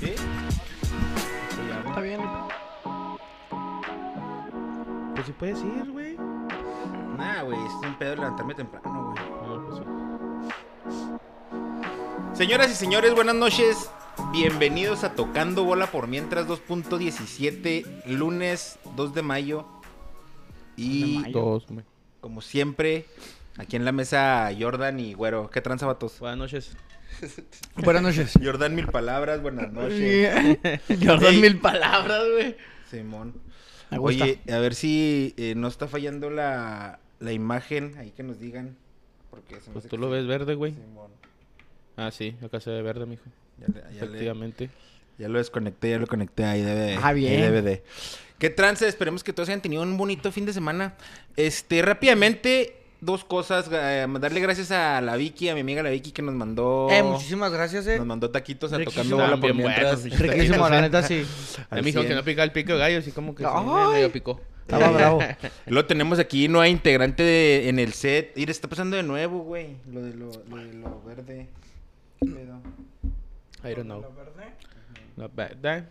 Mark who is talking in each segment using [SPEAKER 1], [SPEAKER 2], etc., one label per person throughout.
[SPEAKER 1] ¿Sí?
[SPEAKER 2] Está bien. Pues si puedes ir, güey.
[SPEAKER 1] Nah, güey, es un pedo levantarme temprano, güey.
[SPEAKER 2] No, pues sí.
[SPEAKER 1] Señoras y señores, buenas noches. Bienvenidos a Tocando Bola por Mientras 2.17, lunes 2 de mayo. Y
[SPEAKER 2] mayo.
[SPEAKER 3] Todos, güey.
[SPEAKER 1] como siempre, aquí en la mesa Jordan y Güero. ¿Qué tranza, vatos?
[SPEAKER 2] Buenas noches.
[SPEAKER 3] Buenas noches.
[SPEAKER 1] Jordan, mil palabras, buenas noches.
[SPEAKER 3] Jordan,
[SPEAKER 1] Ey.
[SPEAKER 3] mil palabras, güey.
[SPEAKER 1] Simón.
[SPEAKER 3] Me gusta.
[SPEAKER 1] Oye, a ver si eh, no está fallando la, la imagen, ahí que nos digan. Porque se me
[SPEAKER 2] Pues
[SPEAKER 1] hace
[SPEAKER 2] tú
[SPEAKER 1] que
[SPEAKER 2] lo
[SPEAKER 1] sí.
[SPEAKER 2] ves verde, güey.
[SPEAKER 1] Simón.
[SPEAKER 2] Ah, sí, acá se ve verde, mijo.
[SPEAKER 1] Ya le- ya le-
[SPEAKER 2] Efectivamente.
[SPEAKER 1] Ya lo desconecté, ya lo conecté, ahí debe de.
[SPEAKER 3] Ah,
[SPEAKER 1] ahí
[SPEAKER 3] bien.
[SPEAKER 1] debe de. Qué trance, esperemos que todos hayan tenido un bonito fin de semana. Este, rápidamente, dos cosas. eh, darle gracias a la Vicky, a mi amiga la Vicky, que nos mandó.
[SPEAKER 4] Eh, muchísimas gracias, eh.
[SPEAKER 1] Nos mandó taquitos a
[SPEAKER 2] Riquísimo.
[SPEAKER 1] tocando bola por
[SPEAKER 2] Bien
[SPEAKER 1] mientras. este,
[SPEAKER 2] buenos, bichos
[SPEAKER 4] Riquísimo,
[SPEAKER 2] taquitos,
[SPEAKER 4] la
[SPEAKER 2] eh.
[SPEAKER 4] neta, sí.
[SPEAKER 2] A mí me dijo que no pica el pico de gallo, así como que se me-
[SPEAKER 4] Ay.
[SPEAKER 2] medio picó.
[SPEAKER 4] Estaba bravo.
[SPEAKER 1] Lo tenemos aquí, no hay integrante de- en el set. Mira, está pasando de nuevo, güey. Lo de lo, lo de lo verde. ¿Qué pedo?
[SPEAKER 2] I don't know. Not bad, eh.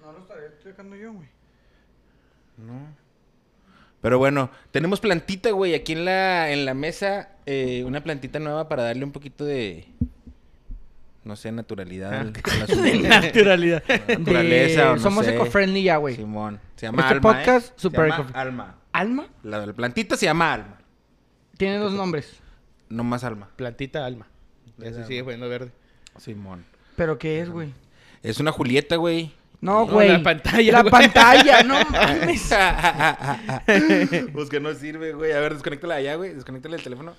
[SPEAKER 4] No lo estaré explicando yo, güey.
[SPEAKER 1] No. Pero bueno, tenemos plantita, güey, aquí en la, en la mesa. eh, una plantita nueva para darle un poquito de. No sé, naturalidad. al- al asunto.
[SPEAKER 4] Ah. De naturalidad.
[SPEAKER 1] Naturaleza o no
[SPEAKER 4] Somos
[SPEAKER 1] sé.
[SPEAKER 4] eco-friendly ya, güey.
[SPEAKER 1] Simón. Se llama
[SPEAKER 4] Este
[SPEAKER 1] Alma. ¿eh?
[SPEAKER 4] podcast,
[SPEAKER 1] Se
[SPEAKER 4] super
[SPEAKER 1] llama
[SPEAKER 4] eco-
[SPEAKER 1] Alma.
[SPEAKER 4] Alma
[SPEAKER 1] La, la plantita se llama Alma.
[SPEAKER 4] tiene dos nombres.
[SPEAKER 1] No más Alma.
[SPEAKER 2] Plantita alma. Ya se
[SPEAKER 1] Alma.
[SPEAKER 2] sigue poniendo verde.
[SPEAKER 1] Simón.
[SPEAKER 4] ¿Pero qué es, güey?
[SPEAKER 1] Es una Julieta, güey.
[SPEAKER 4] No,
[SPEAKER 2] No,
[SPEAKER 4] güey.
[SPEAKER 2] la pantalla,
[SPEAKER 4] La
[SPEAKER 2] güey.
[SPEAKER 4] pantalla, no mames.
[SPEAKER 1] pues que no sirve, güey. A ver, desconéctala allá, güey. Desconéctale el teléfono.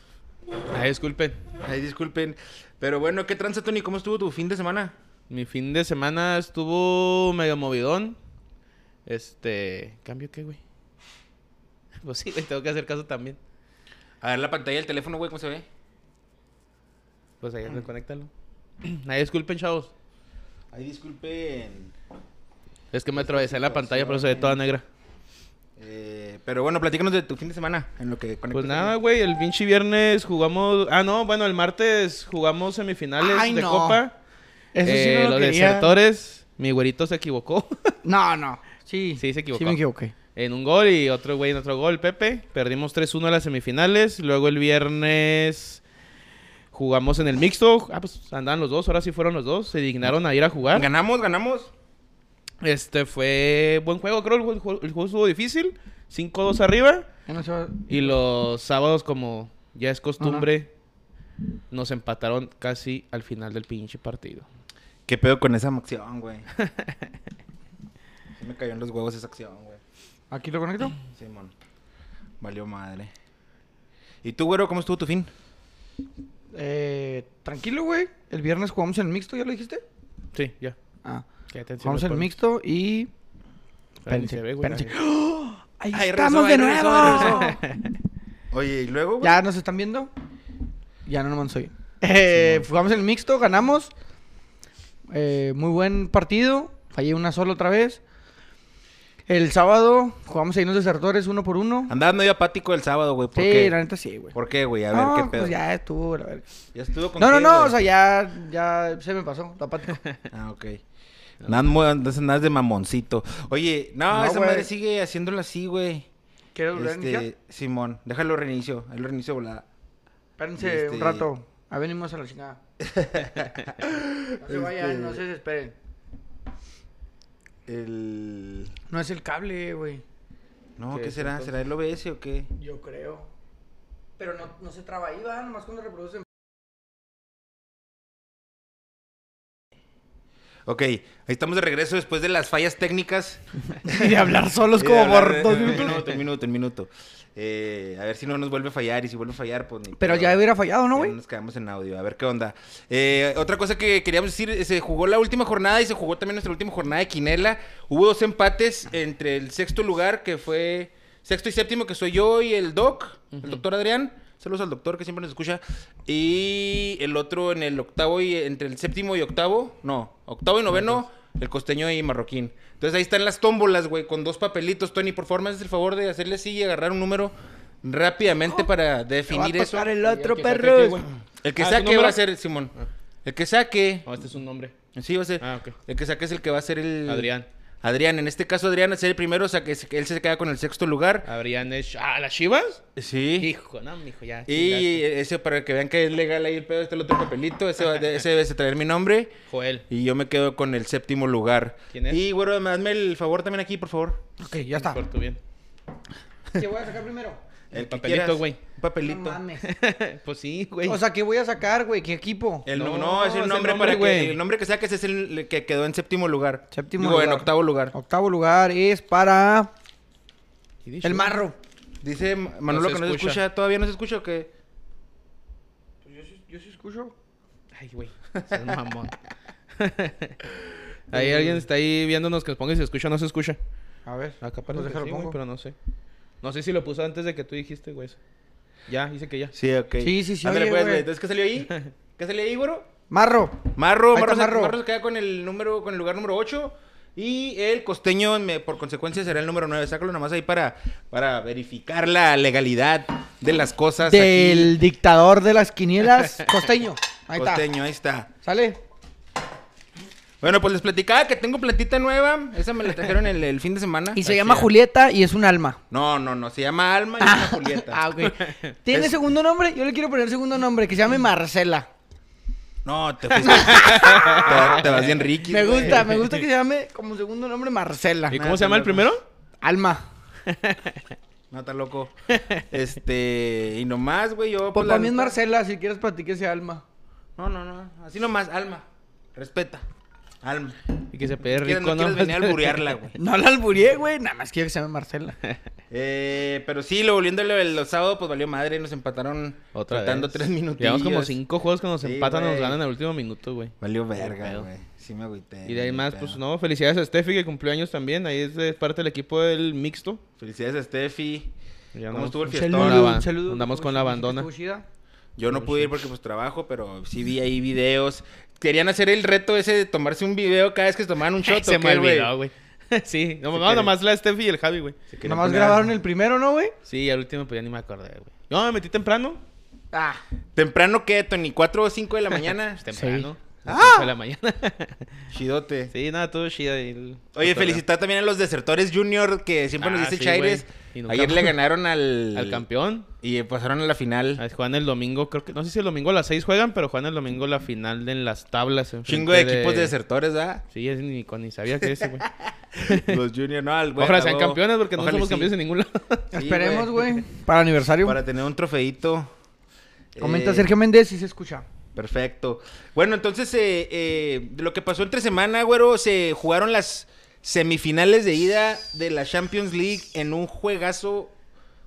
[SPEAKER 2] Ay, disculpen.
[SPEAKER 1] Ay, disculpen. Pero bueno, ¿qué tranza, Tony? ¿Cómo estuvo tu fin de semana?
[SPEAKER 2] Mi fin de semana estuvo medio movidón. Este. ¿Cambio qué, güey? Pues sí, güey, tengo que hacer caso también.
[SPEAKER 1] A ver la pantalla del teléfono, güey, ¿cómo se ve?
[SPEAKER 2] Pues ahí desconéctalo. Ay, disculpen, chavos.
[SPEAKER 1] Ay, disculpen.
[SPEAKER 2] Es que me atravesé la pantalla, pero se ve toda negra.
[SPEAKER 1] Eh, pero bueno, platícanos de tu fin de semana, en lo que
[SPEAKER 2] Pues
[SPEAKER 1] conectas
[SPEAKER 2] nada,
[SPEAKER 1] ahí.
[SPEAKER 2] güey, el pinche viernes jugamos. Ah, no, bueno, el martes jugamos semifinales
[SPEAKER 4] Ay,
[SPEAKER 2] de
[SPEAKER 4] no.
[SPEAKER 2] Copa.
[SPEAKER 4] Eso sí
[SPEAKER 2] Eh,
[SPEAKER 4] no lo
[SPEAKER 2] los
[SPEAKER 4] quería.
[SPEAKER 2] desertores, mi güerito se equivocó
[SPEAKER 4] No, no. Sí.
[SPEAKER 2] Sí, se equivocó.
[SPEAKER 4] Sí me equivoqué.
[SPEAKER 2] en un gol y otro güey en otro gol, Pepe. Perdimos 3-1 a las semifinales. Luego el viernes jugamos en el mixto. Ah, pues andaban los dos, ahora sí fueron los dos. Se dignaron a ir a jugar.
[SPEAKER 1] Ganamos, ganamos.
[SPEAKER 2] Este fue buen juego, creo. El ju- el juego, estuvo difícil. 5-2 arriba.
[SPEAKER 4] Ya no se va-
[SPEAKER 2] Y los sábados, como ya es costumbre, nos empataron casi al final del pinche partido.
[SPEAKER 1] ¿Qué pedo con esa acción, güey? Se me cayó en los huevos esa acción, güey.
[SPEAKER 4] ¿Aquí lo conecto?
[SPEAKER 1] Simón. Valió madre. ¿Y tú, güero, cómo estuvo tu fin?
[SPEAKER 4] Eh, tranquilo, güey. El viernes jugamos en mixto, ¿ya lo dijiste?
[SPEAKER 2] Sí, ya.
[SPEAKER 4] Ah.
[SPEAKER 2] Quédate encima,
[SPEAKER 4] Jugamos en
[SPEAKER 2] pues.
[SPEAKER 4] mixto y...
[SPEAKER 2] Ahí ni se
[SPEAKER 4] Espérense,
[SPEAKER 2] ve, güey,
[SPEAKER 4] espérense. ¡Oh!
[SPEAKER 2] ahí.
[SPEAKER 4] Ahí
[SPEAKER 1] Ahí
[SPEAKER 4] estamos de
[SPEAKER 1] regresó, ahí regresó,
[SPEAKER 4] nuevo.
[SPEAKER 1] ahí Oye, ¿y luego, güey?
[SPEAKER 4] ¿Ya nos están viendo? Ya no nos oyen. Eh, jugamos el mixto, ganamos. Eh, muy buen partido. Fallé una sola otra vez. El sábado jugamos ahí unos desertores uno por uno.
[SPEAKER 1] Andabas medio apático el sábado, güey.
[SPEAKER 4] Sí,
[SPEAKER 1] ¿Por qué?
[SPEAKER 4] la neta sí, güey.
[SPEAKER 1] ¿Por qué, güey? A ver,
[SPEAKER 4] No,
[SPEAKER 1] ¿qué pedo?
[SPEAKER 4] pues ya estuvo, la verga.
[SPEAKER 1] ¿Ya estuvo con
[SPEAKER 4] No, no,
[SPEAKER 1] qué,
[SPEAKER 4] no,
[SPEAKER 1] güey?
[SPEAKER 4] o sea, ya, ya se me pasó, lo apático.
[SPEAKER 1] Ah, ok. Nada, mu- entonces nada de mamoncito. Oye, no,
[SPEAKER 4] No,
[SPEAKER 1] esa
[SPEAKER 4] güey.
[SPEAKER 1] madre sigue haciéndolo así, güey.
[SPEAKER 4] ¿Quieres volver a iniciar?
[SPEAKER 1] Este, Simón, déjalo reinicio. Él reinicio volada.
[SPEAKER 4] Espérense
[SPEAKER 1] este-
[SPEAKER 4] un rato. Ahí venimos a la chingada. no se vayan,
[SPEAKER 1] Este-
[SPEAKER 4] no se desesperen.
[SPEAKER 1] El.
[SPEAKER 4] No es el cable, güey.
[SPEAKER 1] No,
[SPEAKER 2] ¿Qué
[SPEAKER 1] ¿qué,
[SPEAKER 2] es
[SPEAKER 1] será?
[SPEAKER 2] entonces?
[SPEAKER 1] ¿Será el OBS o qué?
[SPEAKER 4] Yo creo. Pero no, no se traba ahí, va, nomás cuando reproducen.
[SPEAKER 1] Ok, ahí estamos de regreso después de las fallas técnicas.
[SPEAKER 4] Y hablar solos
[SPEAKER 1] Eh,
[SPEAKER 4] como
[SPEAKER 1] hablar-
[SPEAKER 4] por
[SPEAKER 1] eh,
[SPEAKER 4] dos
[SPEAKER 1] un
[SPEAKER 4] minutos.
[SPEAKER 1] Un minuto, un minuto. Eh, a ver si no nos vuelve a fallar y si vuelve a fallar, pues ni
[SPEAKER 4] Pero
[SPEAKER 1] pedo.
[SPEAKER 4] ya hubiera fallado, ¿no,
[SPEAKER 1] Ya
[SPEAKER 4] güey?
[SPEAKER 1] Nos quedamos en audio, a ver qué onda. Eh, otra cosa que queríamos decir, eh, se jugó la última jornada y se jugó también nuestra última jornada de Quinela. Hubo dos empates entre el sexto lugar, que fue sexto y séptimo, que soy yo y el doc, el doctor Adrián. Saludos al doctor que siempre nos escucha. Y el otro en el octavo y entre el séptimo y octavo, no, octavo y noveno, el costeño y marroquín. Entonces ahí están las tómbolas, güey, con dos papelitos. Tony, por favor, me haces el favor de hacerle así y agarrar un número rápidamente para definir eso.
[SPEAKER 4] el otro,
[SPEAKER 2] perros.
[SPEAKER 1] El que
[SPEAKER 2] Ah,
[SPEAKER 1] sea
[SPEAKER 2] ¿tu
[SPEAKER 1] que va
[SPEAKER 2] número?
[SPEAKER 1] a ser, Simón. El que saque.
[SPEAKER 2] No, este es un nombre.
[SPEAKER 1] Sí, va a ser.
[SPEAKER 2] Ah, ok.
[SPEAKER 1] El que saque es el que va a ser el.
[SPEAKER 2] Adrián.
[SPEAKER 1] Adrián, en este caso Adrián es el primero, o sea que se- él se queda con el sexto lugar.
[SPEAKER 2] Adrián es. ¡Ah, las chivas!
[SPEAKER 1] Sí.
[SPEAKER 2] Hijo, no, mijo, ya.
[SPEAKER 1] Y ese, para que vean que es legal ahí el pedo, este es el otro papelito, ese, va- ese debe de traer mi nombre.
[SPEAKER 2] chingaste. Joel.
[SPEAKER 1] Y yo me quedo con el séptimo lugar.
[SPEAKER 2] ¿Quién es?
[SPEAKER 1] Y, güero, me- hazme el favor también aquí, por favor.
[SPEAKER 4] Ok, ya está.
[SPEAKER 2] Por tu bien.
[SPEAKER 4] ¿Qué voy a sacar primero?
[SPEAKER 1] El, que
[SPEAKER 2] papelito,
[SPEAKER 1] quieras.
[SPEAKER 2] güey.
[SPEAKER 1] Un
[SPEAKER 4] No
[SPEAKER 1] papelito.
[SPEAKER 4] mames.
[SPEAKER 2] pues sí, güey.
[SPEAKER 4] O sea, ¿qué voy a sacar, güey? ¿Qué equipo?
[SPEAKER 1] el,
[SPEAKER 2] No,
[SPEAKER 1] no, no, es
[SPEAKER 2] es
[SPEAKER 1] el
[SPEAKER 2] el
[SPEAKER 1] nombre
[SPEAKER 2] nombre,
[SPEAKER 1] para
[SPEAKER 2] güey.
[SPEAKER 1] que... El nombre que saques es el que quedó en séptimo lugar.
[SPEAKER 4] Séptimo
[SPEAKER 1] Digo, en
[SPEAKER 4] lugar.
[SPEAKER 1] octavo lugar.
[SPEAKER 4] Octavo lugar es para el
[SPEAKER 2] marro.
[SPEAKER 4] marro.
[SPEAKER 1] Dice Ma- Manolo
[SPEAKER 2] se
[SPEAKER 1] que no se
[SPEAKER 2] escucha.
[SPEAKER 1] escucha. ¿Todavía no se escucha o qué?
[SPEAKER 4] Yo sí escucho.
[SPEAKER 2] Ay, güey. seas mamón. ahí alguien está ahí viéndonos que nos ponga y se escucha o no se escucha.
[SPEAKER 4] A ver,
[SPEAKER 2] Acá
[SPEAKER 4] pues
[SPEAKER 2] parece que
[SPEAKER 4] déjalo
[SPEAKER 2] sí, güey,
[SPEAKER 4] pongo.
[SPEAKER 2] pero no sé. No sé si lo puso antes de que tú dijiste, güey. eso. Ya, dice que ya.
[SPEAKER 1] Sí, ok.
[SPEAKER 4] Sí, sí, sí,
[SPEAKER 1] Ándale,
[SPEAKER 4] oye,
[SPEAKER 1] pues,
[SPEAKER 4] güey.
[SPEAKER 1] güey. Entonces, ¿qué salió ahí? ¿Qué salió ahí, güero?
[SPEAKER 4] Marro.
[SPEAKER 1] Marro,
[SPEAKER 4] Ahí está
[SPEAKER 1] Marro, se,
[SPEAKER 4] Marro.
[SPEAKER 1] Marro se queda con el número, con el lugar número 8. Y el costeño, me- por consecuencia, será el número 9. Sácalo nomás ahí para, para verificar la legalidad de las cosas.
[SPEAKER 4] Del dictador de las quinielas, costeño. Ahí
[SPEAKER 1] Ahí
[SPEAKER 4] está.
[SPEAKER 1] costeño, ahí está.
[SPEAKER 4] ¿Sale?
[SPEAKER 1] Bueno, pues les platicaba que tengo plantita nueva. Esa me la trajeron el, el fin de semana.
[SPEAKER 4] Y se
[SPEAKER 1] Así
[SPEAKER 4] llama
[SPEAKER 1] es.
[SPEAKER 4] Julieta y es un alma.
[SPEAKER 1] No, no, no. Se llama Alma y se llama Julieta.
[SPEAKER 4] Ah, ok. ¿Tiene
[SPEAKER 1] Es-
[SPEAKER 4] segundo nombre? Yo le quiero poner segundo nombre, que se llame Marcela.
[SPEAKER 1] No, te fuiste. te, te vas bien Ricky.
[SPEAKER 4] Me
[SPEAKER 1] güey.
[SPEAKER 4] gusta, me gusta que se llame como segundo nombre Marcela.
[SPEAKER 2] ¿Y
[SPEAKER 1] Ah, Nada,
[SPEAKER 2] cómo se llama el
[SPEAKER 1] loco.
[SPEAKER 2] primero?
[SPEAKER 4] Alma.
[SPEAKER 1] No, está loco. Este. Y nomás, güey. Yo.
[SPEAKER 4] Pues
[SPEAKER 1] la
[SPEAKER 4] para mí es
[SPEAKER 1] neta-
[SPEAKER 4] Marcela, si quieres platiques ese alma.
[SPEAKER 1] No, no, no. Así nomás, alma. Respeta. Alma.
[SPEAKER 2] Y que se pide
[SPEAKER 1] No quieres,
[SPEAKER 2] rico,
[SPEAKER 1] no quieres venir a alburearla, güey.
[SPEAKER 4] No la alburé, güey. Nada más quiero que se llame Marcela.
[SPEAKER 1] Eh, pero sí, lo volviendo lo del sábado, pues valió madre. Nos empataron
[SPEAKER 2] Otra
[SPEAKER 1] faltando
[SPEAKER 2] vez.
[SPEAKER 1] tres minutos.
[SPEAKER 2] Llevamos como cinco juegos que nos
[SPEAKER 1] Sí,
[SPEAKER 2] empatan o nos
[SPEAKER 1] güey.
[SPEAKER 2] ganan al último minuto, güey.
[SPEAKER 1] Valió
[SPEAKER 2] Qué
[SPEAKER 1] verga,
[SPEAKER 2] pedo.
[SPEAKER 1] güey. Sí me agüité.
[SPEAKER 2] Y de ahí
[SPEAKER 1] qué
[SPEAKER 2] más,
[SPEAKER 1] pedo.
[SPEAKER 2] pues no, felicidades a Steffi que cumplió años también. Ahí es eh, parte del equipo del mixto.
[SPEAKER 1] Felicidades a Steffi. ¿Cómo
[SPEAKER 2] Ya andamos-
[SPEAKER 1] estuvo el
[SPEAKER 2] Sí,
[SPEAKER 1] fiestón?
[SPEAKER 2] Saludo. Andaba- andamos con la bandona.
[SPEAKER 4] ¿Estuvo chida?
[SPEAKER 1] Yo no pude ir porque pues trabajo, pero sí vi ahí videos. Querían hacer el reto ese de tomarse un video cada vez que se tomaban un shot.
[SPEAKER 2] Se
[SPEAKER 1] ¿o
[SPEAKER 2] me
[SPEAKER 1] qué, güey?
[SPEAKER 2] olvidó, güey. sí, no,
[SPEAKER 1] Se
[SPEAKER 2] no,
[SPEAKER 1] quiere.
[SPEAKER 2] nomás la Steffi y el Javi, güey.
[SPEAKER 1] Se querían
[SPEAKER 4] Nomás
[SPEAKER 1] poner-
[SPEAKER 4] grabaron el primero, ¿no, güey?
[SPEAKER 2] Sí, al último pues ya ni me acordé, güey. Yo me metí temprano.
[SPEAKER 4] Ah.
[SPEAKER 1] ¿Temprano qué, Tony? ¿4 o 5 de la mañana?
[SPEAKER 2] Pues, temprano. Las
[SPEAKER 1] ¡Ah!
[SPEAKER 2] cinco de la mañana.
[SPEAKER 1] Chidote.
[SPEAKER 2] sí, nada, todo chido. ahí el-
[SPEAKER 1] Oye,
[SPEAKER 2] cotorreo.
[SPEAKER 1] felicitar también a los desertores junior que siempre nos
[SPEAKER 2] Ah,
[SPEAKER 1] dice
[SPEAKER 2] sí,
[SPEAKER 1] Chaires.
[SPEAKER 2] güey. Y nunca-
[SPEAKER 1] Ayer le ganaron al...
[SPEAKER 2] Al campeón.
[SPEAKER 1] Y eh, pasaron a la final.
[SPEAKER 2] Ah, Juegan el domingo, creo que... No sé si el domingo a las 6 juegan, pero juegan el domingo la final de en las tablas. enfrente
[SPEAKER 1] Chingo de equipos de desertores, ¿verdad?
[SPEAKER 2] Sí, es ni, con- ni sabía que ese, güey.
[SPEAKER 1] Los junior, no, al güey,
[SPEAKER 2] Ojalá sean
[SPEAKER 1] acabó.
[SPEAKER 2] campeones porque no
[SPEAKER 1] Ojalá
[SPEAKER 2] somos
[SPEAKER 1] sí.
[SPEAKER 2] campeones en ningún lado.
[SPEAKER 1] Sí,
[SPEAKER 4] Esperemos, güey. Para aniversario.
[SPEAKER 1] Para tener un trofeito.
[SPEAKER 4] Comenta
[SPEAKER 1] Eh,
[SPEAKER 4] Sergio Méndez si se escucha.
[SPEAKER 1] Perfecto. Bueno, entonces, eh, eh, de lo que pasó entre semana, güero, se jugaron las semifinales de ida de la Champions League en un juegazo.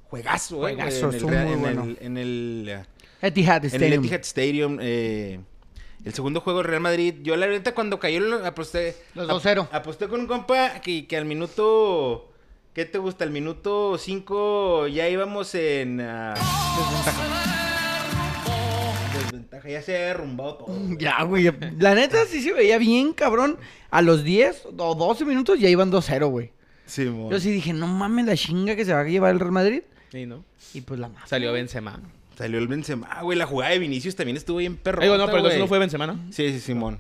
[SPEAKER 1] Juegazo, eh, güey,
[SPEAKER 4] Juegazo,
[SPEAKER 1] en, el,
[SPEAKER 4] estuvo
[SPEAKER 1] Real-
[SPEAKER 4] muy
[SPEAKER 1] en
[SPEAKER 4] bueno.
[SPEAKER 1] el- en el, eh,
[SPEAKER 4] Etihad
[SPEAKER 1] en el
[SPEAKER 4] Stadium.
[SPEAKER 1] Etihad Stadium. eh, el segundo juego del Real Madrid. Yo, la neta, cuando cayó, lo- aposté.
[SPEAKER 4] Los
[SPEAKER 1] ap-
[SPEAKER 4] 2-0.
[SPEAKER 1] Aposté con un compa que, que al minuto. ¿Qué te gusta? Al minuto 5 ya íbamos en. ah, desventaja. Desventaja. Ya se había derrumbado todo. güey.
[SPEAKER 4] Ya, güey. La neta sí se veía bien, cabrón. A los 10 o 12 minutos ya iban 2-0, güey.
[SPEAKER 1] Simón.
[SPEAKER 4] Yo sí dije, no mames la chinga que se va a llevar el Real Madrid.
[SPEAKER 2] Sí, ¿no?
[SPEAKER 4] Y pues la más.
[SPEAKER 2] Salió Benzema.
[SPEAKER 1] Salió el Benzema, güey. La jugada de Vinicius también estuvo bien perro.
[SPEAKER 2] Digo, no, pero entonces no fue Benzema, ¿no?
[SPEAKER 1] Sí, sí, Simón.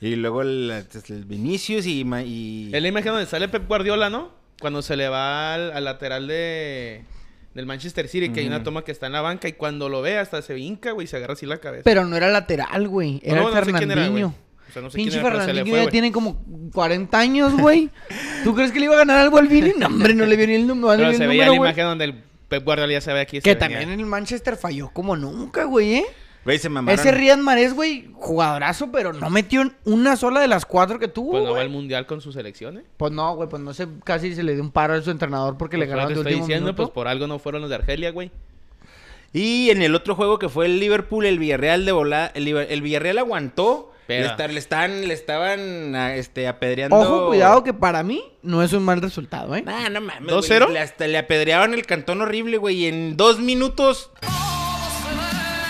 [SPEAKER 1] Y luego el, el Vinicius y. ma- y...
[SPEAKER 2] Es la imagen donde sale Pep Guardiola, ¿no? Cuando se le va al, al lateral de, del Manchester City, que hay una
[SPEAKER 1] Ujú.
[SPEAKER 2] toma que está en la banca y cuando lo ve hasta se hinca, güey, y se agarra así la cabeza.
[SPEAKER 4] Pero no era lateral, güey. Era
[SPEAKER 2] No,
[SPEAKER 4] el
[SPEAKER 2] no sé quién era,
[SPEAKER 4] Fernandinho.
[SPEAKER 2] güey. O sea, no sé quién
[SPEAKER 4] Pinche
[SPEAKER 2] era, pero se le
[SPEAKER 4] Fernandinho
[SPEAKER 2] fue,
[SPEAKER 4] ya
[SPEAKER 2] güey.
[SPEAKER 4] tiene como 40 años, güey. ¿Tú crees que le iba a ganar algo al Vini? No, hombre, no le vio ni el número. no le
[SPEAKER 2] Pero
[SPEAKER 4] vio
[SPEAKER 2] se
[SPEAKER 4] el
[SPEAKER 2] veía
[SPEAKER 4] número,
[SPEAKER 2] la
[SPEAKER 4] güey.
[SPEAKER 2] imagen donde el Pep Guardiola ya se ve aquí. este se
[SPEAKER 4] Que
[SPEAKER 2] venía.
[SPEAKER 4] también el Manchester falló como nunca, güey, ¿eh?
[SPEAKER 1] Güey, se mamaron.
[SPEAKER 4] Ese Riyad Mahrez, güey, jugadorazo, pero no metió en una sola de las cuatro que tuvo,
[SPEAKER 2] Pues no va
[SPEAKER 4] güey.
[SPEAKER 2] al mundial con ¿eh? sus selecciones.
[SPEAKER 4] Pues no, güey, pues no sé, casi se le dio un paro a su entrenador porque le
[SPEAKER 2] Pues, ahora
[SPEAKER 4] ganaron
[SPEAKER 2] te
[SPEAKER 4] de
[SPEAKER 2] estoy
[SPEAKER 4] último
[SPEAKER 2] diciendo, pues
[SPEAKER 4] minuto.
[SPEAKER 2] por algo no fueron los de Argelia, güey.
[SPEAKER 1] Y en el otro juego que fue el Liverpool, el Villarreal de volada, el, Liber- el Villarreal aguantó.
[SPEAKER 2] Pero-
[SPEAKER 1] Le, esta- le estaban, le estaban a- este,
[SPEAKER 2] pues,
[SPEAKER 1] apedreando.
[SPEAKER 4] Ojo, cuidado que para mí no es un mal resultado, ¿eh?
[SPEAKER 1] Nah, no mames. güey.
[SPEAKER 2] ¿Dos cero?
[SPEAKER 1] Le, hasta le apedreaban el cantón horrible, güey. Y en dos minutos.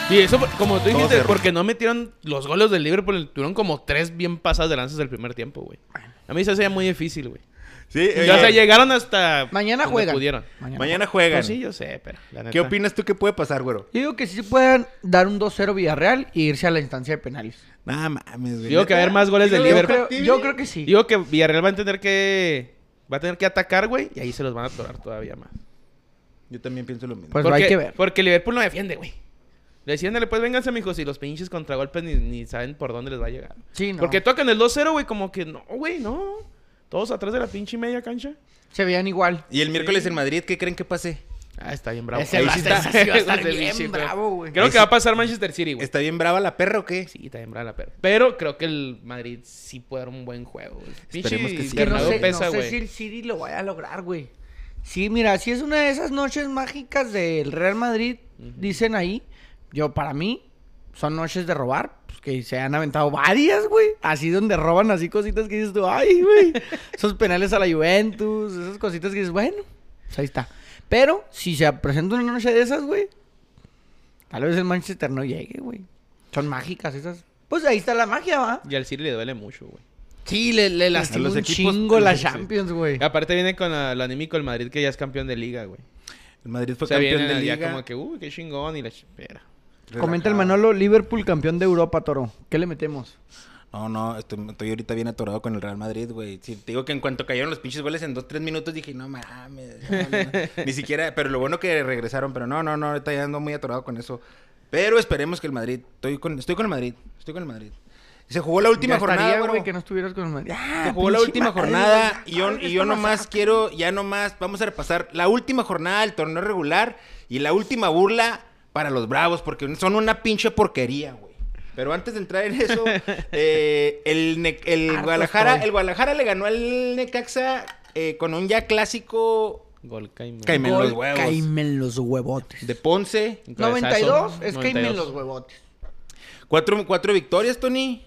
[SPEAKER 2] Y eso, fue- como tú dijiste,
[SPEAKER 1] cerró.
[SPEAKER 2] porque no metieron los goles del Liverpool, tuvieron como tres bien pasadas de lanzas del primer tiempo, güey. A mí se hacía muy difícil, güey.
[SPEAKER 1] Sí,
[SPEAKER 2] Y ya, O sea, llegaron hasta.
[SPEAKER 4] Mañana
[SPEAKER 2] donde
[SPEAKER 4] juegan.
[SPEAKER 2] pudieron.
[SPEAKER 1] Eh, Mañana juegan.
[SPEAKER 2] Pues sí, yo sé, pero. la
[SPEAKER 1] ¿Qué
[SPEAKER 2] neta.
[SPEAKER 1] opinas tú que puede pasar, güero?
[SPEAKER 4] Yo digo que sí se pueden dar un 2-0 Villarreal e irse a la instancia de penales.
[SPEAKER 1] Nada mames, güey.
[SPEAKER 2] Digo que va a haber más goles del
[SPEAKER 4] Yo,
[SPEAKER 2] Liverpool.
[SPEAKER 4] creo, yo creo que sí.
[SPEAKER 2] Digo que Villarreal va a tener que va a tener que atacar, güey, y ahí se los van a atorar todavía más.
[SPEAKER 1] Yo también pienso lo mismo.
[SPEAKER 4] Pues-
[SPEAKER 2] porque,
[SPEAKER 4] hay que ver.
[SPEAKER 2] Porque Liverpool no defiende, güey. Le decían, dale, pues vénganse, mijos, y los pinches contragolpes ni, ni saben por dónde les va a llegar.
[SPEAKER 4] Sí, no.
[SPEAKER 2] Porque tocan el 2-0, güey, como que no, güey, no. Todos atrás de la pinche media cancha.
[SPEAKER 4] se veían igual.
[SPEAKER 1] y el miércoles en Madrid, ¿qué creen que pase?
[SPEAKER 2] Ah, está bien bravo.
[SPEAKER 3] Ese
[SPEAKER 2] Ahí
[SPEAKER 3] va a
[SPEAKER 2] sí
[SPEAKER 3] estar-
[SPEAKER 2] está-
[SPEAKER 3] ese sí va a estar
[SPEAKER 2] ese
[SPEAKER 3] bien
[SPEAKER 2] sí, güey.
[SPEAKER 4] bravo, güey.
[SPEAKER 2] Creo
[SPEAKER 1] Ese-
[SPEAKER 2] que va a pasar Manchester City, güey.
[SPEAKER 1] ¿Está bien brava la perra o qué?
[SPEAKER 2] Sí, está bien brava la perra. Pero creo que el Madrid sí puede dar un buen juego, güey.
[SPEAKER 1] Esperemos que sí.
[SPEAKER 4] Que no
[SPEAKER 1] Bernabéu
[SPEAKER 4] sé, no
[SPEAKER 2] pesa,
[SPEAKER 4] sé
[SPEAKER 2] güey.
[SPEAKER 4] si el City lo vaya a lograr, güey. Sí, mira, si es una de esas noches mágicas del Real Madrid, dicen ahí, yo para mí son noches de robar, pues, que se han aventado varias, güey. Así donde roban así cositas que dices tú, ay, güey. esos penales a la Juventus, esas cositas que dices, bueno, pues ahí está. Pero si se presenta una noche de esas, güey, tal vez el Manchester no llegue, güey. Son mágicas esas. Pues ahí está la magia, ¿va? Pues,
[SPEAKER 2] Y al City le duele mucho, güey.
[SPEAKER 4] Sí, le, le lastima
[SPEAKER 1] los
[SPEAKER 4] un
[SPEAKER 1] equipos-
[SPEAKER 4] chingo la
[SPEAKER 2] sí.
[SPEAKER 4] Champions, güey.
[SPEAKER 2] Aparte viene con la- lo anímico el Madrid, que ya es campeón de liga, güey.
[SPEAKER 1] El Madrid fue
[SPEAKER 2] O sea,
[SPEAKER 1] campeón
[SPEAKER 2] viene
[SPEAKER 1] de
[SPEAKER 2] ya
[SPEAKER 1] liga.
[SPEAKER 2] como que, uy, qué chingón y la espera.
[SPEAKER 1] relajado.
[SPEAKER 4] Comenta el Manolo, Liverpool campeón de Europa, Toro. ¿Qué le metemos?
[SPEAKER 1] No, no, estoy, estoy ahorita bien atorado con el Real Madrid, güey. Sí, te digo que en cuanto cayeron los pinches goles en dos, tres minutos dije, no mames. no, no". Ni siquiera, pero lo bueno que regresaron, pero no, no, no, ahorita ya ando muy atorado con eso. Pero esperemos que el Madrid, estoy con, estoy con el Madrid, estoy con el Madrid. Se jugó la última
[SPEAKER 4] Ya estaría,
[SPEAKER 1] jornada,
[SPEAKER 4] güey,
[SPEAKER 1] güey.
[SPEAKER 4] que no estuvieras con el Madrid. Ah,
[SPEAKER 1] Se jugó la
[SPEAKER 4] pinche
[SPEAKER 1] última
[SPEAKER 4] madre,
[SPEAKER 1] jornada
[SPEAKER 4] güey.
[SPEAKER 1] y yo,
[SPEAKER 4] Madre,
[SPEAKER 1] y yo
[SPEAKER 4] esta
[SPEAKER 1] nomás
[SPEAKER 4] masacre.
[SPEAKER 1] quiero, ya nomás, vamos a repasar la última jornada del torneo regular y la última burla para los Bravos, porque son una pinche porquería, güey. Pero antes de entrar en eso, eh, el, Ne- el
[SPEAKER 4] Harto
[SPEAKER 1] Guadalajara,
[SPEAKER 4] estoy.
[SPEAKER 1] el Guadalajara le ganó al Necaxa eh, con un ya clásico
[SPEAKER 2] Gol Caimán.
[SPEAKER 1] Caimán. Caimen
[SPEAKER 4] Gol,
[SPEAKER 1] los huevos.
[SPEAKER 4] Caimen los huevotes.
[SPEAKER 1] de Ponce.
[SPEAKER 2] Un cabezazo.
[SPEAKER 4] 92 es Caimen
[SPEAKER 2] 92.
[SPEAKER 4] los huevotes.
[SPEAKER 1] Cuatro, cuatro victorias, Tony.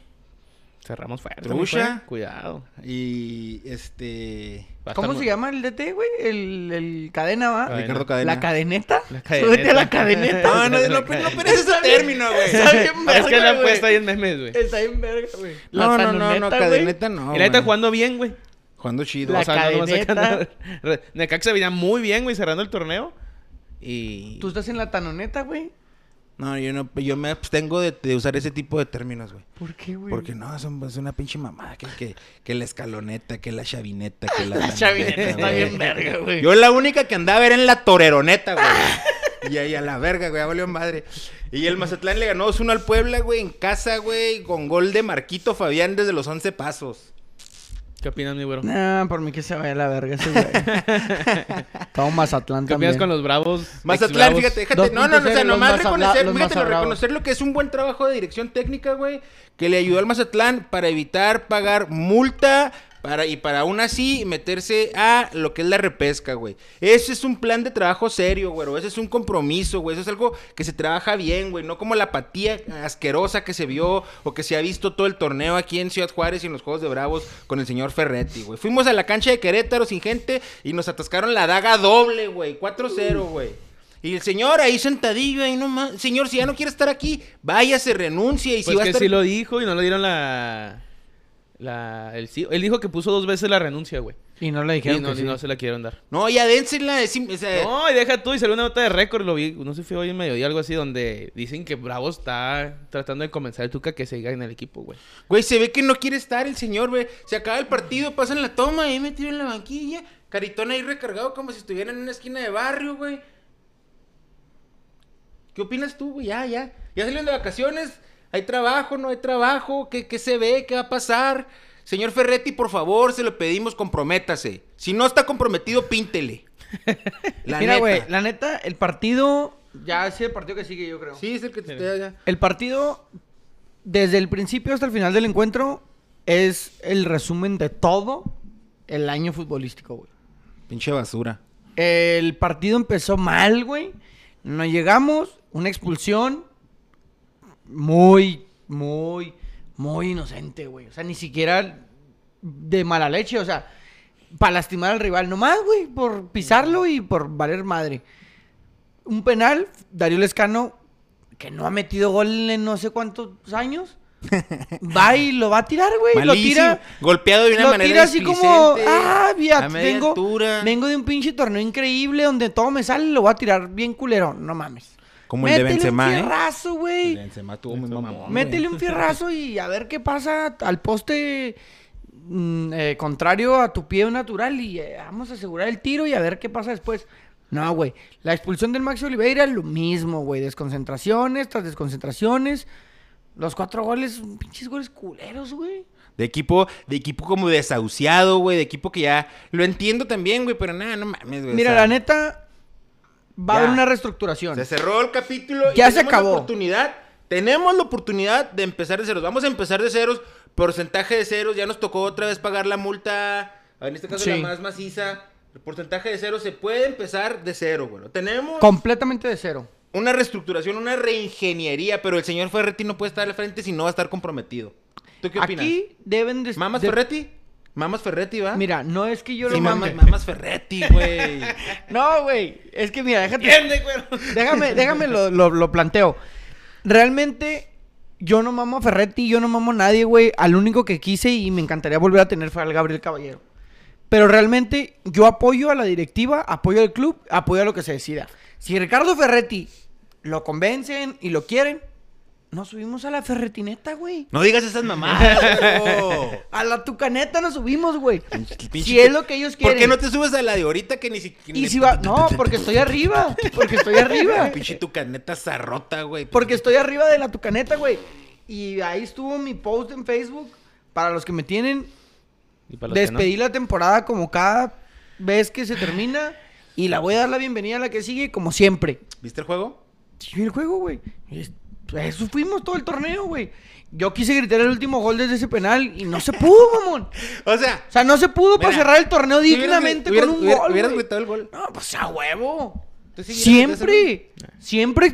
[SPEAKER 2] Cerramos fuerte.
[SPEAKER 1] Trucha.
[SPEAKER 2] mi Fer. Cuidado.
[SPEAKER 1] Y este...
[SPEAKER 2] Va a
[SPEAKER 4] ¿Cómo
[SPEAKER 2] estar
[SPEAKER 4] se
[SPEAKER 2] muy-
[SPEAKER 4] llama el DT, güey? El, el cadena, ¿va?
[SPEAKER 2] Cadena.
[SPEAKER 1] Ricardo Cadena. Ah,
[SPEAKER 4] ¿La cadeneta?
[SPEAKER 2] La cadeneta.
[SPEAKER 4] Súbete a la cadeneta.
[SPEAKER 1] No, no, no, no, no, pero ese es el término, güey.
[SPEAKER 4] Está bien verga,
[SPEAKER 2] Es que le han
[SPEAKER 4] güey.
[SPEAKER 2] puesto ahí en memes, güey.
[SPEAKER 4] Está bien verga, güey. La
[SPEAKER 1] No, no, no, no,
[SPEAKER 4] tanoneta, güey.
[SPEAKER 1] cadeneta Eh, no.
[SPEAKER 2] y la neta
[SPEAKER 1] güey.
[SPEAKER 2] jugando bien, güey.
[SPEAKER 1] Jugando chido.
[SPEAKER 4] La
[SPEAKER 1] O sea,
[SPEAKER 2] no va a
[SPEAKER 4] cadeneta.
[SPEAKER 2] sacar nada. Necaxa venía muy bien, güey, cerrando el torneo. Y.
[SPEAKER 4] Tú estás en la tanoneta, güey.
[SPEAKER 1] No, yo no, yo me abstengo de, de usar ese tipo de términos, güey.
[SPEAKER 4] ¿Por qué, güey?
[SPEAKER 1] Porque no, son, es una pinche mamada. Que, que, que la escaloneta, que la chavineta, que la.
[SPEAKER 4] La
[SPEAKER 1] tanoneta,
[SPEAKER 4] chavineta está
[SPEAKER 1] güey.
[SPEAKER 4] bien verga, güey.
[SPEAKER 1] Yo la única que andaba era en la toreroneta, güey. Y ahí a la verga, güey, ya valió madre. Y el Mazatlán le ganó 2-1 al Puebla, güey, en casa, güey, con gol de Marquito Fabián desde los 11 pasos.
[SPEAKER 2] ¿Qué opinas, mi güero? ¿Qué
[SPEAKER 4] Nah, por mí que se vaya a la verga ese güey. Todo Mazatlán
[SPEAKER 2] opinas
[SPEAKER 4] también.
[SPEAKER 2] con los bravos?
[SPEAKER 1] Mazatlán,
[SPEAKER 2] Ex-Bravos.
[SPEAKER 1] fíjate, déjate. No, no, no, o sea,
[SPEAKER 4] 2.0, los
[SPEAKER 1] nomás
[SPEAKER 4] más habla-
[SPEAKER 1] reconocer,
[SPEAKER 4] los
[SPEAKER 1] fíjate,
[SPEAKER 4] más
[SPEAKER 1] lo-
[SPEAKER 4] hablados.
[SPEAKER 1] reconocer lo que es un buen trabajo de dirección técnica, güey, que le ayudó al Mazatlán para evitar pagar multa para, y para aún así meterse a lo que es la repesca, güey. Ese es un plan de trabajo serio, güey. Ese es un compromiso, güey. Eso es algo que se trabaja bien, güey. No como la apatía asquerosa que se vio o que se ha visto todo el torneo aquí en Ciudad Juárez y en los Juegos de Bravos con el señor Ferretti, güey. Fuimos a la cancha de Querétaro sin gente y nos atascaron la daga doble, güey. 4-0, güey. Y el señor ahí sentadillo, ahí nomás. Señor, si ya no quiere estar aquí, vaya, se renuncia. Y si
[SPEAKER 2] Pues
[SPEAKER 1] va a
[SPEAKER 2] que
[SPEAKER 1] estar...
[SPEAKER 2] sí lo dijo y no le dieron la. La, el sí. Él dijo que puso dos veces la renuncia, güey.
[SPEAKER 4] Y no le
[SPEAKER 2] Y
[SPEAKER 4] dijeron
[SPEAKER 2] no,
[SPEAKER 4] que
[SPEAKER 2] y
[SPEAKER 4] sí.
[SPEAKER 2] no se la quieren dar.
[SPEAKER 1] No, ya dénsela. es im- o sea,
[SPEAKER 2] No, y deja tú, y salió una nota de récord, lo vi, no sé si fue hoy en mediodía algo así, donde dicen que Bravo está tratando de convencer al Tuca que se diga en el equipo, güey.
[SPEAKER 1] Güey, se ve que no quiere estar el señor, güey. Se acaba el partido, pasan la toma, ahí metido en la banquilla. Caritón ahí recargado como si estuviera en una esquina de barrio, güey. ¿Qué opinas tú, güey? Ya, ya. Ya salieron de vacaciones. Hay trabajo, no hay trabajo. ¿Qué, qué se ve? ¿Qué va a pasar? Señor Ferretti, por favor, se lo pedimos, comprométase. Si no está comprometido, píntele. La
[SPEAKER 4] Mira,
[SPEAKER 1] neta.
[SPEAKER 4] güey, la neta, el partido. Ya es el partido que sigue, yo creo.
[SPEAKER 1] Sí, es el que te te- ya.
[SPEAKER 4] El partido, desde el principio hasta el final del encuentro, es el resumen de todo el año futbolístico, güey.
[SPEAKER 1] Pinche basura.
[SPEAKER 4] El partido empezó mal, güey. No llegamos, una expulsión muy, muy, muy inocente, güey. O sea, ni siquiera de mala leche, o sea, para lastimar al rival nomás, güey, por pisarlo y por valer madre. Un penal, Darío Lescano, que no ha metido gol en no sé cuántos años, va y lo va a tirar, güey. Lo
[SPEAKER 1] Malísimo.
[SPEAKER 4] tira
[SPEAKER 1] Golpeado de una
[SPEAKER 4] lo
[SPEAKER 1] manera
[SPEAKER 4] tira así
[SPEAKER 1] displicente,
[SPEAKER 4] como, ah,
[SPEAKER 1] a
[SPEAKER 4] mira,
[SPEAKER 1] media
[SPEAKER 4] vengo,
[SPEAKER 1] altura.
[SPEAKER 4] vengo de un pinche torneo increíble donde todo me sale, lo voy a tirar bien culero, no mames.
[SPEAKER 1] Como el de
[SPEAKER 4] Métele
[SPEAKER 1] Benzema,
[SPEAKER 4] un
[SPEAKER 1] ¿eh?
[SPEAKER 4] fierrazo,
[SPEAKER 1] El
[SPEAKER 4] güey.
[SPEAKER 1] de Benzema tuvo muy mamón. güey.
[SPEAKER 4] Métele un fierrazo y a ver qué pasa al poste mm, eh, contrario a tu pie natural y eh, vamos a asegurar el tiro y a ver qué pasa después. No, güey. La expulsión del Maxi Oliveira, lo mismo, güey. Desconcentraciones tras desconcentraciones. Los cuatro goles, pinches goles culeros, güey.
[SPEAKER 1] De equipo, de equipo como desahuciado, güey. De equipo que ya. Lo entiendo también, güey, pero nada, no mames, güey. Pues, o
[SPEAKER 4] Mira,
[SPEAKER 1] sea,
[SPEAKER 4] la neta, va a haber
[SPEAKER 1] ya.
[SPEAKER 4] una reestructuración.
[SPEAKER 1] Se cerró el capítulo.
[SPEAKER 4] Ya se
[SPEAKER 1] tenemos la
[SPEAKER 4] acabó.
[SPEAKER 1] oportunidad. Tenemos la oportunidad de empezar de ceros. Vamos a empezar de ceros. Porcentaje de ceros. Ya nos tocó otra vez pagar la multa. En este caso,
[SPEAKER 4] Sí.
[SPEAKER 1] la más maciza. El porcentaje de ceros se puede empezar de cero, güey. Tenemos
[SPEAKER 4] Completamente de cero.
[SPEAKER 1] una reestructuración, una reingeniería. Pero el señor Ferretti no puede estar al frente si no va a estar comprometido. ¿Tú qué opinas?
[SPEAKER 4] Aquí deben de...
[SPEAKER 1] ¿Mamas
[SPEAKER 4] de-
[SPEAKER 1] Ferretti? ¿Mamas Ferretti, va?
[SPEAKER 4] Mira, no es que yo
[SPEAKER 1] Sí,
[SPEAKER 4] lo mame.
[SPEAKER 1] mamas, mamas Ferretti, güey.
[SPEAKER 4] No, güey. Es que mira, déjate.
[SPEAKER 1] Entiende, güey.
[SPEAKER 4] Déjame, déjame lo, lo- lo planteo. Realmente, yo no mamo a Ferretti, yo no mamo a nadie, güey. Al único que quise y me encantaría volver a tener fue al Gabriel Caballero. Pero realmente, yo apoyo a la directiva, apoyo al club, apoyo a lo que se decida. Si Ricardo Ferretti lo convencen y lo quieren, nos subimos a la ferretineta, güey.
[SPEAKER 1] No digas esas mamadas, güey.
[SPEAKER 4] A la tucaneta nos subimos, güey.
[SPEAKER 1] pinche-
[SPEAKER 4] Si es lo que ellos quieren.
[SPEAKER 1] ¿Por qué no te subes a la de ahorita que ni siquiera...
[SPEAKER 4] Y si va... No, porque estoy arriba. Porque estoy arriba.
[SPEAKER 1] Pinche tu caneta zarrota, güey.
[SPEAKER 4] Porque estoy arriba de la tucaneta, güey. Y ahí estuvo mi post en Facebook. Para los que me tienen,
[SPEAKER 2] Y para los que no.
[SPEAKER 4] despedí la temporada como cada vez que se termina. Y la voy a dar la bienvenida a la que sigue, como siempre.
[SPEAKER 1] ¿Viste el juego?
[SPEAKER 4] Sí, vi el juego, güey. Es- pues, Eso fuimos todo el torneo, güey. Yo quise gritar el último gol desde ese penal y no se pudo, mamón.
[SPEAKER 1] O sea...
[SPEAKER 4] O sea, no se pudo para
[SPEAKER 1] mira,
[SPEAKER 4] cerrar el torneo
[SPEAKER 1] si hubieras-
[SPEAKER 4] dignamente
[SPEAKER 1] hubieras-
[SPEAKER 4] con un
[SPEAKER 1] hubieras-
[SPEAKER 4] gol.
[SPEAKER 1] Hubieras
[SPEAKER 4] güey.
[SPEAKER 1] gritado el gol.
[SPEAKER 4] No, pues a huevo.
[SPEAKER 1] Tú sí gritas ese
[SPEAKER 4] Siempre,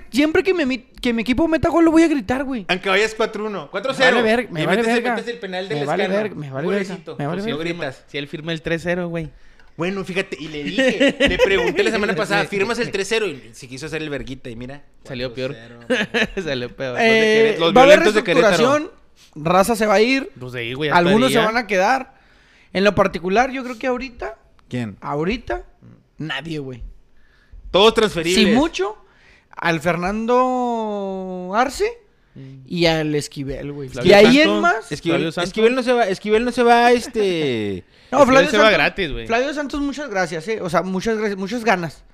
[SPEAKER 4] siempre, siempre que, me, mi- que mi equipo meta gol lo voy a gritar, güey.
[SPEAKER 1] Aunque vayas 4-1. 4-0.
[SPEAKER 4] Me vale verga, me
[SPEAKER 1] Y
[SPEAKER 4] vale
[SPEAKER 1] metes-
[SPEAKER 4] verga.
[SPEAKER 1] metes el penal del
[SPEAKER 4] Me vale
[SPEAKER 1] escándalo.
[SPEAKER 4] verga, me vale
[SPEAKER 1] Golecito.
[SPEAKER 4] verga, me vale
[SPEAKER 1] Si no gritas.
[SPEAKER 2] Pues, Si él firma el 3-0, güey.
[SPEAKER 1] Bueno, fíjate, y le dije, le pregunté la semana pasada, ¿firmas el 3-0? Y si quiso hacer el verguita, y mira.
[SPEAKER 2] Salió peor.
[SPEAKER 1] 4-0.
[SPEAKER 2] Salió peor.
[SPEAKER 4] Eh,
[SPEAKER 1] Querétaro- los
[SPEAKER 4] va a haber
[SPEAKER 1] violentos de
[SPEAKER 4] reestructuración, raza se va a ir,
[SPEAKER 2] Pues de ahí, güey. hasta
[SPEAKER 4] algunos
[SPEAKER 2] ahí,
[SPEAKER 4] se
[SPEAKER 2] ya.
[SPEAKER 4] van a quedar. En lo particular, yo creo que ahorita,
[SPEAKER 1] ¿Quién?
[SPEAKER 4] ahorita, nadie, güey.
[SPEAKER 1] Todos transferibles.
[SPEAKER 4] Si mucho, al Fernando Arce y al Esquivel, güey.
[SPEAKER 2] Flavio
[SPEAKER 4] Y ahí
[SPEAKER 2] Santos,
[SPEAKER 4] en más...
[SPEAKER 2] Esqui-
[SPEAKER 1] Esquivel,
[SPEAKER 2] Flavio Santos.
[SPEAKER 1] Esquivel no se va, Esquivel no se va, este...
[SPEAKER 4] No,
[SPEAKER 2] Esquivel se va gratis, güey.
[SPEAKER 4] Flavio Santos, muchas gracias, eh. O sea, muchas gracias, muchas ganas.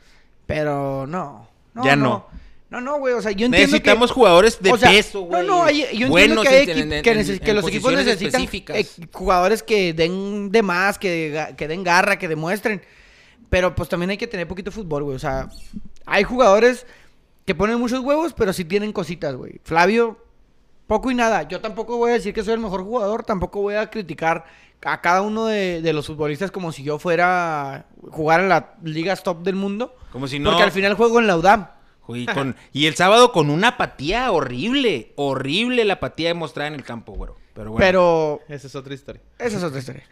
[SPEAKER 4] Pero no.
[SPEAKER 1] Ya
[SPEAKER 4] No, no, güey. O sea, yo entiendo que...
[SPEAKER 1] Necesitamos jugadores de
[SPEAKER 4] O sea,
[SPEAKER 1] peso, güey.
[SPEAKER 4] No, no, hay- yo entiendo
[SPEAKER 1] Buenos
[SPEAKER 4] que, hay
[SPEAKER 1] en-
[SPEAKER 4] equi-
[SPEAKER 1] en-
[SPEAKER 4] que,
[SPEAKER 1] en-
[SPEAKER 4] neces-
[SPEAKER 1] en
[SPEAKER 4] que los equipos
[SPEAKER 1] posiciones
[SPEAKER 4] necesitan
[SPEAKER 1] específicas.
[SPEAKER 4] eh, jugadores que den de más, que, ga- que den garra, que demuestren. Pero pues también hay que tener poquito fútbol, güey. O sea, hay jugadores que ponen muchos huevos, pero sí tienen cositas, güey. Flavio, poco y nada. Yo tampoco voy a decir que soy el mejor jugador, tampoco voy a criticar a cada uno de, de los futbolistas como si yo fuera a jugar en las ligas top del mundo.
[SPEAKER 1] Como si no-
[SPEAKER 4] Porque al final juego en la UDAM.
[SPEAKER 1] Y, con- y el sábado con una apatía horrible, horrible la apatía demostrada en el campo, güero. Pero bueno.
[SPEAKER 4] Pero
[SPEAKER 2] Esa es otra historia.
[SPEAKER 4] Esa es otra historia.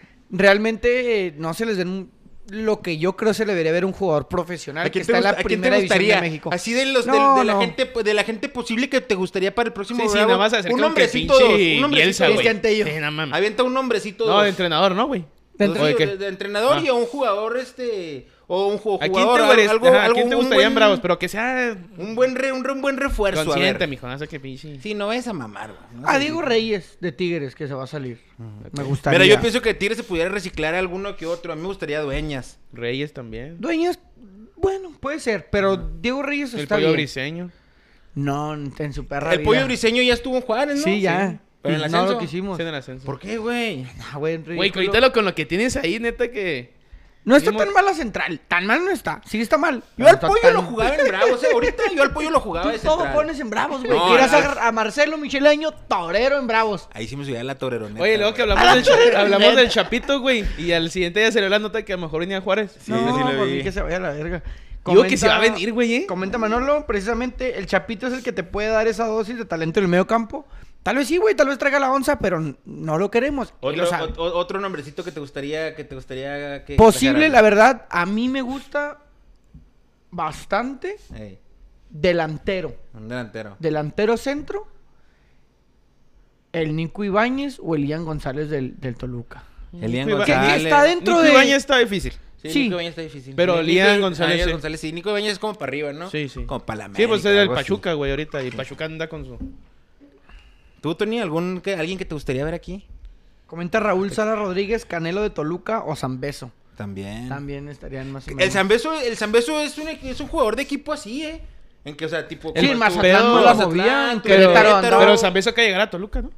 [SPEAKER 4] Realmente eh, no se les den un- lo que yo creo se le debería ver un jugador profesional que
[SPEAKER 1] quién
[SPEAKER 4] está
[SPEAKER 1] te
[SPEAKER 4] en la
[SPEAKER 1] gust- a quién te
[SPEAKER 4] primera división de
[SPEAKER 1] gustaría?
[SPEAKER 4] México.
[SPEAKER 1] Así de los de-
[SPEAKER 4] No,
[SPEAKER 1] de, la
[SPEAKER 4] no.
[SPEAKER 1] gente de la gente posible que te gustaría para el próximo
[SPEAKER 2] Sí, sí,
[SPEAKER 1] Bravo.
[SPEAKER 2] nada más hacer
[SPEAKER 1] un
[SPEAKER 2] como que
[SPEAKER 1] hombrecito, dos,
[SPEAKER 2] pinche
[SPEAKER 1] un hombrecito,
[SPEAKER 2] Bielsa,
[SPEAKER 1] dos.
[SPEAKER 2] güey.
[SPEAKER 4] Cristian Tello.
[SPEAKER 2] Sí, no mames.
[SPEAKER 1] Avienta un hombrecito
[SPEAKER 2] No,
[SPEAKER 1] dos.
[SPEAKER 2] de entrenador, ¿no, güey?
[SPEAKER 4] De
[SPEAKER 1] Dos,
[SPEAKER 2] O de
[SPEAKER 1] sí,
[SPEAKER 2] qué-
[SPEAKER 1] de- de entrenador
[SPEAKER 2] Ah.
[SPEAKER 1] y a un jugador este o un ju-
[SPEAKER 2] ¿A quién
[SPEAKER 1] jugador
[SPEAKER 2] te, gustaría-
[SPEAKER 1] algo,
[SPEAKER 2] ajá, ¿a
[SPEAKER 1] algo-
[SPEAKER 2] quién te
[SPEAKER 1] un
[SPEAKER 2] gustaría en
[SPEAKER 1] buen-
[SPEAKER 2] Bravos? Pero que sea
[SPEAKER 1] un buen re- un, re- un buen refuerzo, a
[SPEAKER 2] consciente,
[SPEAKER 1] ver.
[SPEAKER 2] mijo. No sé qué pinche.
[SPEAKER 1] Sí, no es a mamar. güey. No
[SPEAKER 4] A
[SPEAKER 1] sé.
[SPEAKER 4] Diego Reyes de Tigres que se va a salir. Me gustaría.
[SPEAKER 1] Mira, yo pienso que Tigres se pudiera reciclar a alguno que otro. A mí me gustaría dueñas.
[SPEAKER 2] Reyes también.
[SPEAKER 4] Dueñas, bueno, puede ser, pero Diego Reyes
[SPEAKER 2] El
[SPEAKER 4] está
[SPEAKER 2] pollo
[SPEAKER 4] bien.
[SPEAKER 2] briseño.
[SPEAKER 4] No, en su perra
[SPEAKER 1] El
[SPEAKER 4] vida.
[SPEAKER 1] pollo briseño ya estuvo en Juárez, ¿no?
[SPEAKER 4] Sí, ya.
[SPEAKER 1] Pero
[SPEAKER 4] Y
[SPEAKER 1] en el
[SPEAKER 4] no
[SPEAKER 1] ascenso.
[SPEAKER 4] lo quisimos.
[SPEAKER 2] Sí, en el ascenso.
[SPEAKER 1] ¿Por qué, güey?
[SPEAKER 4] Ah, güey,
[SPEAKER 2] Güey, que
[SPEAKER 4] ridículo.
[SPEAKER 2] ahorita lo, con lo que tienes ahí, neta que.
[SPEAKER 4] No está
[SPEAKER 2] Vimos-
[SPEAKER 4] tan mal la central. Tan mal no está. Sí está mal.
[SPEAKER 1] Yo al pollo lo jugaba en Bravos, eh. Ahorita yo al pollo lo jugaba de
[SPEAKER 4] Tú todo
[SPEAKER 1] central.
[SPEAKER 4] pones en bravos, güey.
[SPEAKER 1] No,
[SPEAKER 4] Quieras
[SPEAKER 1] no.
[SPEAKER 4] a, a Marcelo Micheleño, torero en bravos.
[SPEAKER 1] Ahí sí me subía la torerona.
[SPEAKER 2] Oye, luego que hablamos, del, cha- hablamos del Chapito, güey. Y al siguiente día salió la nota que a lo mejor venía a Juárez.
[SPEAKER 1] Sí,
[SPEAKER 4] no,
[SPEAKER 1] sí lo
[SPEAKER 4] por
[SPEAKER 1] vi.
[SPEAKER 4] mí que se vaya a la verga.
[SPEAKER 2] Digo que se va a venir, güey, ¿eh?
[SPEAKER 4] Comenta Manolo, precisamente el Chapito es el que te puede dar esa dosis de talento en el medio campo. Tal vez sí, güey, tal vez traiga la onza, pero n- no lo queremos. Y
[SPEAKER 1] Otro,
[SPEAKER 4] lo sabe.
[SPEAKER 1] ot- ot- otro nombrecito que te gustaría que te gustaría que
[SPEAKER 4] Posible, la
[SPEAKER 1] trajeran.
[SPEAKER 4] verdad, a mí me gusta bastante
[SPEAKER 1] Ey,
[SPEAKER 4] delantero.
[SPEAKER 1] un delantero.
[SPEAKER 4] Delantero centro, el Nico Ibáñez o el Ian González del, del Toluca.
[SPEAKER 1] Elian
[SPEAKER 2] Que- que
[SPEAKER 1] González.
[SPEAKER 4] está de- Dentro
[SPEAKER 2] Nico Ibañez
[SPEAKER 4] de-
[SPEAKER 2] está difícil.
[SPEAKER 1] Sí,
[SPEAKER 4] Sí.
[SPEAKER 1] Nico Ibañez está difícil.
[SPEAKER 2] Pero
[SPEAKER 1] Nico-
[SPEAKER 2] Lian
[SPEAKER 1] Nico-
[SPEAKER 2] González,
[SPEAKER 1] ah, Lian
[SPEAKER 2] sí.
[SPEAKER 1] González, sí. Nico Ibañez es como para arriba, ¿no?
[SPEAKER 2] Sí, sí.
[SPEAKER 1] Como para la
[SPEAKER 2] Sí, pues es
[SPEAKER 1] América,
[SPEAKER 2] del
[SPEAKER 1] algo así.
[SPEAKER 2] Pachuca, güey, ahorita. Y Pachuca anda con su.
[SPEAKER 1] ¿Tú, Tony, algún, que- alguien que te gustaría ver aquí?
[SPEAKER 4] Comenta Raúl Sala Rodríguez, Canelo de Toluca o Zambeso.
[SPEAKER 1] También.
[SPEAKER 4] También estarían más o
[SPEAKER 1] El
[SPEAKER 4] menos.
[SPEAKER 1] Zambeso, el Zambeso es un, es un jugador de equipo así, ¿eh? En que, o sea, tipo...
[SPEAKER 4] Sí,
[SPEAKER 1] como
[SPEAKER 4] en
[SPEAKER 1] tú-
[SPEAKER 4] Mazatlán
[SPEAKER 2] no
[SPEAKER 1] tú,
[SPEAKER 2] la
[SPEAKER 1] Mazatlán,
[SPEAKER 4] movían,
[SPEAKER 1] tú,
[SPEAKER 4] Querétaro andaba-
[SPEAKER 2] Pero Zambeso acaba de llegar a Toluca, ¿no?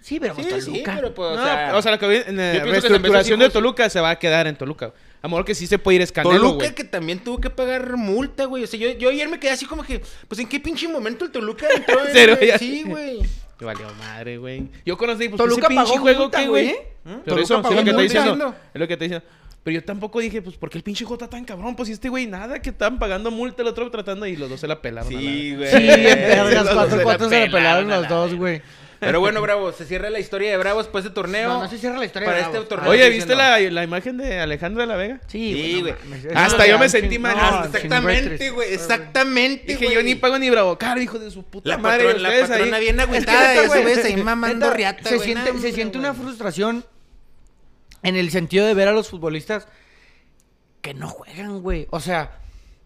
[SPEAKER 4] Sí, pero pues
[SPEAKER 1] Sí, sí,
[SPEAKER 4] Toluca.
[SPEAKER 1] pero pues,
[SPEAKER 2] No,
[SPEAKER 1] o sea...
[SPEAKER 2] o sea, lo que vi en
[SPEAKER 1] yo
[SPEAKER 2] la
[SPEAKER 1] pienso que
[SPEAKER 2] reestructuración
[SPEAKER 1] Zambeso
[SPEAKER 2] de
[SPEAKER 1] sí, pues-
[SPEAKER 2] Toluca se va a quedar en Toluca. A lo mejor que sí se puede ir escandalo,
[SPEAKER 1] Toluca
[SPEAKER 2] güey.
[SPEAKER 1] que también tuvo que pagar multa, güey. O sea, yo, yo ayer me quedé así como que, pues en qué pinche momento el Toluca entró en-
[SPEAKER 2] ¿En serio? Ya
[SPEAKER 1] Sí,
[SPEAKER 2] sé.
[SPEAKER 1] güey.
[SPEAKER 2] Te valió madre, güey. Yo conocí pues,
[SPEAKER 4] Toluca
[SPEAKER 2] ese
[SPEAKER 4] pagó
[SPEAKER 2] pinche juego
[SPEAKER 4] multa,
[SPEAKER 2] que, güey.
[SPEAKER 4] güey.
[SPEAKER 2] ¿Eh? Por
[SPEAKER 1] Toluca
[SPEAKER 2] eso, sí,
[SPEAKER 1] pagó
[SPEAKER 2] es lo que
[SPEAKER 1] multa.
[SPEAKER 2] estoy diciendo.
[SPEAKER 1] Diciendo.
[SPEAKER 2] Es lo que estoy diciendo. Pero yo tampoco dije, pues, ¿por qué el pinche juego está tan cabrón? Pues, si este güey nada, que estaban pagando multa, el otro tratando y los dos se la pelaron. a la verga.
[SPEAKER 1] güey.
[SPEAKER 4] Sí, en
[SPEAKER 2] Se
[SPEAKER 4] vergas,
[SPEAKER 2] los- se
[SPEAKER 4] cuatro
[SPEAKER 2] la
[SPEAKER 4] cuatro se le pelaron
[SPEAKER 2] pelaron a
[SPEAKER 4] los
[SPEAKER 2] la
[SPEAKER 4] dos, güey.
[SPEAKER 1] Pero bueno, Bravo, se cierra la historia de Bravos para este torneo.
[SPEAKER 4] No, no se cierra la historia de
[SPEAKER 1] Para
[SPEAKER 4] Bravos.
[SPEAKER 1] este torneo.
[SPEAKER 2] Oye,
[SPEAKER 1] estoy
[SPEAKER 2] ¿viste
[SPEAKER 1] diciendo.
[SPEAKER 2] la, la imagen de Alejandro de la Vega?
[SPEAKER 1] Sí, güey.
[SPEAKER 4] no mames, eso
[SPEAKER 2] Hasta
[SPEAKER 4] no
[SPEAKER 2] yo
[SPEAKER 4] se
[SPEAKER 2] me
[SPEAKER 4] da,
[SPEAKER 2] sentí
[SPEAKER 4] ching-
[SPEAKER 2] mal.
[SPEAKER 4] no,
[SPEAKER 2] Ah,
[SPEAKER 4] ching-
[SPEAKER 1] Exactamente, güey. Exactamente,
[SPEAKER 2] Dije,
[SPEAKER 1] güey.
[SPEAKER 2] yo ni pago ni bravocar, hijo de su puta
[SPEAKER 1] La
[SPEAKER 2] madre.
[SPEAKER 1] patrona, la
[SPEAKER 2] ustedes ahí-
[SPEAKER 1] patrona bien
[SPEAKER 4] Es que
[SPEAKER 1] agüitada.
[SPEAKER 4] neta,
[SPEAKER 1] y ese
[SPEAKER 4] güey,
[SPEAKER 1] güey se ahí mamando
[SPEAKER 4] neta,
[SPEAKER 1] riata,
[SPEAKER 4] Se
[SPEAKER 1] güey.
[SPEAKER 4] siente,
[SPEAKER 1] No,
[SPEAKER 4] se
[SPEAKER 1] hombre,
[SPEAKER 4] siente
[SPEAKER 1] güey.
[SPEAKER 4] una frustración en el sentido de ver a los futbolistas que no juegan, güey. O sea,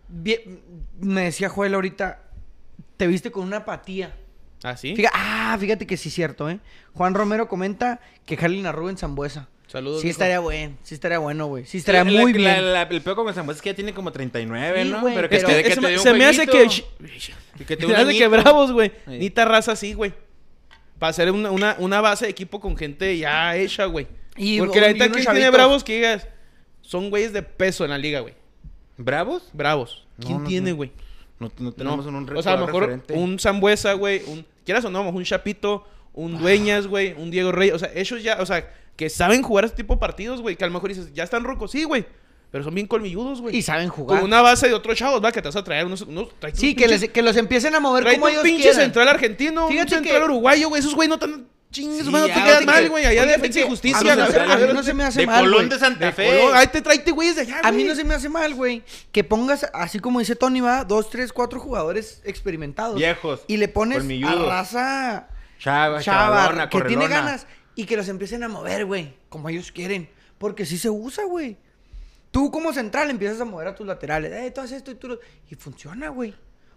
[SPEAKER 4] bien- me decía Joel ahorita, te viste con una apatía.
[SPEAKER 2] ¿Ah, sí?
[SPEAKER 4] Fíjate, ah, fíjate que sí es cierto, ¿eh? Juan Romero comenta que jalen a Rubén Zambuesa.
[SPEAKER 2] Saludos,
[SPEAKER 4] Sí
[SPEAKER 2] mijo.
[SPEAKER 4] estaría bueno, sí estaría bueno, güey. Sí estaría
[SPEAKER 1] La-
[SPEAKER 4] muy
[SPEAKER 1] la-
[SPEAKER 4] bien.
[SPEAKER 1] la- el peor con Zambuesa es que ya tiene como 39,
[SPEAKER 4] Sí,
[SPEAKER 1] ¿no?
[SPEAKER 4] güey,
[SPEAKER 1] pero que,
[SPEAKER 4] pero-
[SPEAKER 1] te, que te
[SPEAKER 2] Eso me-
[SPEAKER 1] dé un
[SPEAKER 2] se me hace que...
[SPEAKER 1] jueguito. Y que te dé
[SPEAKER 2] Se me
[SPEAKER 1] un
[SPEAKER 2] hace que
[SPEAKER 1] añito.
[SPEAKER 2] bravos, güey.
[SPEAKER 1] Sí.
[SPEAKER 2] Ni raza así, güey. Para hacer una, una, una base de equipo con gente ya hecha, güey.
[SPEAKER 4] Y-
[SPEAKER 2] Porque
[SPEAKER 4] y
[SPEAKER 2] la neta
[SPEAKER 4] unos
[SPEAKER 2] que tiene
[SPEAKER 4] chavitos.
[SPEAKER 2] bravos que digas... Son güeyes de peso en la liga, güey.
[SPEAKER 1] ¿Bravos?
[SPEAKER 2] Bravos. ¿Quién
[SPEAKER 1] no,
[SPEAKER 2] tiene,
[SPEAKER 1] no.
[SPEAKER 2] güey?
[SPEAKER 1] No, no tenemos
[SPEAKER 2] No.
[SPEAKER 1] un re-
[SPEAKER 2] O sea, a lo
[SPEAKER 1] jugador
[SPEAKER 2] mejor
[SPEAKER 1] referente.
[SPEAKER 2] un Zambuesa, güey, un quieras o no, a lo mejor un Chapito, un Dueñas, güey, un Diego Reyes, o sea, ellos ya, o sea, que saben jugar ese tipo de partidos, güey, que a lo mejor dices, ya están rucos, sí, güey, pero son bien colmilludos, güey.
[SPEAKER 4] Y saben jugar.
[SPEAKER 2] Con una base de otros chavos, va, que te vas a traer unos, unos trae
[SPEAKER 4] Sí,
[SPEAKER 2] un
[SPEAKER 4] que,
[SPEAKER 2] pinche-
[SPEAKER 4] les- que los empiecen a mover
[SPEAKER 2] trae
[SPEAKER 4] como
[SPEAKER 2] un
[SPEAKER 4] ellos
[SPEAKER 2] pinche
[SPEAKER 4] quieran.
[SPEAKER 2] central argentino, un
[SPEAKER 4] Fíjate
[SPEAKER 2] central
[SPEAKER 4] que-
[SPEAKER 2] uruguayo, güey, esos güey no tan chingues,
[SPEAKER 1] Sí,
[SPEAKER 2] mano,
[SPEAKER 1] ya,
[SPEAKER 2] te quedas
[SPEAKER 1] fíjate
[SPEAKER 2] mal,
[SPEAKER 1] que-
[SPEAKER 2] güey, allá
[SPEAKER 4] fíjate
[SPEAKER 2] defensa y
[SPEAKER 4] que-
[SPEAKER 1] Ah,
[SPEAKER 4] Sí,
[SPEAKER 2] justicia,
[SPEAKER 1] no,
[SPEAKER 4] a mí
[SPEAKER 2] güey.
[SPEAKER 4] no se- a mí
[SPEAKER 2] De
[SPEAKER 4] no se me hace
[SPEAKER 1] de
[SPEAKER 4] mal,
[SPEAKER 1] Colón
[SPEAKER 4] güey.
[SPEAKER 1] de Santa Fe.
[SPEAKER 2] Colón, Ahí te tráete güeyes de allá,
[SPEAKER 4] A mí
[SPEAKER 2] güey.
[SPEAKER 4] no se me hace mal, güey. Que pongas, así como dice Tony, va, dos, tres, cuatro jugadores experimentados.
[SPEAKER 1] Viejos,
[SPEAKER 4] Y le pones
[SPEAKER 1] colmilludos.
[SPEAKER 4] a raza
[SPEAKER 1] Chava,
[SPEAKER 4] chava,
[SPEAKER 1] chavalona,
[SPEAKER 4] que tiene
[SPEAKER 1] correlona.
[SPEAKER 4] ganas. Y que los empiecen a mover, güey. Como ellos quieren. Porque sí se usa, güey. Tú como central empiezas a mover a tus laterales. Eh, tú haces esto y tú... lo- Y funciona, güey.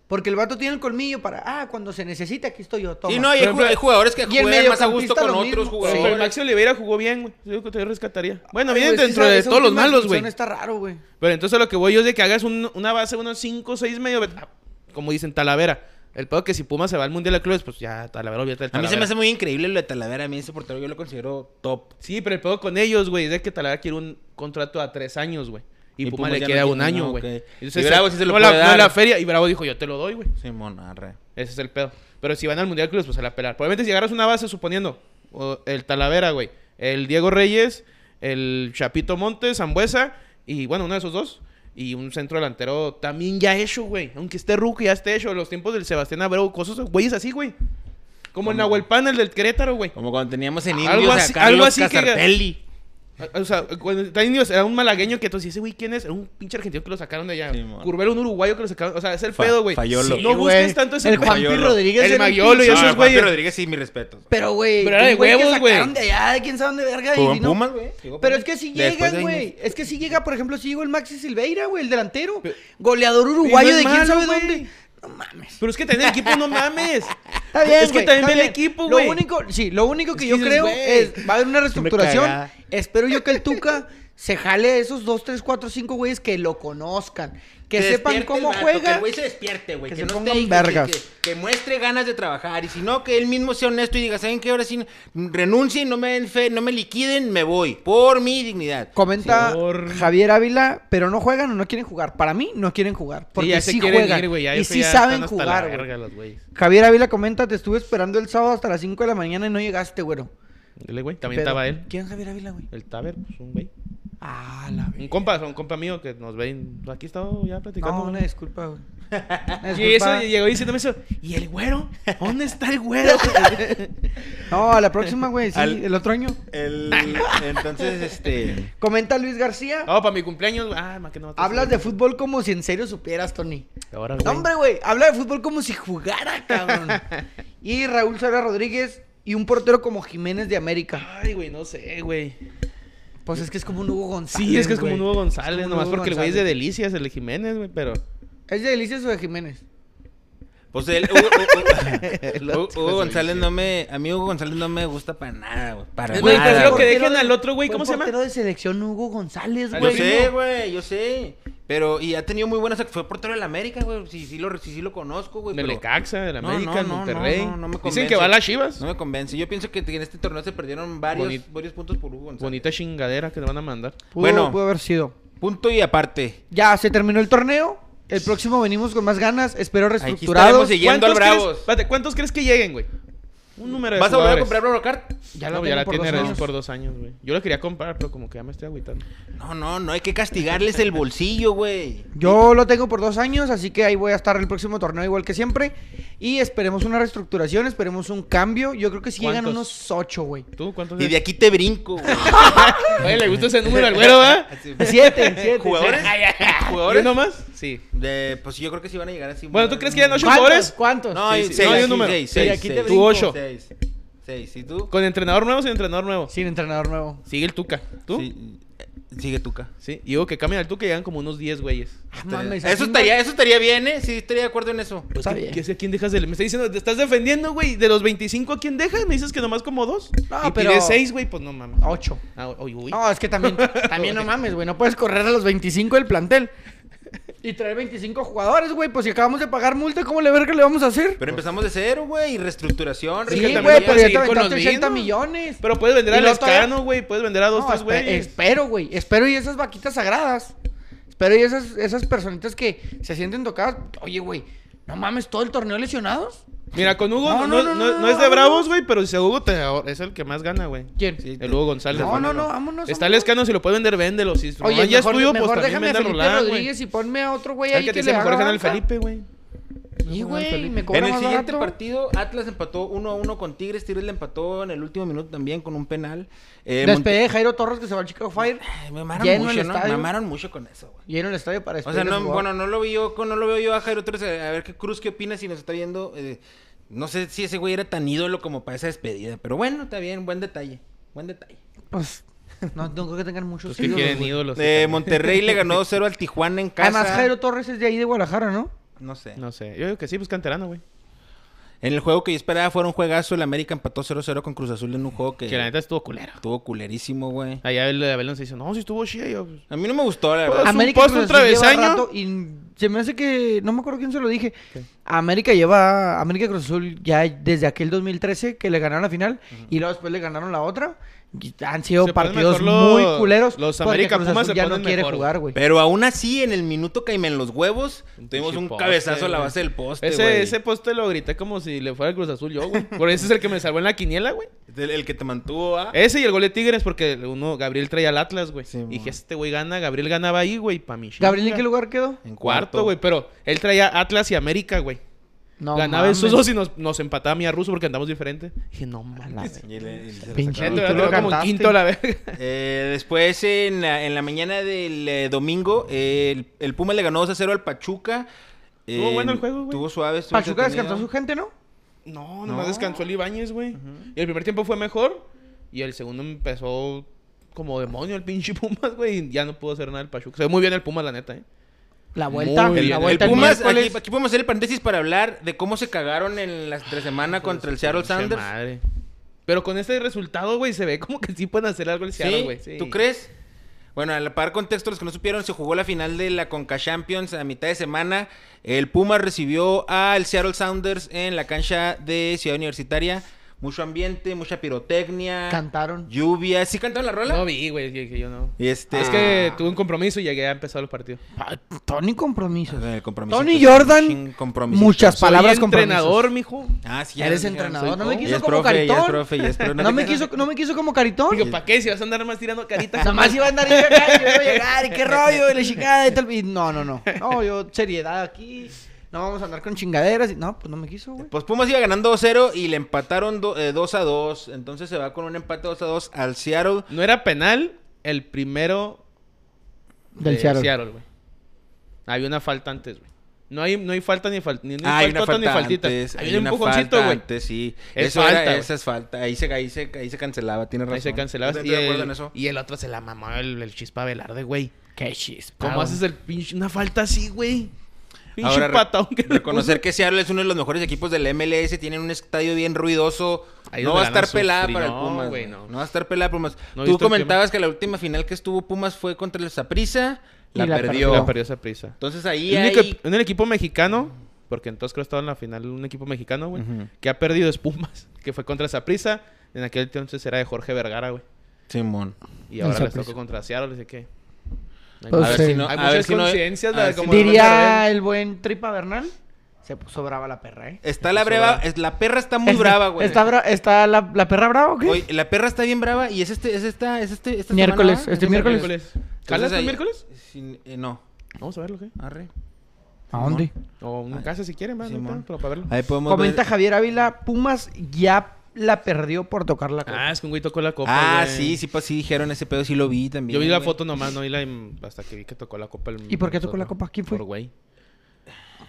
[SPEAKER 4] Porque el vato tiene el colmillo para... Ah, cuando se necesita, aquí estoy yo. Toma.
[SPEAKER 1] Sí, no, y hay,
[SPEAKER 2] Por ejemplo,
[SPEAKER 1] ju- hay jugadores que
[SPEAKER 4] y el
[SPEAKER 1] juegan más a gusto
[SPEAKER 4] mediocampista
[SPEAKER 1] con
[SPEAKER 4] lo
[SPEAKER 1] otros
[SPEAKER 4] mismo.
[SPEAKER 2] Pero,
[SPEAKER 1] jugadores.
[SPEAKER 2] pero Maxi Oliveira jugó bien, güey. Yo creo que te rescataría. Bueno,
[SPEAKER 4] Ay,
[SPEAKER 2] bien
[SPEAKER 4] güey, sí,
[SPEAKER 2] dentro
[SPEAKER 4] esa-
[SPEAKER 2] de
[SPEAKER 4] esa
[SPEAKER 2] todos los
[SPEAKER 4] última
[SPEAKER 2] malos,
[SPEAKER 4] expulsión
[SPEAKER 2] güey.
[SPEAKER 4] Está raro, güey.
[SPEAKER 2] Pero entonces lo que voy yo es de que hagas un- una base, unos 5, 6 medio. ah, Como dicen, Talavera. El pedo que si Puma se va al Mundial de Clubes, pues ya Talavera olvídate del
[SPEAKER 1] A mí
[SPEAKER 2] Talavera.
[SPEAKER 1] se me hace muy increíble lo de Talavera. A mí ese portero yo lo considero top.
[SPEAKER 2] Sí, pero el pedo con ellos, güey, es de que Talavera quiere un contrato a 3 años, güey. Y,
[SPEAKER 1] Y
[SPEAKER 2] Puma,
[SPEAKER 1] Pumas
[SPEAKER 2] le
[SPEAKER 1] ya
[SPEAKER 2] queda
[SPEAKER 1] no
[SPEAKER 2] un
[SPEAKER 1] tiene,
[SPEAKER 2] año,
[SPEAKER 1] no,
[SPEAKER 2] güey.
[SPEAKER 1] ok.
[SPEAKER 2] entonces
[SPEAKER 1] Y Bravo sí se lo
[SPEAKER 2] no
[SPEAKER 1] puede
[SPEAKER 2] la, no
[SPEAKER 1] dar.
[SPEAKER 2] la feria. Y Bravo dijo, yo te lo doy, güey.
[SPEAKER 1] Simón, arre.
[SPEAKER 2] Ese es el pedo. Pero si van al Mundial de Clubes, pues se la pelar. Probablemente si agarras una base, suponiendo, o el Talavera, güey, el Diego Reyes, el Chapito Montes, Zambuesa, y bueno, uno de esos dos. Y un centro delantero también ya hecho, güey. Aunque esté ruco, ya esté hecho. Los tiempos del Sebastián Abreu, cosas, güeyes así, güey. Como el Nahuel Pan, el del Querétaro, güey.
[SPEAKER 1] Como cuando teníamos en
[SPEAKER 2] Algo
[SPEAKER 1] Indios a
[SPEAKER 2] así-
[SPEAKER 1] Carlos
[SPEAKER 2] algo así que-
[SPEAKER 1] Cazartelli.
[SPEAKER 2] O o sea, cuando está indios, era un malagueño que entonces, ese güey, ¿quién es? Era un pinche argentino que lo sacaron de allá.
[SPEAKER 1] Sí, mon.
[SPEAKER 2] Curbelo, un uruguayo que lo sacaron. O sea, es el
[SPEAKER 1] Fa-
[SPEAKER 2] pedo, güey.
[SPEAKER 1] Fayolo.
[SPEAKER 2] No
[SPEAKER 4] Sí,
[SPEAKER 2] busques
[SPEAKER 4] güey.
[SPEAKER 2] tanto ese
[SPEAKER 4] El
[SPEAKER 2] pedo.
[SPEAKER 4] Juan P.
[SPEAKER 1] Fayolo.
[SPEAKER 4] Rodríguez.
[SPEAKER 2] El
[SPEAKER 4] era un
[SPEAKER 2] Mayolo,
[SPEAKER 4] pinche-
[SPEAKER 2] yo
[SPEAKER 1] No,
[SPEAKER 2] esos
[SPEAKER 1] Juan
[SPEAKER 2] güeyes.
[SPEAKER 1] P. Rodríguez, sí, mis respetos.
[SPEAKER 4] Pero, güey.
[SPEAKER 2] Pero era de
[SPEAKER 4] un güey que
[SPEAKER 2] huevos, güey.
[SPEAKER 4] sacaron de allá, de quién sabe dónde verga.
[SPEAKER 1] Jugó
[SPEAKER 4] y
[SPEAKER 1] en
[SPEAKER 4] no-
[SPEAKER 1] Pumas, güey. Llegó
[SPEAKER 4] Pero
[SPEAKER 1] a Pumas.
[SPEAKER 4] es que si
[SPEAKER 1] Después
[SPEAKER 4] llegan,
[SPEAKER 1] de
[SPEAKER 4] güey.
[SPEAKER 1] Inés.
[SPEAKER 4] Es que si llega, por ejemplo, si llegó el Maxi Silveira, güey, el delantero. Goleador uruguayo
[SPEAKER 2] es
[SPEAKER 4] de quién
[SPEAKER 2] malo,
[SPEAKER 4] sabe
[SPEAKER 2] güey.
[SPEAKER 4] dónde. No mames.
[SPEAKER 2] Pero es que tener equipo no mames.
[SPEAKER 4] Está bien,
[SPEAKER 2] es que
[SPEAKER 4] güey,
[SPEAKER 2] también
[SPEAKER 4] está
[SPEAKER 2] ve el
[SPEAKER 4] bien.
[SPEAKER 2] equipo, güey.
[SPEAKER 4] Lo único, sí, lo único que
[SPEAKER 2] Es
[SPEAKER 4] yo
[SPEAKER 2] que dices,
[SPEAKER 4] creo
[SPEAKER 2] güey.
[SPEAKER 4] es va a haber una reestructuración.
[SPEAKER 1] cagada.
[SPEAKER 4] Espero yo que el Tuca se jale a esos 2, 3, 4, 5 güeyes que lo conozcan, que, sepan
[SPEAKER 1] despierte
[SPEAKER 4] cómo
[SPEAKER 1] el vato, Que el
[SPEAKER 4] juega.
[SPEAKER 1] güey se despierte, güey.
[SPEAKER 4] que
[SPEAKER 1] Que,
[SPEAKER 4] se
[SPEAKER 1] no
[SPEAKER 4] pongan
[SPEAKER 1] esté ahí, que-
[SPEAKER 4] vergas.
[SPEAKER 1] Que, que muestre ganas de trabajar. Y si no, que él mismo sea honesto y diga, ¿saben qué? Ahora sí, renuncien, no me den fe, no me liquiden, me voy. Por mi dignidad.
[SPEAKER 4] Comenta
[SPEAKER 2] Por-
[SPEAKER 4] Javier Ávila, pero no juegan o no quieren jugar. Para mí no quieren jugar,
[SPEAKER 2] Sí,
[SPEAKER 4] porque
[SPEAKER 2] ya
[SPEAKER 4] sí,
[SPEAKER 2] se quieren
[SPEAKER 4] juegan
[SPEAKER 2] ir, güey, ya
[SPEAKER 4] y
[SPEAKER 2] eso
[SPEAKER 4] sí
[SPEAKER 2] ya
[SPEAKER 4] saben
[SPEAKER 2] están hasta la
[SPEAKER 4] jugar. güey.
[SPEAKER 2] verga los güeyes.
[SPEAKER 4] Javier Ávila comenta, te estuve esperando el sábado hasta las 5 de la mañana y no llegaste, güero.
[SPEAKER 2] Dile, güey, también
[SPEAKER 4] Pero,
[SPEAKER 2] estaba él.
[SPEAKER 4] ¿Quién es Javier Ávila, güey?
[SPEAKER 2] El Taber, pues un güey.
[SPEAKER 4] Ah, la
[SPEAKER 2] Un
[SPEAKER 4] verga.
[SPEAKER 2] compa, un compa mío que nos ven. Aquí estaba ya
[SPEAKER 4] No,
[SPEAKER 2] platicando.
[SPEAKER 4] una disculpa, güey. Una
[SPEAKER 2] y eso
[SPEAKER 4] disculpa.
[SPEAKER 2] llegó diciéndome eso. ¿Y el güero? ¿Dónde está el güero?
[SPEAKER 4] No, a la próxima, güey, sí,
[SPEAKER 1] Al-
[SPEAKER 4] el otro año.
[SPEAKER 1] entonces, este...
[SPEAKER 4] Comenta Luis García.
[SPEAKER 2] No, "Oh, para mi cumpleaños. güey. Ah, más que no. estás
[SPEAKER 4] Hablas de
[SPEAKER 2] ahí.
[SPEAKER 4] fútbol como si en serio supieras, Tony.
[SPEAKER 2] Ahora,
[SPEAKER 4] No,
[SPEAKER 2] Ah, güey.
[SPEAKER 4] hombre, güey. Habla de fútbol como si jugara, cabrón. y Raúl Sara Rodríguez y un portero como Jiménez de América.
[SPEAKER 2] Ay, güey, no sé, güey.
[SPEAKER 4] Pues es que es como un Hugo González.
[SPEAKER 2] Sí, es que es como
[SPEAKER 4] güey.
[SPEAKER 2] un Hugo González,
[SPEAKER 4] un
[SPEAKER 2] nomás
[SPEAKER 4] Hugo
[SPEAKER 2] porque el güey es de
[SPEAKER 4] González.
[SPEAKER 2] Delicias, el de Jiménez, güey, pero...
[SPEAKER 4] ¿Es de Delicias o de Jiménez?
[SPEAKER 1] Pues él, Hugo,
[SPEAKER 2] El
[SPEAKER 1] Hugo- Hugo-
[SPEAKER 2] otro,
[SPEAKER 1] Hugo
[SPEAKER 2] güey,
[SPEAKER 1] González
[SPEAKER 2] sí.
[SPEAKER 1] no me. A mí Hugo González no me gusta para nada, güey. Para
[SPEAKER 4] pues,
[SPEAKER 2] Güey,
[SPEAKER 1] nada.
[SPEAKER 2] prefiero que
[SPEAKER 1] güey.
[SPEAKER 2] dejen al otro güey, ¿cómo se llama?
[SPEAKER 4] portero de selección Hugo González,
[SPEAKER 2] Ah,
[SPEAKER 1] Yo
[SPEAKER 4] güey.
[SPEAKER 1] sé, güey, yo sé. Pero, y ha tenido muy buenas. ac- Fue portero de la América, güey. Sí, sí lo, sí, sí lo conozco, güey.
[SPEAKER 2] Del
[SPEAKER 1] pero-
[SPEAKER 2] Necaxa, del
[SPEAKER 1] No,
[SPEAKER 2] América,
[SPEAKER 1] no,
[SPEAKER 2] del
[SPEAKER 1] no, no,
[SPEAKER 2] Monterrey.
[SPEAKER 1] no, no me
[SPEAKER 2] Dicen
[SPEAKER 1] convence.
[SPEAKER 2] que va a las Chivas.
[SPEAKER 1] No me convence. Yo pienso que en este torneo se perdieron varios,
[SPEAKER 2] Boni-
[SPEAKER 1] varios puntos por Hugo González.
[SPEAKER 2] Bonita chingadera que le van a mandar.
[SPEAKER 4] Pudo,
[SPEAKER 1] Bueno.
[SPEAKER 4] pudo haber sido.
[SPEAKER 1] Punto y aparte.
[SPEAKER 4] Ya, se terminó el torneo. El próximo venimos con más ganas. Espero
[SPEAKER 1] estaremos
[SPEAKER 4] reestructurados.
[SPEAKER 1] y- Siguiendo al
[SPEAKER 2] ¿Cuántos crees-
[SPEAKER 1] Bravos.
[SPEAKER 2] espérate, ¿Cuántos crees que lleguen, güey? Un número de
[SPEAKER 1] ¿Vas a volver a comprar
[SPEAKER 2] jugadores.
[SPEAKER 1] BlaBlaCar?
[SPEAKER 4] Ya
[SPEAKER 2] No,
[SPEAKER 4] lo
[SPEAKER 2] ya la
[SPEAKER 4] por
[SPEAKER 2] tiene
[SPEAKER 4] dos
[SPEAKER 2] Ren
[SPEAKER 4] años.
[SPEAKER 2] por dos años, güey. Yo la quería comprar, pero como que ya me estoy agüitando.
[SPEAKER 1] No, no, no. Hay que castigarles el bolsillo, güey.
[SPEAKER 4] Yo lo tengo por dos años, así que ahí voy a estar el próximo torneo igual que siempre. Y esperemos una reestructuración, esperemos un cambio. Yo creo que si llegan
[SPEAKER 2] ¿Cuántos?
[SPEAKER 4] unos ocho, güey.
[SPEAKER 2] ¿Tú cuántos?
[SPEAKER 1] Y de aquí te brinco, güey.
[SPEAKER 2] Oye, le gusta ese número al güero, ¿verdad?
[SPEAKER 1] Así-
[SPEAKER 4] Siete, siete.
[SPEAKER 1] ¿Jugadores?
[SPEAKER 2] Ah, ¿Y
[SPEAKER 1] ¿Jugadores?
[SPEAKER 2] uno más? Sí.
[SPEAKER 1] De- pues yo creo que sí van a llegar así.
[SPEAKER 2] Bueno, ¿tú crees que ya no ocho
[SPEAKER 4] ¿Cuántos?
[SPEAKER 2] jugadores?
[SPEAKER 4] ¿Cuántos?
[SPEAKER 1] No,
[SPEAKER 2] Sí,
[SPEAKER 1] hay
[SPEAKER 2] sí,
[SPEAKER 1] seis,
[SPEAKER 2] no, hay un
[SPEAKER 1] sí,
[SPEAKER 2] número.
[SPEAKER 1] seseis,
[SPEAKER 2] Sí,
[SPEAKER 1] seis,
[SPEAKER 2] aquí te
[SPEAKER 1] seis.
[SPEAKER 2] brinco. Tú ocho.
[SPEAKER 1] Seis. Seis. ¿Y tú?
[SPEAKER 2] Con entrenador nuevo, sin entrenador nuevo.
[SPEAKER 4] Sin entrenador nuevo.
[SPEAKER 2] Sigue el Tuca. ¿Tú? Sí.
[SPEAKER 1] Sí, eh, Sigue Tuca.
[SPEAKER 2] Y digo que cambian al Tuca y llegan como unos 10 güeyes.
[SPEAKER 4] Ah,
[SPEAKER 1] Estaría-
[SPEAKER 4] mames,
[SPEAKER 1] eso,
[SPEAKER 4] así
[SPEAKER 1] estaría, eso estaría bien, ¿eh? Sí, estaría de acuerdo en eso.
[SPEAKER 4] Está
[SPEAKER 2] ¿Qué-
[SPEAKER 4] bien.
[SPEAKER 2] qué- ¿A quién dejas de.? Me está diciendo, te estás defendiendo, güey. De los 25, ¿a quién dejas? Me dices que nomás como dos.
[SPEAKER 4] No,
[SPEAKER 2] y
[SPEAKER 4] pero-
[SPEAKER 2] tiré seis, güey, pues no mames.
[SPEAKER 4] A ocho.
[SPEAKER 2] Ah, uy, uy.
[SPEAKER 4] No, es que también, también no mames, güey. No puedes correr a los 25 del plantel. Y traer 25 jugadores, güey. Pues si acabamos de pagar multa, ¿cómo le ver qué le vamos a hacer?
[SPEAKER 1] Pero empezamos de cero, güey. Y reestructuración.
[SPEAKER 2] Sí,
[SPEAKER 4] Pues, Sí,
[SPEAKER 2] también
[SPEAKER 4] güey,
[SPEAKER 1] reestructuración.
[SPEAKER 2] voy a
[SPEAKER 4] pero ya te
[SPEAKER 2] seguir con los
[SPEAKER 4] aventaste 80
[SPEAKER 2] mismos.
[SPEAKER 4] millones.
[SPEAKER 2] Pero puedes vender
[SPEAKER 4] Y
[SPEAKER 2] al
[SPEAKER 4] luego todavía-
[SPEAKER 2] Escano, güey. Puedes vender a dos,
[SPEAKER 4] No,
[SPEAKER 2] tres
[SPEAKER 4] espe-
[SPEAKER 2] güeyes.
[SPEAKER 4] espero, güey. Espero y esas vaquitas sagradas. Espero y esas, esas personitas que se sienten tocadas. Oye, güey, no mames, todo el torneo lesionados.
[SPEAKER 2] Mira, con Hugo no,
[SPEAKER 4] No, no, no,
[SPEAKER 2] no- no-
[SPEAKER 4] no,
[SPEAKER 2] no es de
[SPEAKER 4] no.
[SPEAKER 2] Bravos, güey, pero si a Hugo te- es el que más gana, güey.
[SPEAKER 4] ¿Quién?
[SPEAKER 1] Sí,
[SPEAKER 2] El Hugo González.
[SPEAKER 4] no,
[SPEAKER 2] güey.
[SPEAKER 4] no, no, vámonos.
[SPEAKER 2] Está el
[SPEAKER 4] vámonos.
[SPEAKER 2] Escano, si lo puede vender, véndelo. Si
[SPEAKER 4] Oye,
[SPEAKER 2] Oye, ya es
[SPEAKER 4] mejor,
[SPEAKER 2] tuyo, pues
[SPEAKER 4] mejor
[SPEAKER 2] también
[SPEAKER 4] déjame a
[SPEAKER 2] vende a
[SPEAKER 4] Felipe
[SPEAKER 2] Roland, güey.
[SPEAKER 4] Rodríguez y ponme a otro güey
[SPEAKER 2] El
[SPEAKER 4] ahí
[SPEAKER 2] que
[SPEAKER 4] que,
[SPEAKER 2] te
[SPEAKER 4] le
[SPEAKER 2] dice mejor
[SPEAKER 4] haga
[SPEAKER 2] dejan al
[SPEAKER 4] banca.
[SPEAKER 2] Felipe, güey.
[SPEAKER 4] Y,
[SPEAKER 2] Mejor al
[SPEAKER 4] güey,
[SPEAKER 2] Felipe.
[SPEAKER 4] me cobra
[SPEAKER 1] En el
[SPEAKER 4] más
[SPEAKER 1] siguiente
[SPEAKER 4] barato.
[SPEAKER 1] partido, Atlas empató 1-1 con Tigres. Tigres le empató en el último minuto también con un penal. Eh,
[SPEAKER 4] Despedí de Jairo Torres que se va al Chicago Fire.
[SPEAKER 1] Monte- Ay, me mamaron
[SPEAKER 4] Lleno el
[SPEAKER 1] mucho, ¿no? Me
[SPEAKER 4] estadio.
[SPEAKER 1] mamaron mucho con eso, güey.
[SPEAKER 4] Y en el estadio para
[SPEAKER 1] O sea,
[SPEAKER 4] despedir
[SPEAKER 1] no,
[SPEAKER 4] al jugador.
[SPEAKER 1] bueno, no lo, vi yo, con- no lo veo yo a Jairo Torres. A a ver, qué Cruz, ¿qué opina si nos está viendo? Eh, no sé si ese güey era tan ídolo como para esa despedida. Pero bueno, está bien, buen detalle. Buen detalle.
[SPEAKER 4] Pues, no, no creo que tengan muchos
[SPEAKER 2] Los Pues que
[SPEAKER 4] ídolos,
[SPEAKER 2] quieren
[SPEAKER 4] güey.
[SPEAKER 2] ídolos.
[SPEAKER 1] Eh, Monterrey le ganó 2-0 al Tijuana en casa.
[SPEAKER 4] Además, Jairo Torres es de ahí de Guadalajara, ¿no?
[SPEAKER 1] No sé.
[SPEAKER 2] No sé. Yo digo que sí, pues canterano, güey.
[SPEAKER 1] En el juego que yo esperaba fuera un juegazo, el América empató 0-0 con Cruz Azul en un juego que,
[SPEAKER 2] Que la neta estuvo culero.
[SPEAKER 1] estuvo culerísimo, güey.
[SPEAKER 2] Allá el de Abelón se dice, no, si estuvo chido. yo, pues".
[SPEAKER 1] A mí no me gustó, la
[SPEAKER 2] Es
[SPEAKER 1] verdad.
[SPEAKER 2] Ah, un poste,
[SPEAKER 4] Cruz
[SPEAKER 2] un
[SPEAKER 4] Azul lleva
[SPEAKER 2] travesaño.
[SPEAKER 4] rato y se me hace que no me acuerdo quién se lo dije. América lleva América Cruz Azul ya desde aquel 2013 que le ganaron la final y luego después le ganaron la otra. Y han sido
[SPEAKER 2] Se ponen
[SPEAKER 4] partidos
[SPEAKER 2] mejor los-
[SPEAKER 4] muy culeros.
[SPEAKER 2] los
[SPEAKER 4] porque
[SPEAKER 2] América
[SPEAKER 4] Cruz
[SPEAKER 2] Pumas
[SPEAKER 4] Azul
[SPEAKER 2] se
[SPEAKER 4] ya no
[SPEAKER 2] ponen
[SPEAKER 4] quiere
[SPEAKER 2] mejor,
[SPEAKER 4] jugar, güey.
[SPEAKER 1] Pero aún así, en el minuto caimen los huevos, tuvimos
[SPEAKER 2] pinche
[SPEAKER 1] un
[SPEAKER 2] poste,
[SPEAKER 1] cabezazo a la
[SPEAKER 2] güey.
[SPEAKER 1] base del poste,
[SPEAKER 2] Ese,
[SPEAKER 1] Este güey.
[SPEAKER 2] ese poste lo grité como si le fuera el Cruz Azul yo, güey. Por ese es el que me salvó en la quiniela, güey.
[SPEAKER 1] El, el que te mantuvo, ¿ah?
[SPEAKER 2] Ese y el gol de Tigres, porque uno, Gabriel traía al Atlas, güey.
[SPEAKER 1] Sí,
[SPEAKER 2] y
[SPEAKER 1] mon.
[SPEAKER 2] dije, este güey gana, Gabriel ganaba ahí, güey, pa' mi chinga.
[SPEAKER 4] Gabriel, ¿en qué lugar quedó?
[SPEAKER 1] En
[SPEAKER 2] Cuarto, güey, pero él traía Atlas y América, güey.
[SPEAKER 4] No,
[SPEAKER 2] ganaba
[SPEAKER 4] mames.
[SPEAKER 2] esos dos y nos, nos empataba a mí y a Russo porque andamos diferente. Dije, no mames.
[SPEAKER 1] Y le- y se lo
[SPEAKER 4] Pinche
[SPEAKER 1] sacaron.
[SPEAKER 4] tú lo
[SPEAKER 2] como
[SPEAKER 4] cantaste.
[SPEAKER 2] quinto a la verga.
[SPEAKER 1] Eh, después, en la, en la mañana del eh, domingo, eh, el, el Puma le ganó 2-0 al Pachuca.
[SPEAKER 2] Estuvo bueno el juego, güey.
[SPEAKER 1] Estuvo suave. estuvo
[SPEAKER 4] Pachuca
[SPEAKER 1] entretenido.
[SPEAKER 4] descansó a su gente, ¿no?
[SPEAKER 2] No, nomás
[SPEAKER 1] No.
[SPEAKER 2] descansó el Ibáñez, güey. Y el primer tiempo fue mejor. Y el segundo empezó como demonio el pinche Pumas, güey. Y ya no pudo hacer nada el Pachuca. Se ve muy bien el Pumas, la neta, ¿eh?
[SPEAKER 4] La vuelta,
[SPEAKER 2] Muy
[SPEAKER 4] la
[SPEAKER 2] bien.
[SPEAKER 1] El
[SPEAKER 4] vuelta el
[SPEAKER 1] Pumas,
[SPEAKER 4] Ah, miércoles.
[SPEAKER 1] aquí, aquí podemos hacer el paréntesis para hablar de cómo se cagaron en la entre semana contra el Seattle
[SPEAKER 2] Pinche
[SPEAKER 1] Sanders.
[SPEAKER 2] madre. Pero con este resultado, güey, se ve como que sí pueden hacer algo el Seattle,
[SPEAKER 1] ¿Sí?
[SPEAKER 2] güey.
[SPEAKER 1] ¿Tú crees? Bueno, al par contexto, los que no supieron, se jugó la final de la Conca Champions a mitad de semana. El Puma recibió al Seattle Sounders en la cancha de Ciudad Universitaria. Mucho ambiente, mucha pirotecnia.
[SPEAKER 4] Cantaron.
[SPEAKER 1] Lluvia. ¿Sí cantaron la rola?
[SPEAKER 2] No vi, güey, que, que yo no.
[SPEAKER 1] Este,
[SPEAKER 2] Es que tuve un compromiso y llegué a empezar los partidos.
[SPEAKER 4] Ah, Tony compromiso.
[SPEAKER 1] El compromiso.
[SPEAKER 4] Tony Jordan,
[SPEAKER 1] Sin compromiso.
[SPEAKER 4] muchas
[SPEAKER 2] Soy
[SPEAKER 4] palabras
[SPEAKER 2] entrenador, mijo.
[SPEAKER 1] Ah, sí, ya
[SPEAKER 4] Eres
[SPEAKER 1] lo dijeron,
[SPEAKER 4] entrenador.
[SPEAKER 1] soy
[SPEAKER 4] No me
[SPEAKER 1] coach.
[SPEAKER 4] quiso
[SPEAKER 1] Ya es
[SPEAKER 4] como
[SPEAKER 1] profe, ya es
[SPEAKER 4] caritón.
[SPEAKER 1] profe, ya es profe.
[SPEAKER 4] No,
[SPEAKER 1] te
[SPEAKER 4] me
[SPEAKER 1] creas.
[SPEAKER 4] quiso, no me quiso como caritón.
[SPEAKER 2] Digo, ¿para qué? Si vas a andar nomás tirando caritas.
[SPEAKER 4] Nomás iba a andar yo acá, yo iba a llegar, y qué rollo, y la chingada y tal. Y no, no, no. No, yo, seriedad aquí. No vamos a andar con chingaderas. y- No, pues no me quiso, güey.
[SPEAKER 1] Pues Pumas iba ganando 2-0 y le empataron 2 a 2. Entonces se va con un empate 2 a 2 al Seattle.
[SPEAKER 2] No era penal el primero
[SPEAKER 4] Del
[SPEAKER 2] de
[SPEAKER 4] Seattle.
[SPEAKER 2] güey. Había una falta antes, güey. No hay, no hay falta ni, fal- ni, ni
[SPEAKER 1] Ah, hay una
[SPEAKER 2] faltota
[SPEAKER 1] falta
[SPEAKER 2] ni faltita.
[SPEAKER 1] antes,
[SPEAKER 2] hay,
[SPEAKER 1] hay
[SPEAKER 2] un
[SPEAKER 1] una
[SPEAKER 2] empujoncito,
[SPEAKER 1] falta
[SPEAKER 2] güey.
[SPEAKER 1] antes, sí.
[SPEAKER 2] Es
[SPEAKER 1] eso era-
[SPEAKER 2] falta, güey.
[SPEAKER 1] esa es falta. Ahí se, ahí se, ahí se cancelaba, tienes razón.
[SPEAKER 2] Ahí se cancelaba.
[SPEAKER 1] Estoy
[SPEAKER 2] Y
[SPEAKER 1] de acuerdo
[SPEAKER 2] el,
[SPEAKER 1] en eso.
[SPEAKER 2] y el otro se la mamó el, el chispa Velarde, güey.
[SPEAKER 4] Qué chis.
[SPEAKER 2] ¿Cómo haces el pinche una falta así, güey? Pinche
[SPEAKER 1] Ahora, re-
[SPEAKER 2] patón que le
[SPEAKER 1] reconocer
[SPEAKER 2] puso.
[SPEAKER 1] que Seattle es uno de los mejores equipos del MLS, tienen un estadio bien ruidoso.
[SPEAKER 2] Ahí
[SPEAKER 1] no
[SPEAKER 2] donde
[SPEAKER 1] va a
[SPEAKER 2] la van a
[SPEAKER 1] estar pelada
[SPEAKER 2] sufrir.
[SPEAKER 1] para el
[SPEAKER 2] No,
[SPEAKER 1] Pumas.
[SPEAKER 2] güey,
[SPEAKER 1] güey.
[SPEAKER 2] no.
[SPEAKER 1] no. va a estar pelada Pumas.
[SPEAKER 2] No he
[SPEAKER 1] Tú
[SPEAKER 2] visto el
[SPEAKER 1] comentabas que la última final que estuvo Pumas fue contra el Saprissa,
[SPEAKER 4] Y
[SPEAKER 1] la,
[SPEAKER 4] la
[SPEAKER 1] perdió.
[SPEAKER 2] La perdió esa prisa.
[SPEAKER 1] Entonces ahí
[SPEAKER 2] En el,
[SPEAKER 1] hay...
[SPEAKER 2] equipo- en el equipo mexicano, porque entonces creo que estaba en la final un equipo mexicano, güey,
[SPEAKER 1] Ujú.
[SPEAKER 2] que ha perdido es Pumas, que fue contra esa prisa. En aquel entonces era de Jorge Vergara, güey.
[SPEAKER 1] Simón.
[SPEAKER 2] Y ahora les
[SPEAKER 4] Saprissa.
[SPEAKER 2] tocó contra Seattle, así que. No hay
[SPEAKER 4] Pues
[SPEAKER 2] más.
[SPEAKER 4] sí.
[SPEAKER 2] Hay
[SPEAKER 1] a
[SPEAKER 2] muchas
[SPEAKER 1] ver si no-
[SPEAKER 2] coincidencias,
[SPEAKER 1] a
[SPEAKER 2] la
[SPEAKER 1] ver
[SPEAKER 2] de
[SPEAKER 1] si
[SPEAKER 2] como-
[SPEAKER 1] ¿eh?
[SPEAKER 4] Diría el buen Tripa Bernal. Se puso brava la perra, ¿eh?
[SPEAKER 1] Está la
[SPEAKER 2] Eso
[SPEAKER 1] breva,
[SPEAKER 2] va.
[SPEAKER 1] es- la perra está muy brava, güey.
[SPEAKER 4] ¿Está, bra- está la, la perra brava o qué?
[SPEAKER 1] Oye, la perra está bien brava y es este, es esta, es este, esta
[SPEAKER 4] Miércoles,
[SPEAKER 1] semana,
[SPEAKER 4] este
[SPEAKER 1] ¿Es
[SPEAKER 4] miércoles.
[SPEAKER 1] Entonces,
[SPEAKER 2] ¿Jalas tú
[SPEAKER 1] ahí-
[SPEAKER 2] miércoles?
[SPEAKER 1] sin- eh, no,
[SPEAKER 2] Vamos a verlo, ¿qué?
[SPEAKER 1] arre.
[SPEAKER 4] ¿A dónde?
[SPEAKER 2] O en
[SPEAKER 1] Ay,
[SPEAKER 2] casa si quieren, man, ahorita,
[SPEAKER 1] Simón.
[SPEAKER 2] pero para verlo.
[SPEAKER 1] Ahí podemos
[SPEAKER 4] Comenta
[SPEAKER 1] ver-
[SPEAKER 4] Javier Ávila, Pumas ya la perdió por tocar la copa.
[SPEAKER 2] Ah, es que un güey tocó la copa.
[SPEAKER 1] Ah,
[SPEAKER 2] güey.
[SPEAKER 1] sí, sí, pues sí dijeron ese pedo, sí lo vi también.
[SPEAKER 2] Yo vi la
[SPEAKER 1] güey.
[SPEAKER 2] foto nomás, no vi la im- hasta que vi que tocó la copa. el-
[SPEAKER 4] ¿Y por qué tocó
[SPEAKER 2] nosotros.
[SPEAKER 4] la copa? ¿Quién fue?
[SPEAKER 2] Por güey.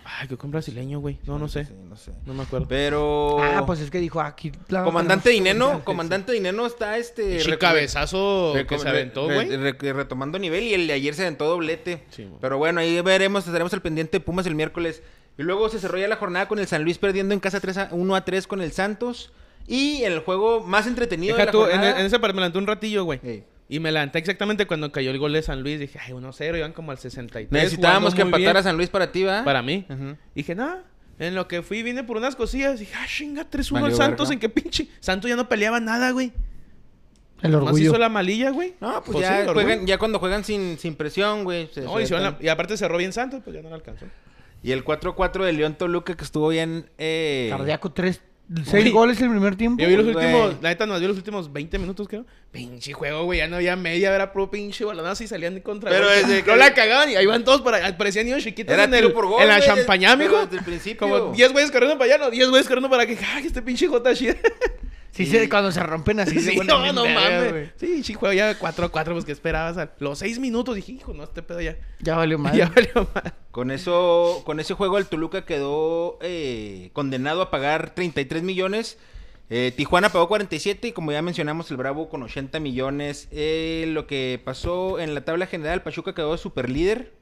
[SPEAKER 2] Ay, creo que un brasileño, güey. No, no sé.
[SPEAKER 1] Sí, no sé.
[SPEAKER 2] No me acuerdo.
[SPEAKER 1] Pero
[SPEAKER 4] Ah, pues es que dijo aquí. la-
[SPEAKER 1] comandante
[SPEAKER 4] tenemos-
[SPEAKER 1] Dineno, comandante Dineno está este
[SPEAKER 2] Pinche
[SPEAKER 1] reco-
[SPEAKER 2] cabezazo
[SPEAKER 1] reco-
[SPEAKER 2] que se aventó,
[SPEAKER 1] re-
[SPEAKER 2] güey.
[SPEAKER 1] re- re- retomando nivel y el de ayer se aventó doblete.
[SPEAKER 2] Sí, mo.
[SPEAKER 1] Pero bueno, ahí veremos, estaremos al pendiente de Pumas el miércoles. Y luego se cerró ya la jornada con el San Luis perdiendo en casa 3 a, 1 a 3 con el Santos y el juego más entretenido
[SPEAKER 2] Deja
[SPEAKER 1] de la Eh.
[SPEAKER 2] tú, en, e,
[SPEAKER 1] jornada.
[SPEAKER 2] en ese par me levanté un ratillo, güey.
[SPEAKER 1] Ey.
[SPEAKER 2] Y me levanté exactamente cuando cayó el gol de San Luis. Dije, ay, 1-0, iban como al 63.
[SPEAKER 1] Necesitábamos que
[SPEAKER 2] jugando muy
[SPEAKER 1] empatara
[SPEAKER 2] bien
[SPEAKER 1] San Luis para ti, ¿verdad?
[SPEAKER 2] Para mí.
[SPEAKER 1] Ujú.
[SPEAKER 2] Dije, nada. En lo que fui, vine por unas cosillas. Dije, ah, chinga, 3-1 al
[SPEAKER 1] Valió
[SPEAKER 2] Santos.
[SPEAKER 1] verga.
[SPEAKER 2] ¿En qué pinche? Santos ya no peleaba nada, güey.
[SPEAKER 4] El
[SPEAKER 2] Más
[SPEAKER 4] orgullo.
[SPEAKER 2] hizo la malilla, güey.
[SPEAKER 1] No, pues,
[SPEAKER 2] sí,
[SPEAKER 1] ya,
[SPEAKER 2] el orgullo.
[SPEAKER 1] juegan, ya cuando juegan sin, sin presión, güey. se-
[SPEAKER 2] No,
[SPEAKER 1] se
[SPEAKER 2] hicieron la-
[SPEAKER 1] están-
[SPEAKER 2] Y aparte cerró bien Santos, pues ya no le alcanzó.
[SPEAKER 1] Y el 4-4 de León Toluca que estuvo bien. Eh...
[SPEAKER 4] Cardíaco, tres, seis
[SPEAKER 2] Güey.
[SPEAKER 4] goles en el primer tiempo.
[SPEAKER 2] Yo vi los
[SPEAKER 1] Güey.
[SPEAKER 2] últimos, la neta nos dio los últimos 20 minutos, creo. Pinche juego, güey, ya no había media, era puro pinche balonazo y salían contra
[SPEAKER 1] Pero
[SPEAKER 2] golpe.
[SPEAKER 1] desde que-
[SPEAKER 2] No la cagaban y ahí van todos para. Parecían niños chiquitos
[SPEAKER 1] Era
[SPEAKER 2] en, el,
[SPEAKER 1] tiro por gol,
[SPEAKER 2] en la
[SPEAKER 1] güey, des-
[SPEAKER 2] champañá,
[SPEAKER 1] pero
[SPEAKER 2] mijo.
[SPEAKER 1] desde el principio.
[SPEAKER 2] Como 10 güeyes corriendo para allá, no, 10 güeyes corriendo para que. ¡Ay, este pinche J chida!
[SPEAKER 4] Sí, se- cuando se rompen así.
[SPEAKER 2] Sí,
[SPEAKER 4] se ponen
[SPEAKER 2] no,
[SPEAKER 4] bien
[SPEAKER 2] no
[SPEAKER 4] verga,
[SPEAKER 2] mames.
[SPEAKER 4] güey.
[SPEAKER 2] Sí, sí, juego ya 4 a 4, pues que esperabas. A los 6 minutos dije, hijo, no, este pedo ya.
[SPEAKER 4] Ya valió madre.
[SPEAKER 2] Ya valió más.
[SPEAKER 1] Con eso, con ese juego el Toluca quedó eh, condenado a pagar 33 millones. Eh, Tijuana pagó 47 y como ya mencionamos el Bravo con 80 millones. Eh, lo que pasó en la tabla general, Pachuca quedó super líder.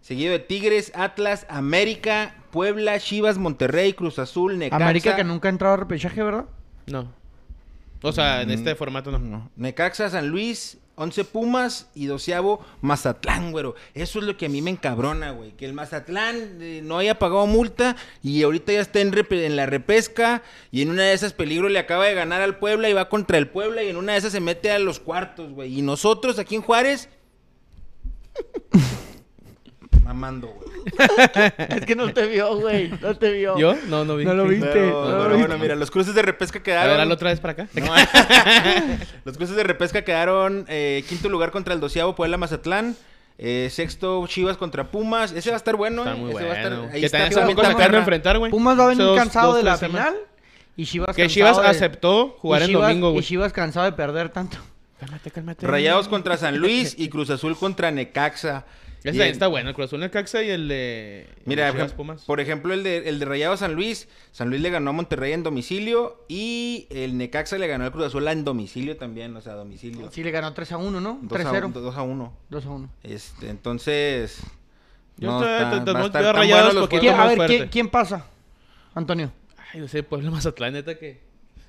[SPEAKER 1] Seguido de Tigres, Atlas, América, Puebla, Chivas, Monterrey, Cruz Azul, Necaxa.
[SPEAKER 4] América que nunca ha entrado a repechaje, ¿verdad?
[SPEAKER 2] No. O sea,
[SPEAKER 4] Mm,
[SPEAKER 2] en este formato no.
[SPEAKER 1] No. Necaxa, San Luis, 11 Pumas y 12 Mazatlán, güero. Eso es lo que a mí me encabrona, güey. Que el Mazatlán eh, no haya pagado multa y ahorita ya está en, rep- en la repesca y en una de esas peligro le acaba de ganar al Puebla y va contra el Puebla y en una de esas se mete a los cuartos, güey. Y nosotros aquí en Juárez... Mamando, güey.
[SPEAKER 4] es que no te vio, güey. No te vio.
[SPEAKER 2] ¿Yo? No, no vi.
[SPEAKER 4] No lo viste. no
[SPEAKER 1] Pero,
[SPEAKER 4] lo
[SPEAKER 1] pero
[SPEAKER 4] viste.
[SPEAKER 1] bueno, mira, los cruces de repesca
[SPEAKER 2] A
[SPEAKER 1] quedaron...
[SPEAKER 2] ver, hazlo otra vez para acá.
[SPEAKER 1] No. Los cruces de repesca quedaron eh, quinto lugar contra el doceavo Puebla Mazatlán. eh, sexto Chivas contra Pumas. Ese va a estar bueno.
[SPEAKER 2] Está
[SPEAKER 1] ¿eh?
[SPEAKER 2] muy
[SPEAKER 1] Ese va a estar-
[SPEAKER 2] bueno.
[SPEAKER 1] ahí
[SPEAKER 2] Que
[SPEAKER 1] está
[SPEAKER 2] también
[SPEAKER 1] Chivas
[SPEAKER 2] tampoco
[SPEAKER 1] contra
[SPEAKER 2] se van a
[SPEAKER 1] Puebla.
[SPEAKER 2] enfrentar, güey.
[SPEAKER 4] Pumas va a venir
[SPEAKER 2] Hace dos-
[SPEAKER 4] cansado
[SPEAKER 2] dos,
[SPEAKER 4] de la
[SPEAKER 2] tres semanas.
[SPEAKER 4] final. Y Chivas
[SPEAKER 2] Que
[SPEAKER 4] cansado
[SPEAKER 2] Chivas
[SPEAKER 4] de-
[SPEAKER 2] aceptó jugar
[SPEAKER 4] y
[SPEAKER 2] en
[SPEAKER 4] Chivas-
[SPEAKER 2] domingo,
[SPEAKER 4] Y
[SPEAKER 2] güey.
[SPEAKER 4] Chivas cansado de perder tanto.
[SPEAKER 2] Cálmate, cálmate.
[SPEAKER 1] Rayados contra San Luis y Cruz Azul contra Necaxa.
[SPEAKER 2] Ese
[SPEAKER 1] Y
[SPEAKER 2] también
[SPEAKER 1] el-
[SPEAKER 2] está bueno. El Cruz Azul, el Caxa y el de.
[SPEAKER 1] Mira,
[SPEAKER 2] el de Chivas
[SPEAKER 1] por-
[SPEAKER 2] Pumas.
[SPEAKER 1] por ejemplo, el de, el de Rayados San Luis. San Luis le ganó a Monterrey en domicilio y el Necaxa le ganó al Cruz Azul en domicilio también, o sea, a domicilio.
[SPEAKER 4] Sí, le ganó 3 a 1, ¿no?
[SPEAKER 1] 2 a
[SPEAKER 4] 3-0.
[SPEAKER 1] 2 a 1.
[SPEAKER 4] 2 a 1.
[SPEAKER 1] Este, entonces.
[SPEAKER 2] Yo
[SPEAKER 1] no
[SPEAKER 2] estoy-
[SPEAKER 1] está-
[SPEAKER 2] te- te-
[SPEAKER 1] va a
[SPEAKER 2] no
[SPEAKER 1] estar
[SPEAKER 2] veo a
[SPEAKER 1] tan
[SPEAKER 2] Rayados
[SPEAKER 1] buenos los juegos.
[SPEAKER 2] porque- poquito
[SPEAKER 4] ¿Quién- a
[SPEAKER 2] más
[SPEAKER 4] ver,
[SPEAKER 2] fuerte.
[SPEAKER 4] ¿quién, quién pasa? Antonio.
[SPEAKER 2] Ay, ese Puebla Mazatlán, neta que.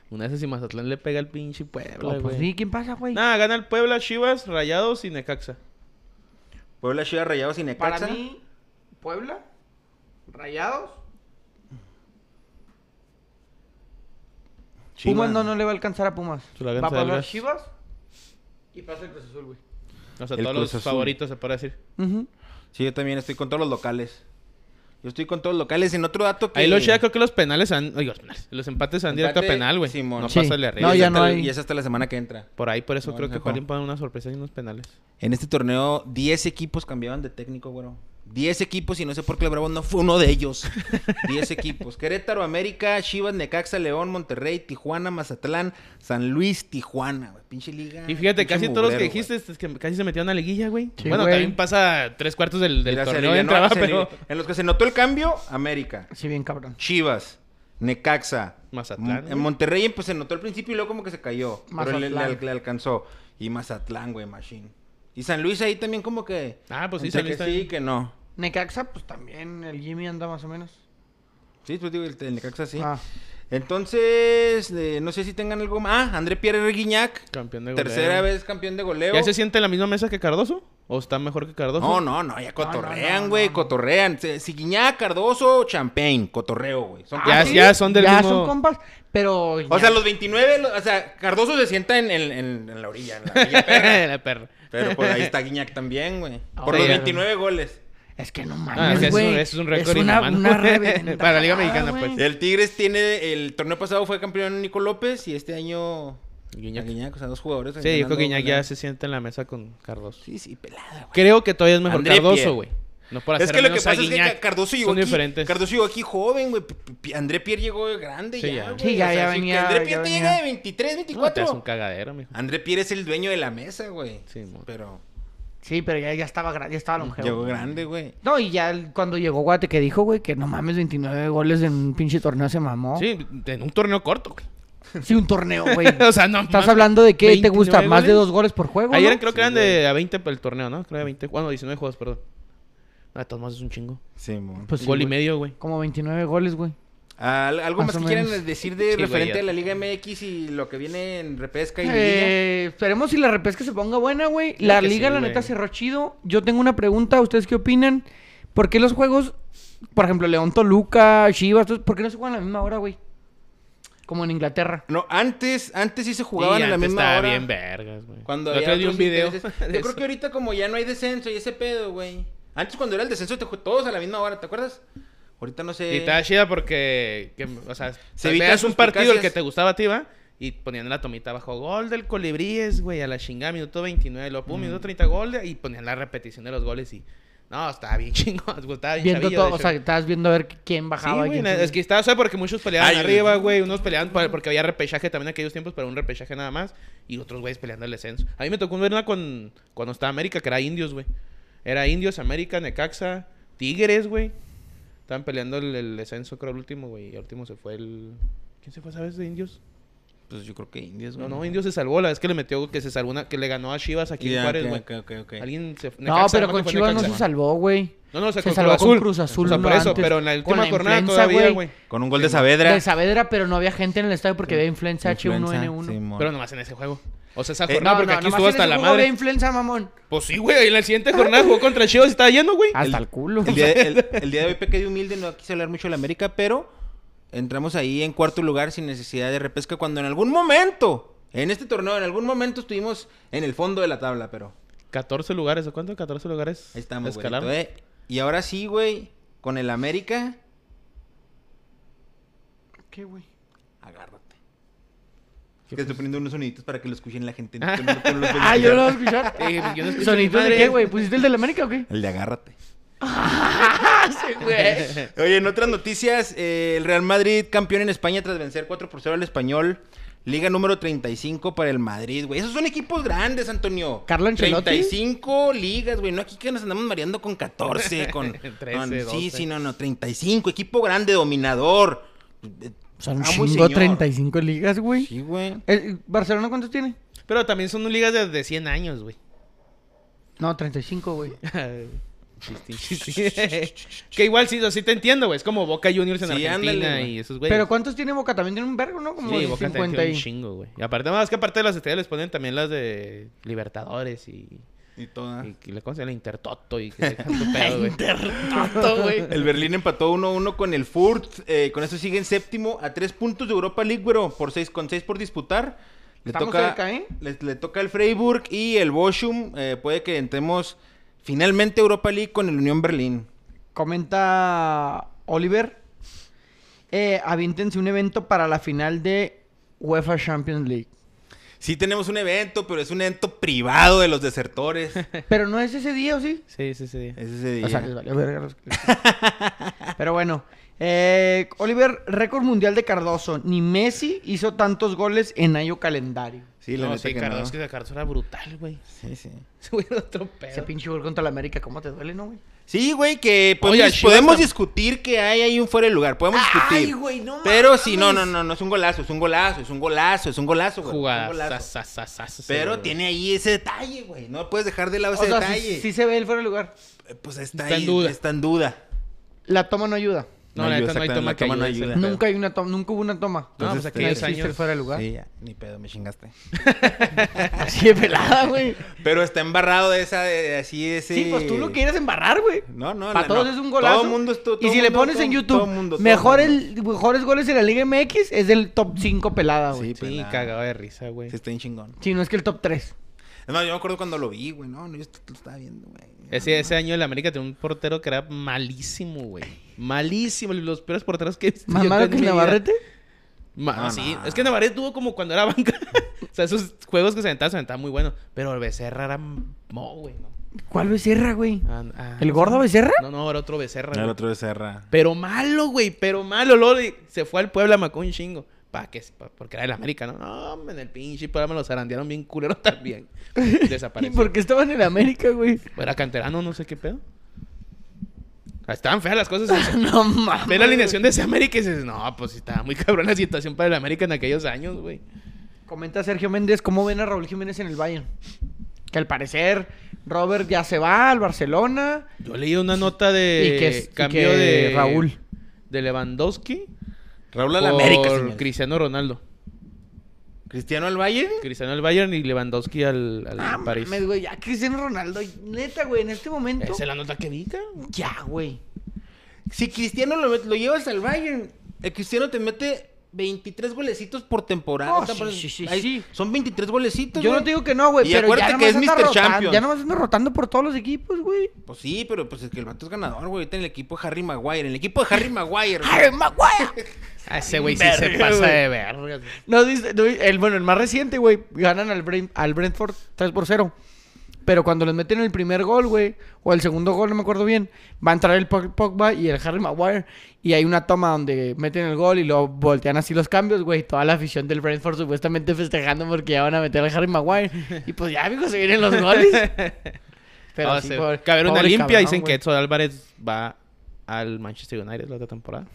[SPEAKER 2] Una vez si Mazatlán le pega al pinche Puebla,
[SPEAKER 4] Oh, pues
[SPEAKER 2] güey.
[SPEAKER 4] sí, ¿quién pasa, güey?
[SPEAKER 2] Nada, gana el Puebla, Chivas, Rayados y Necaxa.
[SPEAKER 1] Puebla, Chivas, Rayados y Necaxa.
[SPEAKER 4] Para mí, Puebla, Rayados. Pumas Pues no, no le va a alcanzar a Pumas.
[SPEAKER 2] Se la
[SPEAKER 4] Va
[SPEAKER 2] alcanza
[SPEAKER 4] a pasar
[SPEAKER 2] Algas.
[SPEAKER 4] Chivas y pasa el Cruz Azul, güey.
[SPEAKER 2] O sea,
[SPEAKER 1] El
[SPEAKER 2] todos
[SPEAKER 1] Cruz
[SPEAKER 2] los
[SPEAKER 1] Azul.
[SPEAKER 2] favoritos se puede decir.
[SPEAKER 1] Sí, yo también estoy con todos los locales. Yo estoy con todos los locales. En otro dato que...
[SPEAKER 2] Ahí lo chida, creo que los penales han. Oye, los penales. Los empates han directo a
[SPEAKER 1] Empate,
[SPEAKER 2] penal, güey.
[SPEAKER 1] Simón.
[SPEAKER 2] No
[SPEAKER 1] Sí.
[SPEAKER 2] pasa el de arriba.
[SPEAKER 4] No,
[SPEAKER 1] Y es
[SPEAKER 4] ya
[SPEAKER 1] hasta-
[SPEAKER 4] no hay.
[SPEAKER 1] Y es hasta la semana que entra.
[SPEAKER 2] Por ahí, por eso
[SPEAKER 1] No,
[SPEAKER 2] creo
[SPEAKER 1] no
[SPEAKER 2] que
[SPEAKER 1] dejó.
[SPEAKER 2] Parín pone una sorpresa y unos penales.
[SPEAKER 1] En este torneo, 10 equipos cambiaron de técnico, güero. 10 equipos y no sé por qué el Bravo no fue uno de ellos. 10 equipos. Querétaro, América, Chivas, Necaxa, León, Monterrey, Tijuana, Mazatlán, San Luis, Tijuana. güey. Pinche liga.
[SPEAKER 2] Y fíjate,
[SPEAKER 1] pinche
[SPEAKER 2] casi todos los que
[SPEAKER 1] mugrero,
[SPEAKER 2] dijiste es que casi se metieron a la liguilla, güey.
[SPEAKER 4] Sí,
[SPEAKER 2] bueno,
[SPEAKER 4] güey.
[SPEAKER 2] también pasa tres cuartos
[SPEAKER 1] güey.
[SPEAKER 2] del, del
[SPEAKER 1] Mira, se
[SPEAKER 2] torneo de
[SPEAKER 1] alivianó- se
[SPEAKER 2] pero...
[SPEAKER 1] alivi- En los que se notó el cambio, América,
[SPEAKER 4] Sí, bien cabrón.
[SPEAKER 1] Chivas, Necaxa.
[SPEAKER 2] Mazatlán,
[SPEAKER 1] Mon-
[SPEAKER 2] güey.
[SPEAKER 1] En Monterrey pues se notó al principio y luego como que se cayó. Pero le,
[SPEAKER 4] Mazatlán.
[SPEAKER 1] le- le alcanzó. Y Mazatlán, güey, Machine. Y San Luis ahí también como que...
[SPEAKER 2] Ah, pues sí,
[SPEAKER 1] entre
[SPEAKER 2] San Luis
[SPEAKER 1] que
[SPEAKER 2] también.
[SPEAKER 1] sí, que no.
[SPEAKER 4] Necaxa, pues también el Jimmy anda más o menos.
[SPEAKER 1] Sí, pues digo, el, el Necaxa sí.
[SPEAKER 4] Ah,
[SPEAKER 1] Entonces, eh, no sé si tengan algo más. Ah, André Pierre Guignac.
[SPEAKER 2] Campeón de goleo.
[SPEAKER 1] Tercera vez campeón de goleo.
[SPEAKER 2] ¿Ya se siente en la misma mesa que Cardoso? ¿O está mejor que Cardoso?
[SPEAKER 1] No, no, no, ya
[SPEAKER 4] no,
[SPEAKER 1] cotorrean,
[SPEAKER 4] no,
[SPEAKER 1] güey,
[SPEAKER 4] no.
[SPEAKER 1] cotorrean. Se- Si Guiñac, Cardoso, Champagne, cotorreo, güey. Son-
[SPEAKER 2] Ah, Ya- ya son del
[SPEAKER 4] Ah, ya
[SPEAKER 2] mismo-
[SPEAKER 4] son compas, pero...
[SPEAKER 1] O sea, los 29, lo- o sea, Cardoso se sienta en, en- en- en la orilla, en la orilla perra.
[SPEAKER 2] la perra.
[SPEAKER 1] Pero pues ahí está Guiñac también, güey. Por
[SPEAKER 4] Oye,
[SPEAKER 1] los
[SPEAKER 4] güey.
[SPEAKER 1] 29 goles.
[SPEAKER 4] Es que no
[SPEAKER 2] Ah, sí,
[SPEAKER 4] mames,
[SPEAKER 2] eso-
[SPEAKER 4] güey.
[SPEAKER 2] eso es un récord
[SPEAKER 4] Es una,
[SPEAKER 2] inhumano.
[SPEAKER 4] una reverenda
[SPEAKER 2] Para la Liga
[SPEAKER 4] mamada,
[SPEAKER 2] Mexicana,
[SPEAKER 4] güey.
[SPEAKER 2] pues.
[SPEAKER 1] El Tigres tiene, el torneo pasado fue campeón Nico López y este año
[SPEAKER 2] Guiñac.
[SPEAKER 1] a Guiñac, o sea, dos jugadores.
[SPEAKER 2] Sí, yo creo
[SPEAKER 1] ganando-
[SPEAKER 2] que Guiñac ya
[SPEAKER 1] ganando.
[SPEAKER 2] se siente en la mesa con Cardoso.
[SPEAKER 1] Sí, sí, pelada, güey.
[SPEAKER 2] Creo que todavía es mejor
[SPEAKER 1] André Pierre.
[SPEAKER 2] Cardoso, güey. No por hacer
[SPEAKER 1] Es que lo que
[SPEAKER 2] menos a
[SPEAKER 1] pasa es que
[SPEAKER 2] Guiñac.
[SPEAKER 1] Ca- Cardoso llegó
[SPEAKER 2] Son
[SPEAKER 1] aquí.
[SPEAKER 2] diferentes.
[SPEAKER 1] Cardoso llegó aquí joven, güey. P- p- p- André Pierre llegó grande
[SPEAKER 2] Sí,
[SPEAKER 1] ya.
[SPEAKER 2] ya.
[SPEAKER 1] güey.
[SPEAKER 4] Sí, ya- ya
[SPEAKER 1] si que
[SPEAKER 4] venía-
[SPEAKER 1] André
[SPEAKER 4] ya
[SPEAKER 1] Pierre te
[SPEAKER 4] venía.
[SPEAKER 1] llega de 23,
[SPEAKER 2] No, te
[SPEAKER 1] 24.
[SPEAKER 2] hace un cagadero,
[SPEAKER 4] Ah,
[SPEAKER 2] mijo.
[SPEAKER 1] André Pierre es el dueño de la mesa, güey.
[SPEAKER 2] Sí, mo.
[SPEAKER 1] pero
[SPEAKER 4] Sí, pero ya, ya estaba gra- ya estaba longevo.
[SPEAKER 1] llegó grande, güey.
[SPEAKER 4] No, y ya el- cuando llegó Guate que dijo, güey, que no mames, 29 goles en un pinche torneo se mamó. Sí,
[SPEAKER 2] Sí, en un torneo corto, güey.
[SPEAKER 4] un torneo, güey.
[SPEAKER 2] O sea, no
[SPEAKER 4] Estás
[SPEAKER 2] mames.
[SPEAKER 4] hablando de que te
[SPEAKER 2] 29
[SPEAKER 4] gusta más de
[SPEAKER 2] goles.
[SPEAKER 4] dos goles por juego,
[SPEAKER 2] Ayer
[SPEAKER 4] ¿no?
[SPEAKER 2] creo que eran de a 20 el torneo, ¿no? Creo que a 20. Bueno, 19 juegos, perdón. Ah, de todos más es un chingo.
[SPEAKER 1] Sí, mo.
[SPEAKER 4] Pues sí,
[SPEAKER 2] Gol y
[SPEAKER 4] güey.
[SPEAKER 2] medio, güey.
[SPEAKER 4] Como 29 goles, güey.
[SPEAKER 1] Al- ¿Algo
[SPEAKER 4] Más
[SPEAKER 1] más,
[SPEAKER 4] o
[SPEAKER 1] que quieran
[SPEAKER 4] menos.
[SPEAKER 1] decir de
[SPEAKER 2] Sí, güey,
[SPEAKER 1] referente
[SPEAKER 2] ya.
[SPEAKER 1] a la Liga MX y lo que viene en repesca y liguilla?
[SPEAKER 4] Eh, esperemos si la repesca se ponga buena, güey. La
[SPEAKER 2] que
[SPEAKER 4] liga,
[SPEAKER 2] sí,
[SPEAKER 4] la
[SPEAKER 2] güey.
[SPEAKER 4] neta, cerró chido. Yo tengo una pregunta, ¿ustedes qué opinan? ¿Por qué los juegos, por ejemplo, León Toluca, Chivas, todos- por qué no se juegan a la misma hora, güey? Como en Inglaterra.
[SPEAKER 1] No, antes, antes sí se jugaban
[SPEAKER 2] Sí,
[SPEAKER 1] a la
[SPEAKER 2] antes
[SPEAKER 1] misma
[SPEAKER 2] estaba
[SPEAKER 1] hora.
[SPEAKER 2] bien vergas, güey.
[SPEAKER 1] Cuando
[SPEAKER 2] La
[SPEAKER 1] había
[SPEAKER 2] otra vez vi
[SPEAKER 1] otros
[SPEAKER 2] un video.
[SPEAKER 1] intereses. Yo
[SPEAKER 2] de eso.
[SPEAKER 1] creo que ahorita como ya no hay descenso y ese pedo, güey. Antes cuando era el descenso te ju- todos a la misma hora, ¿te acuerdas? Ahorita no sé.
[SPEAKER 2] Y estaba chida porque, que, o sea,
[SPEAKER 1] Se
[SPEAKER 2] te
[SPEAKER 1] evitan
[SPEAKER 2] veías un partido el
[SPEAKER 1] suspicacias.
[SPEAKER 2] que te gustaba a ti, va, y ponían la tomita abajo, gol del Colibríes, güey, a la chingada, minuto 29, lo
[SPEAKER 1] Mm.
[SPEAKER 2] pum, minuto 30, gol, de- y ponían la repetición de los goles y, no, estaba bien chingón, güey, estaba bien
[SPEAKER 4] Viendo
[SPEAKER 2] chavillo, de
[SPEAKER 4] todo, o
[SPEAKER 2] hecho.
[SPEAKER 4] sea, estabas viendo a ver quién
[SPEAKER 2] Sí,
[SPEAKER 4] bajaba.
[SPEAKER 2] güey,
[SPEAKER 4] quién
[SPEAKER 2] na-
[SPEAKER 4] subía.
[SPEAKER 2] es que estaba, o sea, porque muchos peleaban
[SPEAKER 1] Ay,
[SPEAKER 2] arriba, güey, unos peleaban pa- porque había repechaje también en aquellos tiempos, pero un repechaje nada más, y otros güeyes peleando el descenso. A mí me tocó ver una con, cuando estaba América, que era indios, güey. Era indios, América, Necaxa, Tigres, güey. Estaban peleando el, el descenso, creo, el último, güey, y el último se fue el... ¿Quién se fue, sabes, de indios?
[SPEAKER 1] Pues yo creo que indios,
[SPEAKER 2] No, no, indios se salvó, la vez que le metió, que se salvó una, que le ganó a Chivas aquí
[SPEAKER 1] Ya,
[SPEAKER 2] en Juárez,
[SPEAKER 1] ok,
[SPEAKER 2] güey.
[SPEAKER 1] ok, ok, ok.
[SPEAKER 2] Alguien se...
[SPEAKER 4] No,
[SPEAKER 2] Necaxa,
[SPEAKER 4] pero
[SPEAKER 2] me
[SPEAKER 4] con
[SPEAKER 2] acuerdo, fue
[SPEAKER 4] Chivas no
[SPEAKER 2] Necaxa.
[SPEAKER 4] se salvó, güey.
[SPEAKER 2] No, no, se,
[SPEAKER 4] Se
[SPEAKER 2] salvó
[SPEAKER 4] salvó
[SPEAKER 2] Cruz
[SPEAKER 4] con
[SPEAKER 2] Azul.
[SPEAKER 4] Cruz Azul.
[SPEAKER 2] O sea,
[SPEAKER 4] uno
[SPEAKER 2] por eso,
[SPEAKER 4] antes,
[SPEAKER 2] pero en la
[SPEAKER 4] con
[SPEAKER 2] última jornada
[SPEAKER 4] influenza,
[SPEAKER 2] todavía, güey.
[SPEAKER 1] Con un gol de Saavedra.
[SPEAKER 4] De Saavedra, pero no había gente en el estadio porque había influenza
[SPEAKER 1] Influenza,
[SPEAKER 4] H1N1.
[SPEAKER 1] sí, mo.
[SPEAKER 2] Pero nomás en ese juego. O sea, esa
[SPEAKER 1] Eh,
[SPEAKER 2] jornada, porque aquí
[SPEAKER 4] nomás
[SPEAKER 2] estuvo
[SPEAKER 4] en
[SPEAKER 2] hasta
[SPEAKER 4] ese
[SPEAKER 2] la
[SPEAKER 4] juego
[SPEAKER 2] madre.
[SPEAKER 4] había influenza, mamón.
[SPEAKER 2] Pues sí, güey, en la siguiente jornada jugó contra Chivas y estaba lleno, güey.
[SPEAKER 1] Ah.
[SPEAKER 4] Hasta el, culo.
[SPEAKER 1] el, día de, el- el día de hoy pequé de humilde, no quise hablar mucho de la América, pero entramos ahí en cuarto lugar sin necesidad de repesca cuando en algún momento, en este torneo, en algún momento estuvimos en el fondo de la tabla, pero
[SPEAKER 2] 14 lugares, ¿o cuánto? 14 lugares.
[SPEAKER 1] ahí estamos, güey.
[SPEAKER 2] escalaron.
[SPEAKER 1] Y ahora sí, güey, con el América,
[SPEAKER 4] ¿Qué, güey?
[SPEAKER 1] agárrate.
[SPEAKER 2] ¿Qué
[SPEAKER 1] Que estoy poniendo unos soniditos para que lo escuchen la gente. que no- que no los pueden
[SPEAKER 4] pues? Ah, yo
[SPEAKER 1] escuchar.
[SPEAKER 4] no lo voy a escuchar.
[SPEAKER 2] Sí, pues yo no escucho
[SPEAKER 4] ¿Sonito
[SPEAKER 2] ni
[SPEAKER 4] de qué,
[SPEAKER 2] madres.
[SPEAKER 4] güey? ¿Pusiste el de la América o qué?
[SPEAKER 1] El de agárrate.
[SPEAKER 4] Ah, sí, güey.
[SPEAKER 1] Oye, en otras noticias, eh, el Real Madrid campeón en España tras vencer 4 por 0 al español. Liga número 35 para el Madrid, güey. Esos son equipos grandes, Antonio.
[SPEAKER 4] ¿Carlo Ancelotti?
[SPEAKER 1] 35 ligas, güey. No aquí que nos andamos mareando con 14, con...
[SPEAKER 2] 13,
[SPEAKER 1] no, no, Sí,
[SPEAKER 2] 12.
[SPEAKER 1] sí, no, no. 35. Equipo grande, dominador. Eh,
[SPEAKER 4] Son un
[SPEAKER 1] Ah, muy
[SPEAKER 4] chingo
[SPEAKER 1] señor.
[SPEAKER 4] 35 ligas, güey.
[SPEAKER 1] Sí, güey.
[SPEAKER 4] Eh, ¿Barcelona cuántos tiene?
[SPEAKER 2] Pero también son ligas de, de 100 años, güey.
[SPEAKER 4] No, 35, güey.
[SPEAKER 2] que igual sí, sí te entiendo, güey. Es como Boca Juniors en
[SPEAKER 1] Sí,
[SPEAKER 2] Argentina
[SPEAKER 1] ándale, güey.
[SPEAKER 2] y esos güeyes.
[SPEAKER 4] Pero ¿cuántos tiene Boca? También tiene un vergo, ¿no? Como
[SPEAKER 2] Sí,
[SPEAKER 4] de
[SPEAKER 2] Boca
[SPEAKER 4] 50
[SPEAKER 2] te un
[SPEAKER 4] y...
[SPEAKER 2] chingo, güey. Y aparte, más que aparte de las estrellas les ponen también las de Libertadores y...
[SPEAKER 1] Y toda.
[SPEAKER 2] Y, y la cosa la Intertoto y que tanto pedo, güey.
[SPEAKER 1] El Berlín empató 1-1 con el Furt. eh, con eso sigue en séptimo a tres puntos de Europa League, güero. Por seis, con seis por disputar. Le
[SPEAKER 4] Estamos
[SPEAKER 1] toca,
[SPEAKER 4] cerca, ¿eh?
[SPEAKER 1] le, le toca el Freiburg y el Bochum. eh, puede que entremos finalmente a Europa League con el Unión Berlín.
[SPEAKER 4] Comenta Oliver. Eh, avíntense un evento para la final de UEFA Champions League.
[SPEAKER 1] sí tenemos un evento, pero es un evento privado de los desertores. es
[SPEAKER 4] Pero no es ese día, ¿o sí?
[SPEAKER 2] Sí, sí, sí.
[SPEAKER 1] ese día.
[SPEAKER 4] O sea, les valió verga los- Pero bueno. eh, Oliver, récord mundial de Cardoso. Ni Messi hizo tantos goles en año calendario.
[SPEAKER 1] sí, la
[SPEAKER 2] no,
[SPEAKER 1] neta
[SPEAKER 2] sí,
[SPEAKER 1] que
[SPEAKER 2] Cardoso,
[SPEAKER 1] no.
[SPEAKER 2] es que de Cardoso era brutal, güey.
[SPEAKER 1] Sí, sí.
[SPEAKER 2] Ese güey era otro pedo.
[SPEAKER 4] Ese pinche gol contra la América, ¿cómo te duele, no, güey?
[SPEAKER 1] Sí, güey, que podemos,
[SPEAKER 2] Oye, a Chivas
[SPEAKER 1] podemos
[SPEAKER 2] tam-
[SPEAKER 1] discutir que hay ahí un fuera de lugar. Podemos discutir.
[SPEAKER 4] no
[SPEAKER 1] Pero sí, no, no, no, no es un golazo, es un golazo, es un golazo, es un golazo, güey. es un
[SPEAKER 2] Jugada.
[SPEAKER 1] golazo.
[SPEAKER 2] sa, sa, sa, sa,
[SPEAKER 1] Pero
[SPEAKER 2] güey.
[SPEAKER 1] tiene ahí ese detalle, güey. No puedes dejar de lado
[SPEAKER 4] O
[SPEAKER 1] ese
[SPEAKER 4] sea, sí-
[SPEAKER 1] detalle.
[SPEAKER 4] sí, se ve el fuera de lugar.
[SPEAKER 1] Eh, Pues está,
[SPEAKER 2] Está en
[SPEAKER 1] ahí,
[SPEAKER 2] duda.
[SPEAKER 1] está en duda.
[SPEAKER 4] La toma no ayuda.
[SPEAKER 2] No,
[SPEAKER 1] No
[SPEAKER 2] la neta
[SPEAKER 1] ayuda,
[SPEAKER 2] no hay
[SPEAKER 1] exactamente,
[SPEAKER 2] toma
[SPEAKER 1] la
[SPEAKER 2] que
[SPEAKER 1] toma no
[SPEAKER 2] ayude,
[SPEAKER 1] ayuda.
[SPEAKER 2] ese pedo.
[SPEAKER 4] Nunca hay una toma, nunca hubo una toma.
[SPEAKER 2] No, pues
[SPEAKER 1] Entonces,
[SPEAKER 2] aquí
[SPEAKER 1] sí,
[SPEAKER 4] No
[SPEAKER 1] Diez
[SPEAKER 2] es
[SPEAKER 4] existe
[SPEAKER 2] años.
[SPEAKER 4] el fuera de lugar.
[SPEAKER 1] Sí, ya, ni pedo, me chingaste.
[SPEAKER 4] Así de pelada, güey.
[SPEAKER 1] Pero está embarrado de esa, de, de así, de ese...
[SPEAKER 4] Sí, pues tú lo quieres embarrar, güey.
[SPEAKER 1] No, no,
[SPEAKER 4] Para
[SPEAKER 1] la-
[SPEAKER 4] todos
[SPEAKER 1] no.
[SPEAKER 4] es un golazo.
[SPEAKER 1] Todo mundo es- todo-
[SPEAKER 4] y
[SPEAKER 1] todo
[SPEAKER 4] si le
[SPEAKER 1] mundo-
[SPEAKER 4] pones en
[SPEAKER 1] todo-
[SPEAKER 4] YouTube,
[SPEAKER 1] todo mundo, todo
[SPEAKER 4] mejor
[SPEAKER 1] mundo.
[SPEAKER 4] el, mejores goles en la Liga MX es del top 5 pelada, Ah, güey.
[SPEAKER 1] Sí, pues,
[SPEAKER 2] Sí,
[SPEAKER 1] pelada.
[SPEAKER 2] cagado de risa, güey.
[SPEAKER 1] Sí, está bien chingón.
[SPEAKER 4] Si no es que el top 3.
[SPEAKER 1] Es más, yo me acuerdo cuando lo vi, güey. No, no, yo est- lo estaba viendo, güey. Ah,
[SPEAKER 2] Ese, ese año el América tenía un portero que era malísimo, güey. Malísimo. Los peores porteros que he visto. yo
[SPEAKER 4] Más malo
[SPEAKER 2] en
[SPEAKER 4] que
[SPEAKER 2] mi vida.
[SPEAKER 4] Navarrete.
[SPEAKER 2] Ma-
[SPEAKER 1] No,
[SPEAKER 2] sí.
[SPEAKER 1] no.
[SPEAKER 2] Es que Navarrete tuvo como cuando era banca. o sea, esos juegos que se aventaba, se aventaba muy bueno. Pero el Becerra era... Mo, güey. no.
[SPEAKER 4] ¿Cuál Becerra, güey?
[SPEAKER 2] Ah, ah,
[SPEAKER 4] ¿El
[SPEAKER 2] no
[SPEAKER 4] gordo
[SPEAKER 2] sé.
[SPEAKER 4] Becerra?
[SPEAKER 2] No, no, era otro Becerra.
[SPEAKER 1] El
[SPEAKER 2] güey.
[SPEAKER 1] otro de Serra.
[SPEAKER 2] Pero malo, güey, pero malo. Luego le- se fue al Puebla, macó un chingo. Pa, que, pa- porque era del América, ¿no? No, hombre, en el pinche Puebla me lo zarandearon bien culero también.
[SPEAKER 4] ¿Y
[SPEAKER 2] Desapareció.
[SPEAKER 4] por qué estaba en el América, güey?
[SPEAKER 2] Era canterano, no sé qué pedo. Ah, Estaban feas las cosas. o sea,
[SPEAKER 4] No mames.
[SPEAKER 2] Ves la alineación de ese América y dices, no, pues sí, estaba muy cabrón la situación para el América en aquellos años, güey.
[SPEAKER 4] Comenta Sergio Méndez, ¿cómo ven a Raúl Jiménez en el Bayern? Que al parecer Robert ya se va al Barcelona.
[SPEAKER 2] Yo leí una nota de
[SPEAKER 4] y que, y
[SPEAKER 2] cambio
[SPEAKER 4] que
[SPEAKER 2] de
[SPEAKER 4] Raúl.
[SPEAKER 2] De Lewandowski
[SPEAKER 1] Raúl
[SPEAKER 2] por
[SPEAKER 1] al América, señores.
[SPEAKER 2] Cristiano Ronaldo.
[SPEAKER 1] Cristiano al Bayern.
[SPEAKER 2] Cristiano al Bayern y Lewandowski al, al
[SPEAKER 4] Ah,
[SPEAKER 2] París.
[SPEAKER 4] mames, güey, ya Cristiano Ronaldo. Neta, güey, en este momento.
[SPEAKER 2] Esa es la nota que vi, cabrón.
[SPEAKER 4] Ya, güey.
[SPEAKER 1] Si Cristiano lo, met- lo llevas al Bayern, el Cristiano te mete 23 golecitos por temporada.
[SPEAKER 4] No,
[SPEAKER 1] Está
[SPEAKER 4] sí,
[SPEAKER 1] por-
[SPEAKER 4] sí, sí,
[SPEAKER 1] ahí-
[SPEAKER 4] sí.
[SPEAKER 1] Son 23 golecitos.
[SPEAKER 4] Yo no
[SPEAKER 1] güey.
[SPEAKER 4] te digo que no, güey.
[SPEAKER 1] Y
[SPEAKER 4] pero
[SPEAKER 1] acuérdate
[SPEAKER 4] ya
[SPEAKER 1] que es
[SPEAKER 4] nomás anda
[SPEAKER 1] Mr.
[SPEAKER 4] rotando-
[SPEAKER 1] Champions.
[SPEAKER 4] Ya nomás anda rotando por todos los equipos, güey.
[SPEAKER 1] Pues sí, pero pues es que el vato es ganador, güey. Ahorita en el equipo de Harry Maguire. En el equipo de Harry Maguire. güey.
[SPEAKER 4] ¡Ay, Maguire!
[SPEAKER 2] Ah, ese güey sí
[SPEAKER 4] Verga,
[SPEAKER 2] se pasa
[SPEAKER 4] güey.
[SPEAKER 2] de verga.
[SPEAKER 4] No, dice, no, el, bueno, el más reciente, güey, ganan al, Bren- al Brentford 3 por 0. Pero cuando les meten el primer gol, güey, o el segundo gol, no me acuerdo bien, va a entrar el Pog- Pogba y el Harry Maguire. Y hay una toma donde meten el gol y lo voltean así los cambios, güey. Toda la afición del Brentford supuestamente festejando porque ya van a meter al Harry Maguire. Y pues ya, amigos, se vienen los goles. Pero
[SPEAKER 2] Ah,
[SPEAKER 4] sí,
[SPEAKER 2] se-
[SPEAKER 4] pobre-
[SPEAKER 2] que haber una
[SPEAKER 4] pobre
[SPEAKER 2] limpia.
[SPEAKER 4] cabrón,
[SPEAKER 2] Dicen que
[SPEAKER 4] güey.
[SPEAKER 2] Edson Álvarez va al Manchester United la otra temporada.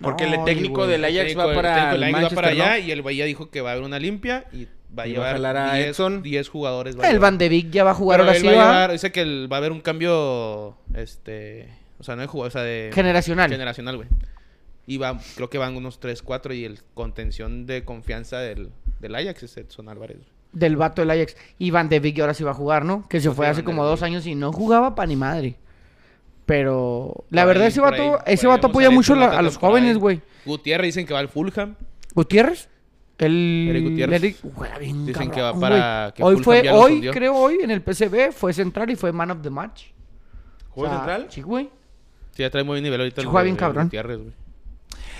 [SPEAKER 1] Porque
[SPEAKER 4] No,
[SPEAKER 1] el técnico
[SPEAKER 4] güey.
[SPEAKER 1] del Ajax
[SPEAKER 2] técnico-
[SPEAKER 1] va para el
[SPEAKER 2] técnico del Ajax va
[SPEAKER 1] Manchester,
[SPEAKER 2] para allá
[SPEAKER 1] ¿no?
[SPEAKER 2] y el güey ya dijo que va a haber una limpia y va a
[SPEAKER 1] Y va a
[SPEAKER 2] llevar
[SPEAKER 1] jalar a
[SPEAKER 2] 10
[SPEAKER 1] Edson.
[SPEAKER 2] 10 jugadores.
[SPEAKER 4] El Van de Beek ya va a jugar ahora sí,
[SPEAKER 2] va a
[SPEAKER 4] ¿va?
[SPEAKER 2] llevar- Dice que el- va a haber un cambio, este, o sea, no de jugador, o sea, de
[SPEAKER 4] Generacional.
[SPEAKER 2] generacional, güey. Y va, creo que van unos 3, 4 y el contención de confianza del, del Ajax es Edson Álvarez. güey.
[SPEAKER 4] Del vato del Ajax. Y Van de Beek ahora sí va a jugar, ¿no? Que se fue
[SPEAKER 2] sí,
[SPEAKER 4] hace
[SPEAKER 2] Van de
[SPEAKER 4] como dos
[SPEAKER 2] Beek.
[SPEAKER 4] años y no jugaba pa' ni madre. Pero la
[SPEAKER 2] Por
[SPEAKER 4] verdad
[SPEAKER 2] ahí-
[SPEAKER 4] ese
[SPEAKER 2] por
[SPEAKER 4] vato,
[SPEAKER 2] ahí-
[SPEAKER 4] ese
[SPEAKER 2] por ahí
[SPEAKER 4] vato
[SPEAKER 2] vamos
[SPEAKER 4] apoya
[SPEAKER 2] a ver
[SPEAKER 4] mucho
[SPEAKER 2] si
[SPEAKER 4] la-
[SPEAKER 2] nota
[SPEAKER 4] a los
[SPEAKER 2] temporada
[SPEAKER 4] jóvenes,
[SPEAKER 2] ahí.
[SPEAKER 4] güey.
[SPEAKER 2] Gutiérrez dicen que va al Fulham.
[SPEAKER 4] Gutiérrez, el
[SPEAKER 2] Eric Gutiérrez.
[SPEAKER 4] Eric- güey, era bien
[SPEAKER 2] Dicen que
[SPEAKER 4] cabrón,
[SPEAKER 2] va para-
[SPEAKER 4] güey.
[SPEAKER 2] que
[SPEAKER 4] hoy
[SPEAKER 2] Fulham
[SPEAKER 4] fue
[SPEAKER 2] ya lo
[SPEAKER 4] hoy,
[SPEAKER 2] fundió.
[SPEAKER 4] creo hoy en el PCB fue central y fue man of the match. O
[SPEAKER 1] ¿Juego
[SPEAKER 4] sea,
[SPEAKER 1] central?
[SPEAKER 4] Sí, güey.
[SPEAKER 2] Sí, ya trae muy buen nivel
[SPEAKER 4] Sí,
[SPEAKER 2] ahorita. el
[SPEAKER 4] juega
[SPEAKER 2] de-
[SPEAKER 4] bien
[SPEAKER 2] de
[SPEAKER 4] cabrón.
[SPEAKER 2] Gutiérrez, güey.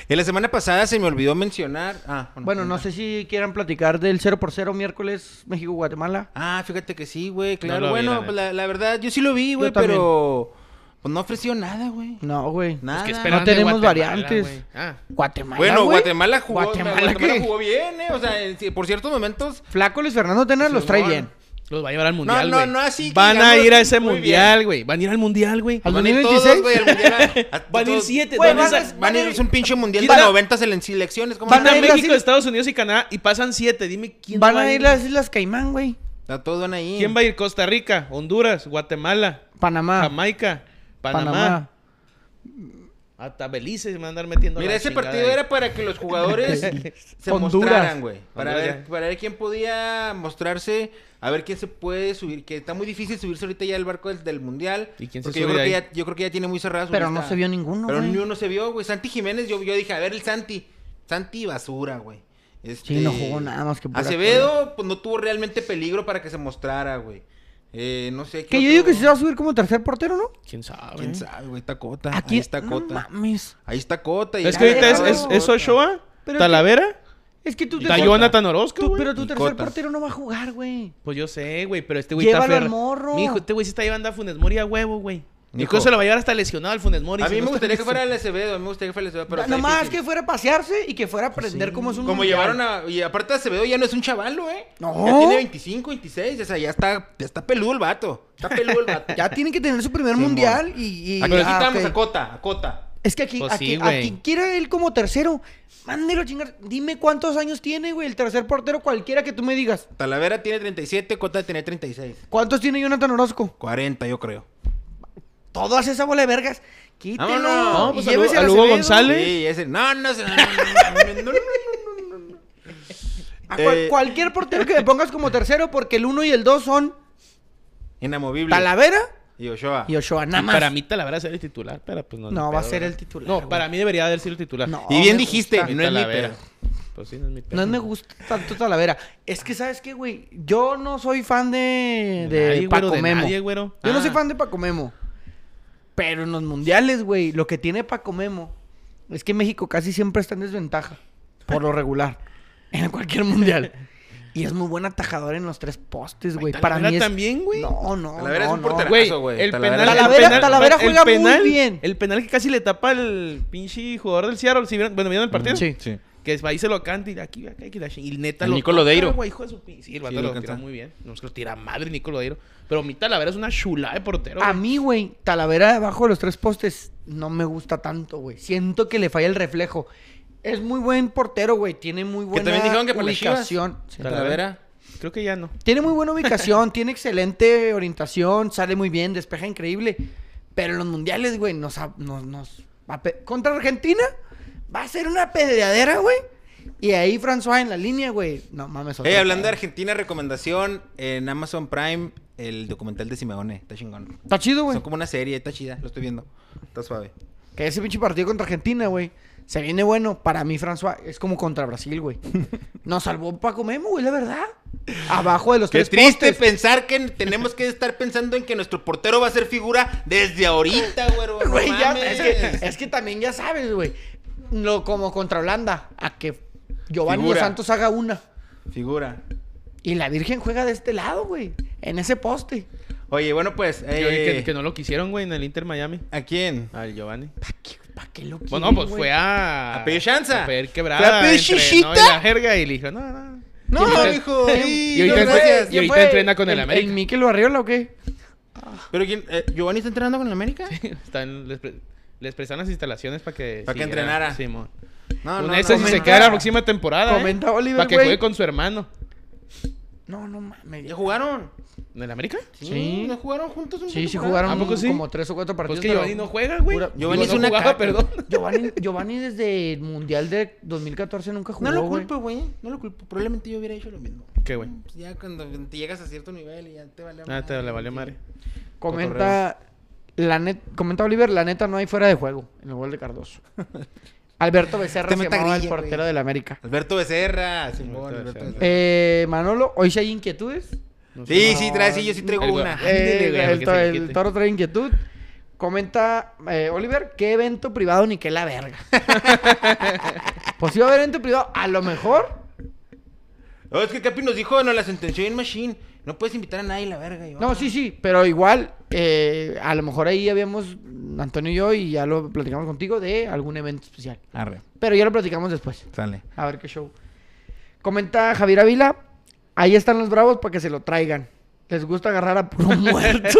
[SPEAKER 1] En la semana pasada se me olvidó mencionar. Ah,
[SPEAKER 4] Bueno, no sé si quieran platicar del 0 por 0 miércoles México Guatemala.
[SPEAKER 1] Ah, fíjate que sí, güey. Claro,
[SPEAKER 2] lo vi,
[SPEAKER 1] bueno,
[SPEAKER 2] la
[SPEAKER 1] pues,
[SPEAKER 2] neta.
[SPEAKER 1] la, la verdad, yo sí lo vi, güey,
[SPEAKER 4] también.
[SPEAKER 1] pero. Pues no ofreció nada, güey.
[SPEAKER 4] No, güey.
[SPEAKER 1] Nada.
[SPEAKER 2] ¿Qué
[SPEAKER 4] No
[SPEAKER 2] esperan de
[SPEAKER 4] tenemos
[SPEAKER 2] Guatemala,
[SPEAKER 4] variantes.
[SPEAKER 2] güey? Ah,
[SPEAKER 4] Guatemala,
[SPEAKER 1] Bueno,
[SPEAKER 4] güey.
[SPEAKER 1] Guatemala jugó,
[SPEAKER 4] Guatemala,
[SPEAKER 1] Guatemala
[SPEAKER 4] ¿qué?
[SPEAKER 1] jugó bien, ¿eh? O sea, en- sí, por ciertos momentos.
[SPEAKER 4] Flaco Luis Fernando Tena los trae
[SPEAKER 1] Simón.
[SPEAKER 4] bien.
[SPEAKER 2] Los va a llevar al mundial,
[SPEAKER 1] no,
[SPEAKER 2] güey.
[SPEAKER 1] no así que
[SPEAKER 2] Van a
[SPEAKER 1] digamos,
[SPEAKER 2] ir a ese
[SPEAKER 1] muy
[SPEAKER 2] mundial, güey. Van a ir al mundial, güey.
[SPEAKER 4] Al
[SPEAKER 1] Van a ir todos,
[SPEAKER 4] 2026.
[SPEAKER 1] güey, al mundial. A- a
[SPEAKER 2] Van a ir
[SPEAKER 1] todos.
[SPEAKER 2] siete,
[SPEAKER 1] Güey,
[SPEAKER 2] van a
[SPEAKER 1] Van
[SPEAKER 2] ir
[SPEAKER 1] a-
[SPEAKER 2] a-
[SPEAKER 1] van a ir es un pinche mundial
[SPEAKER 2] Quita-
[SPEAKER 1] de 90 en elecciones. ¿Cómo
[SPEAKER 4] Van
[SPEAKER 1] no?
[SPEAKER 2] Van
[SPEAKER 4] a
[SPEAKER 2] a
[SPEAKER 4] ir las
[SPEAKER 2] México,
[SPEAKER 4] Islas-
[SPEAKER 2] Estados Unidos y Canadá y pasan siete. Dime quién
[SPEAKER 4] Van
[SPEAKER 2] va
[SPEAKER 4] a ir las Islas Caimán, güey.
[SPEAKER 1] A todos van ahí.
[SPEAKER 2] ¿Quién va a ir? Costa Rica, Honduras, Guatemala,
[SPEAKER 4] Panamá.
[SPEAKER 2] Jamaica, Panamá.
[SPEAKER 4] Ah. Panamá.
[SPEAKER 2] Hasta Belice se me van a andar metiendo
[SPEAKER 1] Mira,
[SPEAKER 2] la
[SPEAKER 1] ese
[SPEAKER 2] chingada
[SPEAKER 1] partido
[SPEAKER 2] ahí.
[SPEAKER 1] era para que los jugadores se
[SPEAKER 4] Honduras.
[SPEAKER 1] mostraran, güey. Para
[SPEAKER 2] Honduras.
[SPEAKER 1] ver, para ver quién podía mostrarse, a ver quién se puede subir. Que está muy difícil subirse ahorita ya al barco del, del Mundial.
[SPEAKER 2] ¿Y quién se
[SPEAKER 1] Porque yo
[SPEAKER 2] sube
[SPEAKER 1] creo, que
[SPEAKER 2] ahí?
[SPEAKER 1] ya, yo creo que ya tiene muy cerrada su
[SPEAKER 4] Pero
[SPEAKER 1] lista.
[SPEAKER 4] no se vio ninguno,
[SPEAKER 1] Pero
[SPEAKER 4] güey.
[SPEAKER 1] ni uno se vio, güey. Santi Jiménez, yo, yo dije, a ver el Santi. Santi basura, güey. Este,
[SPEAKER 4] Sí, no jugó nada más que pura
[SPEAKER 1] Acevedo, pues no tuvo realmente peligro para que se mostrara, güey. Eh, no sé. ¿qué
[SPEAKER 4] Que yo
[SPEAKER 1] otro?
[SPEAKER 4] digo que se va a subir como tercer portero, ¿no?
[SPEAKER 2] ¿Quién sabe?
[SPEAKER 1] ¿Quién sabe, güey? Está Cota.
[SPEAKER 4] Aquí
[SPEAKER 1] Ahí está
[SPEAKER 4] no
[SPEAKER 1] Cota.
[SPEAKER 4] mames.
[SPEAKER 1] ahí está Cota. y-
[SPEAKER 2] Es que ahorita
[SPEAKER 1] Ah,
[SPEAKER 2] es, es,
[SPEAKER 1] Cota.
[SPEAKER 2] es Ochoa,
[SPEAKER 4] Pero
[SPEAKER 2] Talavera
[SPEAKER 4] Es que tú
[SPEAKER 2] Está Jonathan Orozco,
[SPEAKER 4] tú-
[SPEAKER 2] güey.
[SPEAKER 4] Pero tu
[SPEAKER 1] Y
[SPEAKER 4] tercer
[SPEAKER 1] Cota.
[SPEAKER 4] portero no va a jugar, güey.
[SPEAKER 2] Pues yo sé, güey, pero este güey está
[SPEAKER 4] Llévalo al
[SPEAKER 2] ferra-
[SPEAKER 4] morro.
[SPEAKER 2] Mijo, este güey sí está llevando a Funes Mori a huevo, güey. Yo
[SPEAKER 1] Mijo.
[SPEAKER 2] creo que se lo va a llevar hasta lesionado al Funes Mori.
[SPEAKER 1] A
[SPEAKER 2] si
[SPEAKER 1] mí
[SPEAKER 2] no
[SPEAKER 1] me
[SPEAKER 2] está
[SPEAKER 1] gustaría que
[SPEAKER 2] listo.
[SPEAKER 1] fuera el Acevedo, a mí me gustaría que fuera el Acevedo, pero está
[SPEAKER 4] Nomás
[SPEAKER 1] difícil. Pues
[SPEAKER 4] que fuera a pasearse y que fuera a aprender cómo es un
[SPEAKER 1] Como llevaron a... Y aparte Acevedo ya no es un chavalo, ¿eh?
[SPEAKER 4] No.
[SPEAKER 1] Ya tiene 25, 26, o sea, ya está, ya está peludo el vato. Está peludo el vato.
[SPEAKER 4] Ya tienen que tener su primer
[SPEAKER 1] Sí,
[SPEAKER 4] mundial y... y-
[SPEAKER 1] Aquí
[SPEAKER 4] ah,
[SPEAKER 1] necesitamos
[SPEAKER 4] ok.
[SPEAKER 1] a Cota, a Cota.
[SPEAKER 4] Es que aquí,
[SPEAKER 2] Pues
[SPEAKER 4] aquí,
[SPEAKER 2] sí,
[SPEAKER 4] a
[SPEAKER 2] güey.
[SPEAKER 4] quien quiera él como tercero, mándelo a chingar. Dime cuántos años tiene, güey, el tercer portero, cualquiera que tú me digas.
[SPEAKER 1] Talavera tiene 37, Cota tiene 36.
[SPEAKER 4] ¿Cuántos tiene Jonathan Orozco?
[SPEAKER 1] 40, yo creo.
[SPEAKER 4] Todas esa bola de vergas. Quítelo.
[SPEAKER 1] Vámonos. No,
[SPEAKER 4] y
[SPEAKER 2] pues,
[SPEAKER 4] llévese
[SPEAKER 2] a Lu- a
[SPEAKER 4] al
[SPEAKER 2] Lugo
[SPEAKER 4] Acevedo.
[SPEAKER 2] González. ¿Sale?
[SPEAKER 1] Sí, ese. No, no, se- no, no, no, no, no, no, no.
[SPEAKER 4] A cual-
[SPEAKER 1] Eh.
[SPEAKER 4] cualquier portero que me pongas como tercero, porque el 1 y el 2 son
[SPEAKER 1] Inamovible.
[SPEAKER 4] Talavera
[SPEAKER 1] Y Ochoa.
[SPEAKER 4] y Ochoa, nada
[SPEAKER 2] Y
[SPEAKER 4] más.
[SPEAKER 2] Para mí Talavera será el titular, pero pues no.
[SPEAKER 4] No,
[SPEAKER 2] ni
[SPEAKER 4] va a
[SPEAKER 2] pedo,
[SPEAKER 4] ser
[SPEAKER 2] ¿verdad?
[SPEAKER 4] el titular,
[SPEAKER 2] No,
[SPEAKER 4] güey.
[SPEAKER 2] para mí debería haber sido el titular.
[SPEAKER 4] No,
[SPEAKER 1] Y bien
[SPEAKER 4] me
[SPEAKER 1] dijiste,
[SPEAKER 4] gusta.
[SPEAKER 1] no es mi
[SPEAKER 2] Talavera.
[SPEAKER 1] pedo.
[SPEAKER 2] Pues sí, no es mi pedo.
[SPEAKER 4] No me gusta tanto Talavera. Es que, ¿sabes qué, güey? Yo no soy fan de, de
[SPEAKER 2] De nadie,
[SPEAKER 4] Paco
[SPEAKER 2] güero, de
[SPEAKER 4] Memo.
[SPEAKER 2] nadie, güero.
[SPEAKER 4] Yo no soy
[SPEAKER 2] Ah.
[SPEAKER 4] fan de Paco Memo. Pero en los mundiales, güey, lo que tiene Paco Memo es que México casi siempre está en desventaja. Por lo regular. En cualquier mundial. Y es muy buen atajador en los tres postes, güey.
[SPEAKER 2] Ay,
[SPEAKER 4] Para mí
[SPEAKER 2] Talavera
[SPEAKER 4] es...
[SPEAKER 2] también, güey.
[SPEAKER 4] No, no,
[SPEAKER 1] Talavera es
[SPEAKER 4] no,
[SPEAKER 1] un
[SPEAKER 4] no.
[SPEAKER 1] porterazo,
[SPEAKER 2] Güey,
[SPEAKER 1] güey.
[SPEAKER 2] el
[SPEAKER 1] Talavera-
[SPEAKER 2] penal,
[SPEAKER 4] Talavera-
[SPEAKER 2] el penal,
[SPEAKER 4] Talavera
[SPEAKER 2] el
[SPEAKER 4] juega muy
[SPEAKER 2] penal-
[SPEAKER 4] bien.
[SPEAKER 2] El penal que casi le tapa al pinche jugador del Seattle. ¿sí vieron? bueno, ¿vieron el partido?
[SPEAKER 4] Sí.
[SPEAKER 1] Sí.
[SPEAKER 2] Que ahí se lo canta y aquí, acá, y la ching- Y neta
[SPEAKER 1] El
[SPEAKER 2] lo.
[SPEAKER 1] Nico
[SPEAKER 2] toca,
[SPEAKER 1] Lodeiro.
[SPEAKER 2] güey, hijo de su pin- Sí, el vato
[SPEAKER 1] lo
[SPEAKER 2] lo,
[SPEAKER 1] alcanza.
[SPEAKER 2] tira muy bien. No es que lo tira madre Nico Lodeiro. Pero mi Talavera es una chulada de portero.
[SPEAKER 4] A
[SPEAKER 2] güey.
[SPEAKER 4] mí, güey, Talavera debajo de los tres postes no me gusta tanto, güey. Siento que le falla el reflejo. Es muy buen portero, güey. Tiene muy buena
[SPEAKER 1] también dijeron que para las Chivas.
[SPEAKER 4] ubicación. Sí.
[SPEAKER 1] Talavera.
[SPEAKER 2] Creo que ya no.
[SPEAKER 4] Tiene muy buena ubicación, tiene excelente orientación, sale muy bien, despeja increíble. Pero en los mundiales, güey, nos, a- nos, nos va a pe- contra Argentina va a ser una pedreadera, güey. Y ahí François en la línea, güey. No mames. otro
[SPEAKER 1] Eh, hablando de
[SPEAKER 4] pedo.
[SPEAKER 1] Argentina, recomendación en Amazon Prime, el documental de Simeone. Está chingón.
[SPEAKER 4] Está chido, güey.
[SPEAKER 1] Son como una serie, está chida, lo estoy viendo. Está suave.
[SPEAKER 4] Que ese pinche partido contra Argentina, güey. Se viene bueno. Para mí, François, es como contra Brasil, güey. Nos salvó Paco Memo, güey, la verdad. Abajo de los
[SPEAKER 1] Qué
[SPEAKER 4] tres
[SPEAKER 1] triste
[SPEAKER 4] postes.
[SPEAKER 1] pensar que tenemos que estar pensando en que nuestro portero va a ser figura desde ahorita, güero. no
[SPEAKER 4] Güey, ya,
[SPEAKER 1] mames.
[SPEAKER 4] es, que, es que también ya sabes, güey. Lo como contra Holanda, a que Giovanni
[SPEAKER 1] Figura.
[SPEAKER 4] Dos Santos haga una.
[SPEAKER 1] Figura.
[SPEAKER 4] Y la Virgen juega de este lado, güey. En ese poste.
[SPEAKER 1] Oye, bueno, pues.
[SPEAKER 2] Yo vi
[SPEAKER 1] eh,
[SPEAKER 2] que, que no lo quisieron, güey, en el Inter Miami.
[SPEAKER 1] ¿A quién?
[SPEAKER 2] Al Giovanni.
[SPEAKER 4] ¿Para qué, pa' qué lo
[SPEAKER 2] Bueno,
[SPEAKER 4] quieren,
[SPEAKER 2] pues
[SPEAKER 4] güey?
[SPEAKER 2] fue a.
[SPEAKER 1] A pedir chanza.
[SPEAKER 2] A pedir
[SPEAKER 1] Fue a
[SPEAKER 2] quebrada.
[SPEAKER 1] pedir
[SPEAKER 2] entre,
[SPEAKER 1] chichita.
[SPEAKER 2] no, y la jerga y le dijo, no, no.
[SPEAKER 1] No,
[SPEAKER 2] Y ahorita-
[SPEAKER 1] hijo. sí,
[SPEAKER 2] Y ahorita
[SPEAKER 1] no,
[SPEAKER 2] fue-
[SPEAKER 1] gracias.
[SPEAKER 2] y ahorita entrena con el América.
[SPEAKER 4] ¿El Mikel Barriola o qué?
[SPEAKER 1] ¿Pero quién? eh, ¿Giovanni está entrenando con el América?
[SPEAKER 2] Están, les, pre- les prestaron las instalaciones para que.
[SPEAKER 1] Pa' que
[SPEAKER 2] siguiera
[SPEAKER 1] entrenara.
[SPEAKER 2] Simón.
[SPEAKER 1] No,
[SPEAKER 2] Una
[SPEAKER 1] no,
[SPEAKER 2] de
[SPEAKER 1] no,
[SPEAKER 2] esas si se
[SPEAKER 1] comenta.
[SPEAKER 2] queda la próxima temporada.
[SPEAKER 4] Comenta Oliver,
[SPEAKER 2] Para que
[SPEAKER 4] güey.
[SPEAKER 2] juegue con su hermano.
[SPEAKER 4] No, no mames.
[SPEAKER 1] ¿Ya jugaron?
[SPEAKER 2] ¿En el América?
[SPEAKER 1] Sí.
[SPEAKER 4] Sí.
[SPEAKER 1] ¿No jugaron juntos? un
[SPEAKER 4] Sí, sí
[SPEAKER 1] temporada?
[SPEAKER 4] jugaron
[SPEAKER 2] ¿A poco sí?
[SPEAKER 4] como tres o cuatro partidos.
[SPEAKER 2] Pues que
[SPEAKER 4] pero-
[SPEAKER 2] Giovanni no juega, güey.
[SPEAKER 4] pura-
[SPEAKER 1] Giovanni
[SPEAKER 2] Digo,
[SPEAKER 1] es una
[SPEAKER 2] no jugaba,
[SPEAKER 1] caca.
[SPEAKER 2] perdón.
[SPEAKER 4] Giovanni, Giovanni desde el Mundial de 2014 nunca jugó,
[SPEAKER 1] No lo
[SPEAKER 4] güey.
[SPEAKER 1] culpo, güey. No lo culpo. Probablemente yo hubiera hecho lo mismo.
[SPEAKER 2] ¿Qué, güey?
[SPEAKER 1] Pues ya cuando te llegas a cierto nivel y ya te vale
[SPEAKER 2] Ah, te le valió madre.
[SPEAKER 4] Comenta, la net, comenta Oliver, la neta no hay fuera de juego en el gol de Cardoso. Alberto Becerra
[SPEAKER 1] Te
[SPEAKER 4] se
[SPEAKER 1] meta
[SPEAKER 4] llamaba el
[SPEAKER 1] grilla,
[SPEAKER 4] portero
[SPEAKER 1] güey.
[SPEAKER 4] del América.
[SPEAKER 1] Alberto Becerra, Simón,
[SPEAKER 2] Alberto
[SPEAKER 1] Alberto
[SPEAKER 2] Becerra.
[SPEAKER 1] Becerra.
[SPEAKER 4] Eh, Manolo, ¿hoy sí hay inquietudes?
[SPEAKER 2] No sé.
[SPEAKER 1] Sí, sí, trae, sí, yo sí traigo
[SPEAKER 2] El güey.
[SPEAKER 1] una.
[SPEAKER 4] Eh,
[SPEAKER 2] Ándele, güey,
[SPEAKER 4] el,
[SPEAKER 2] que
[SPEAKER 4] to-
[SPEAKER 2] se le
[SPEAKER 4] el
[SPEAKER 2] quite.
[SPEAKER 4] toro trae inquietud. Comenta eh, Oliver, ¿qué evento privado ni qué la verga? pues si va a haber evento privado, a lo mejor.
[SPEAKER 1] Oh, es que Capi nos dijo, no, la sentenció en Machine. No puedes invitar a nadie, la verga. yo,
[SPEAKER 4] No,
[SPEAKER 1] ah.
[SPEAKER 4] sí, sí, pero igual, eh, a lo mejor ahí habíamos, Antonio y yo, y ya lo platicamos contigo, de algún evento especial.
[SPEAKER 1] Arre,
[SPEAKER 4] Pero ya lo platicamos después.
[SPEAKER 1] sale.
[SPEAKER 4] A ver qué show. Comenta Javier Ávila, ahí están los bravos para que se lo traigan. Les gusta agarrar a puro muerto.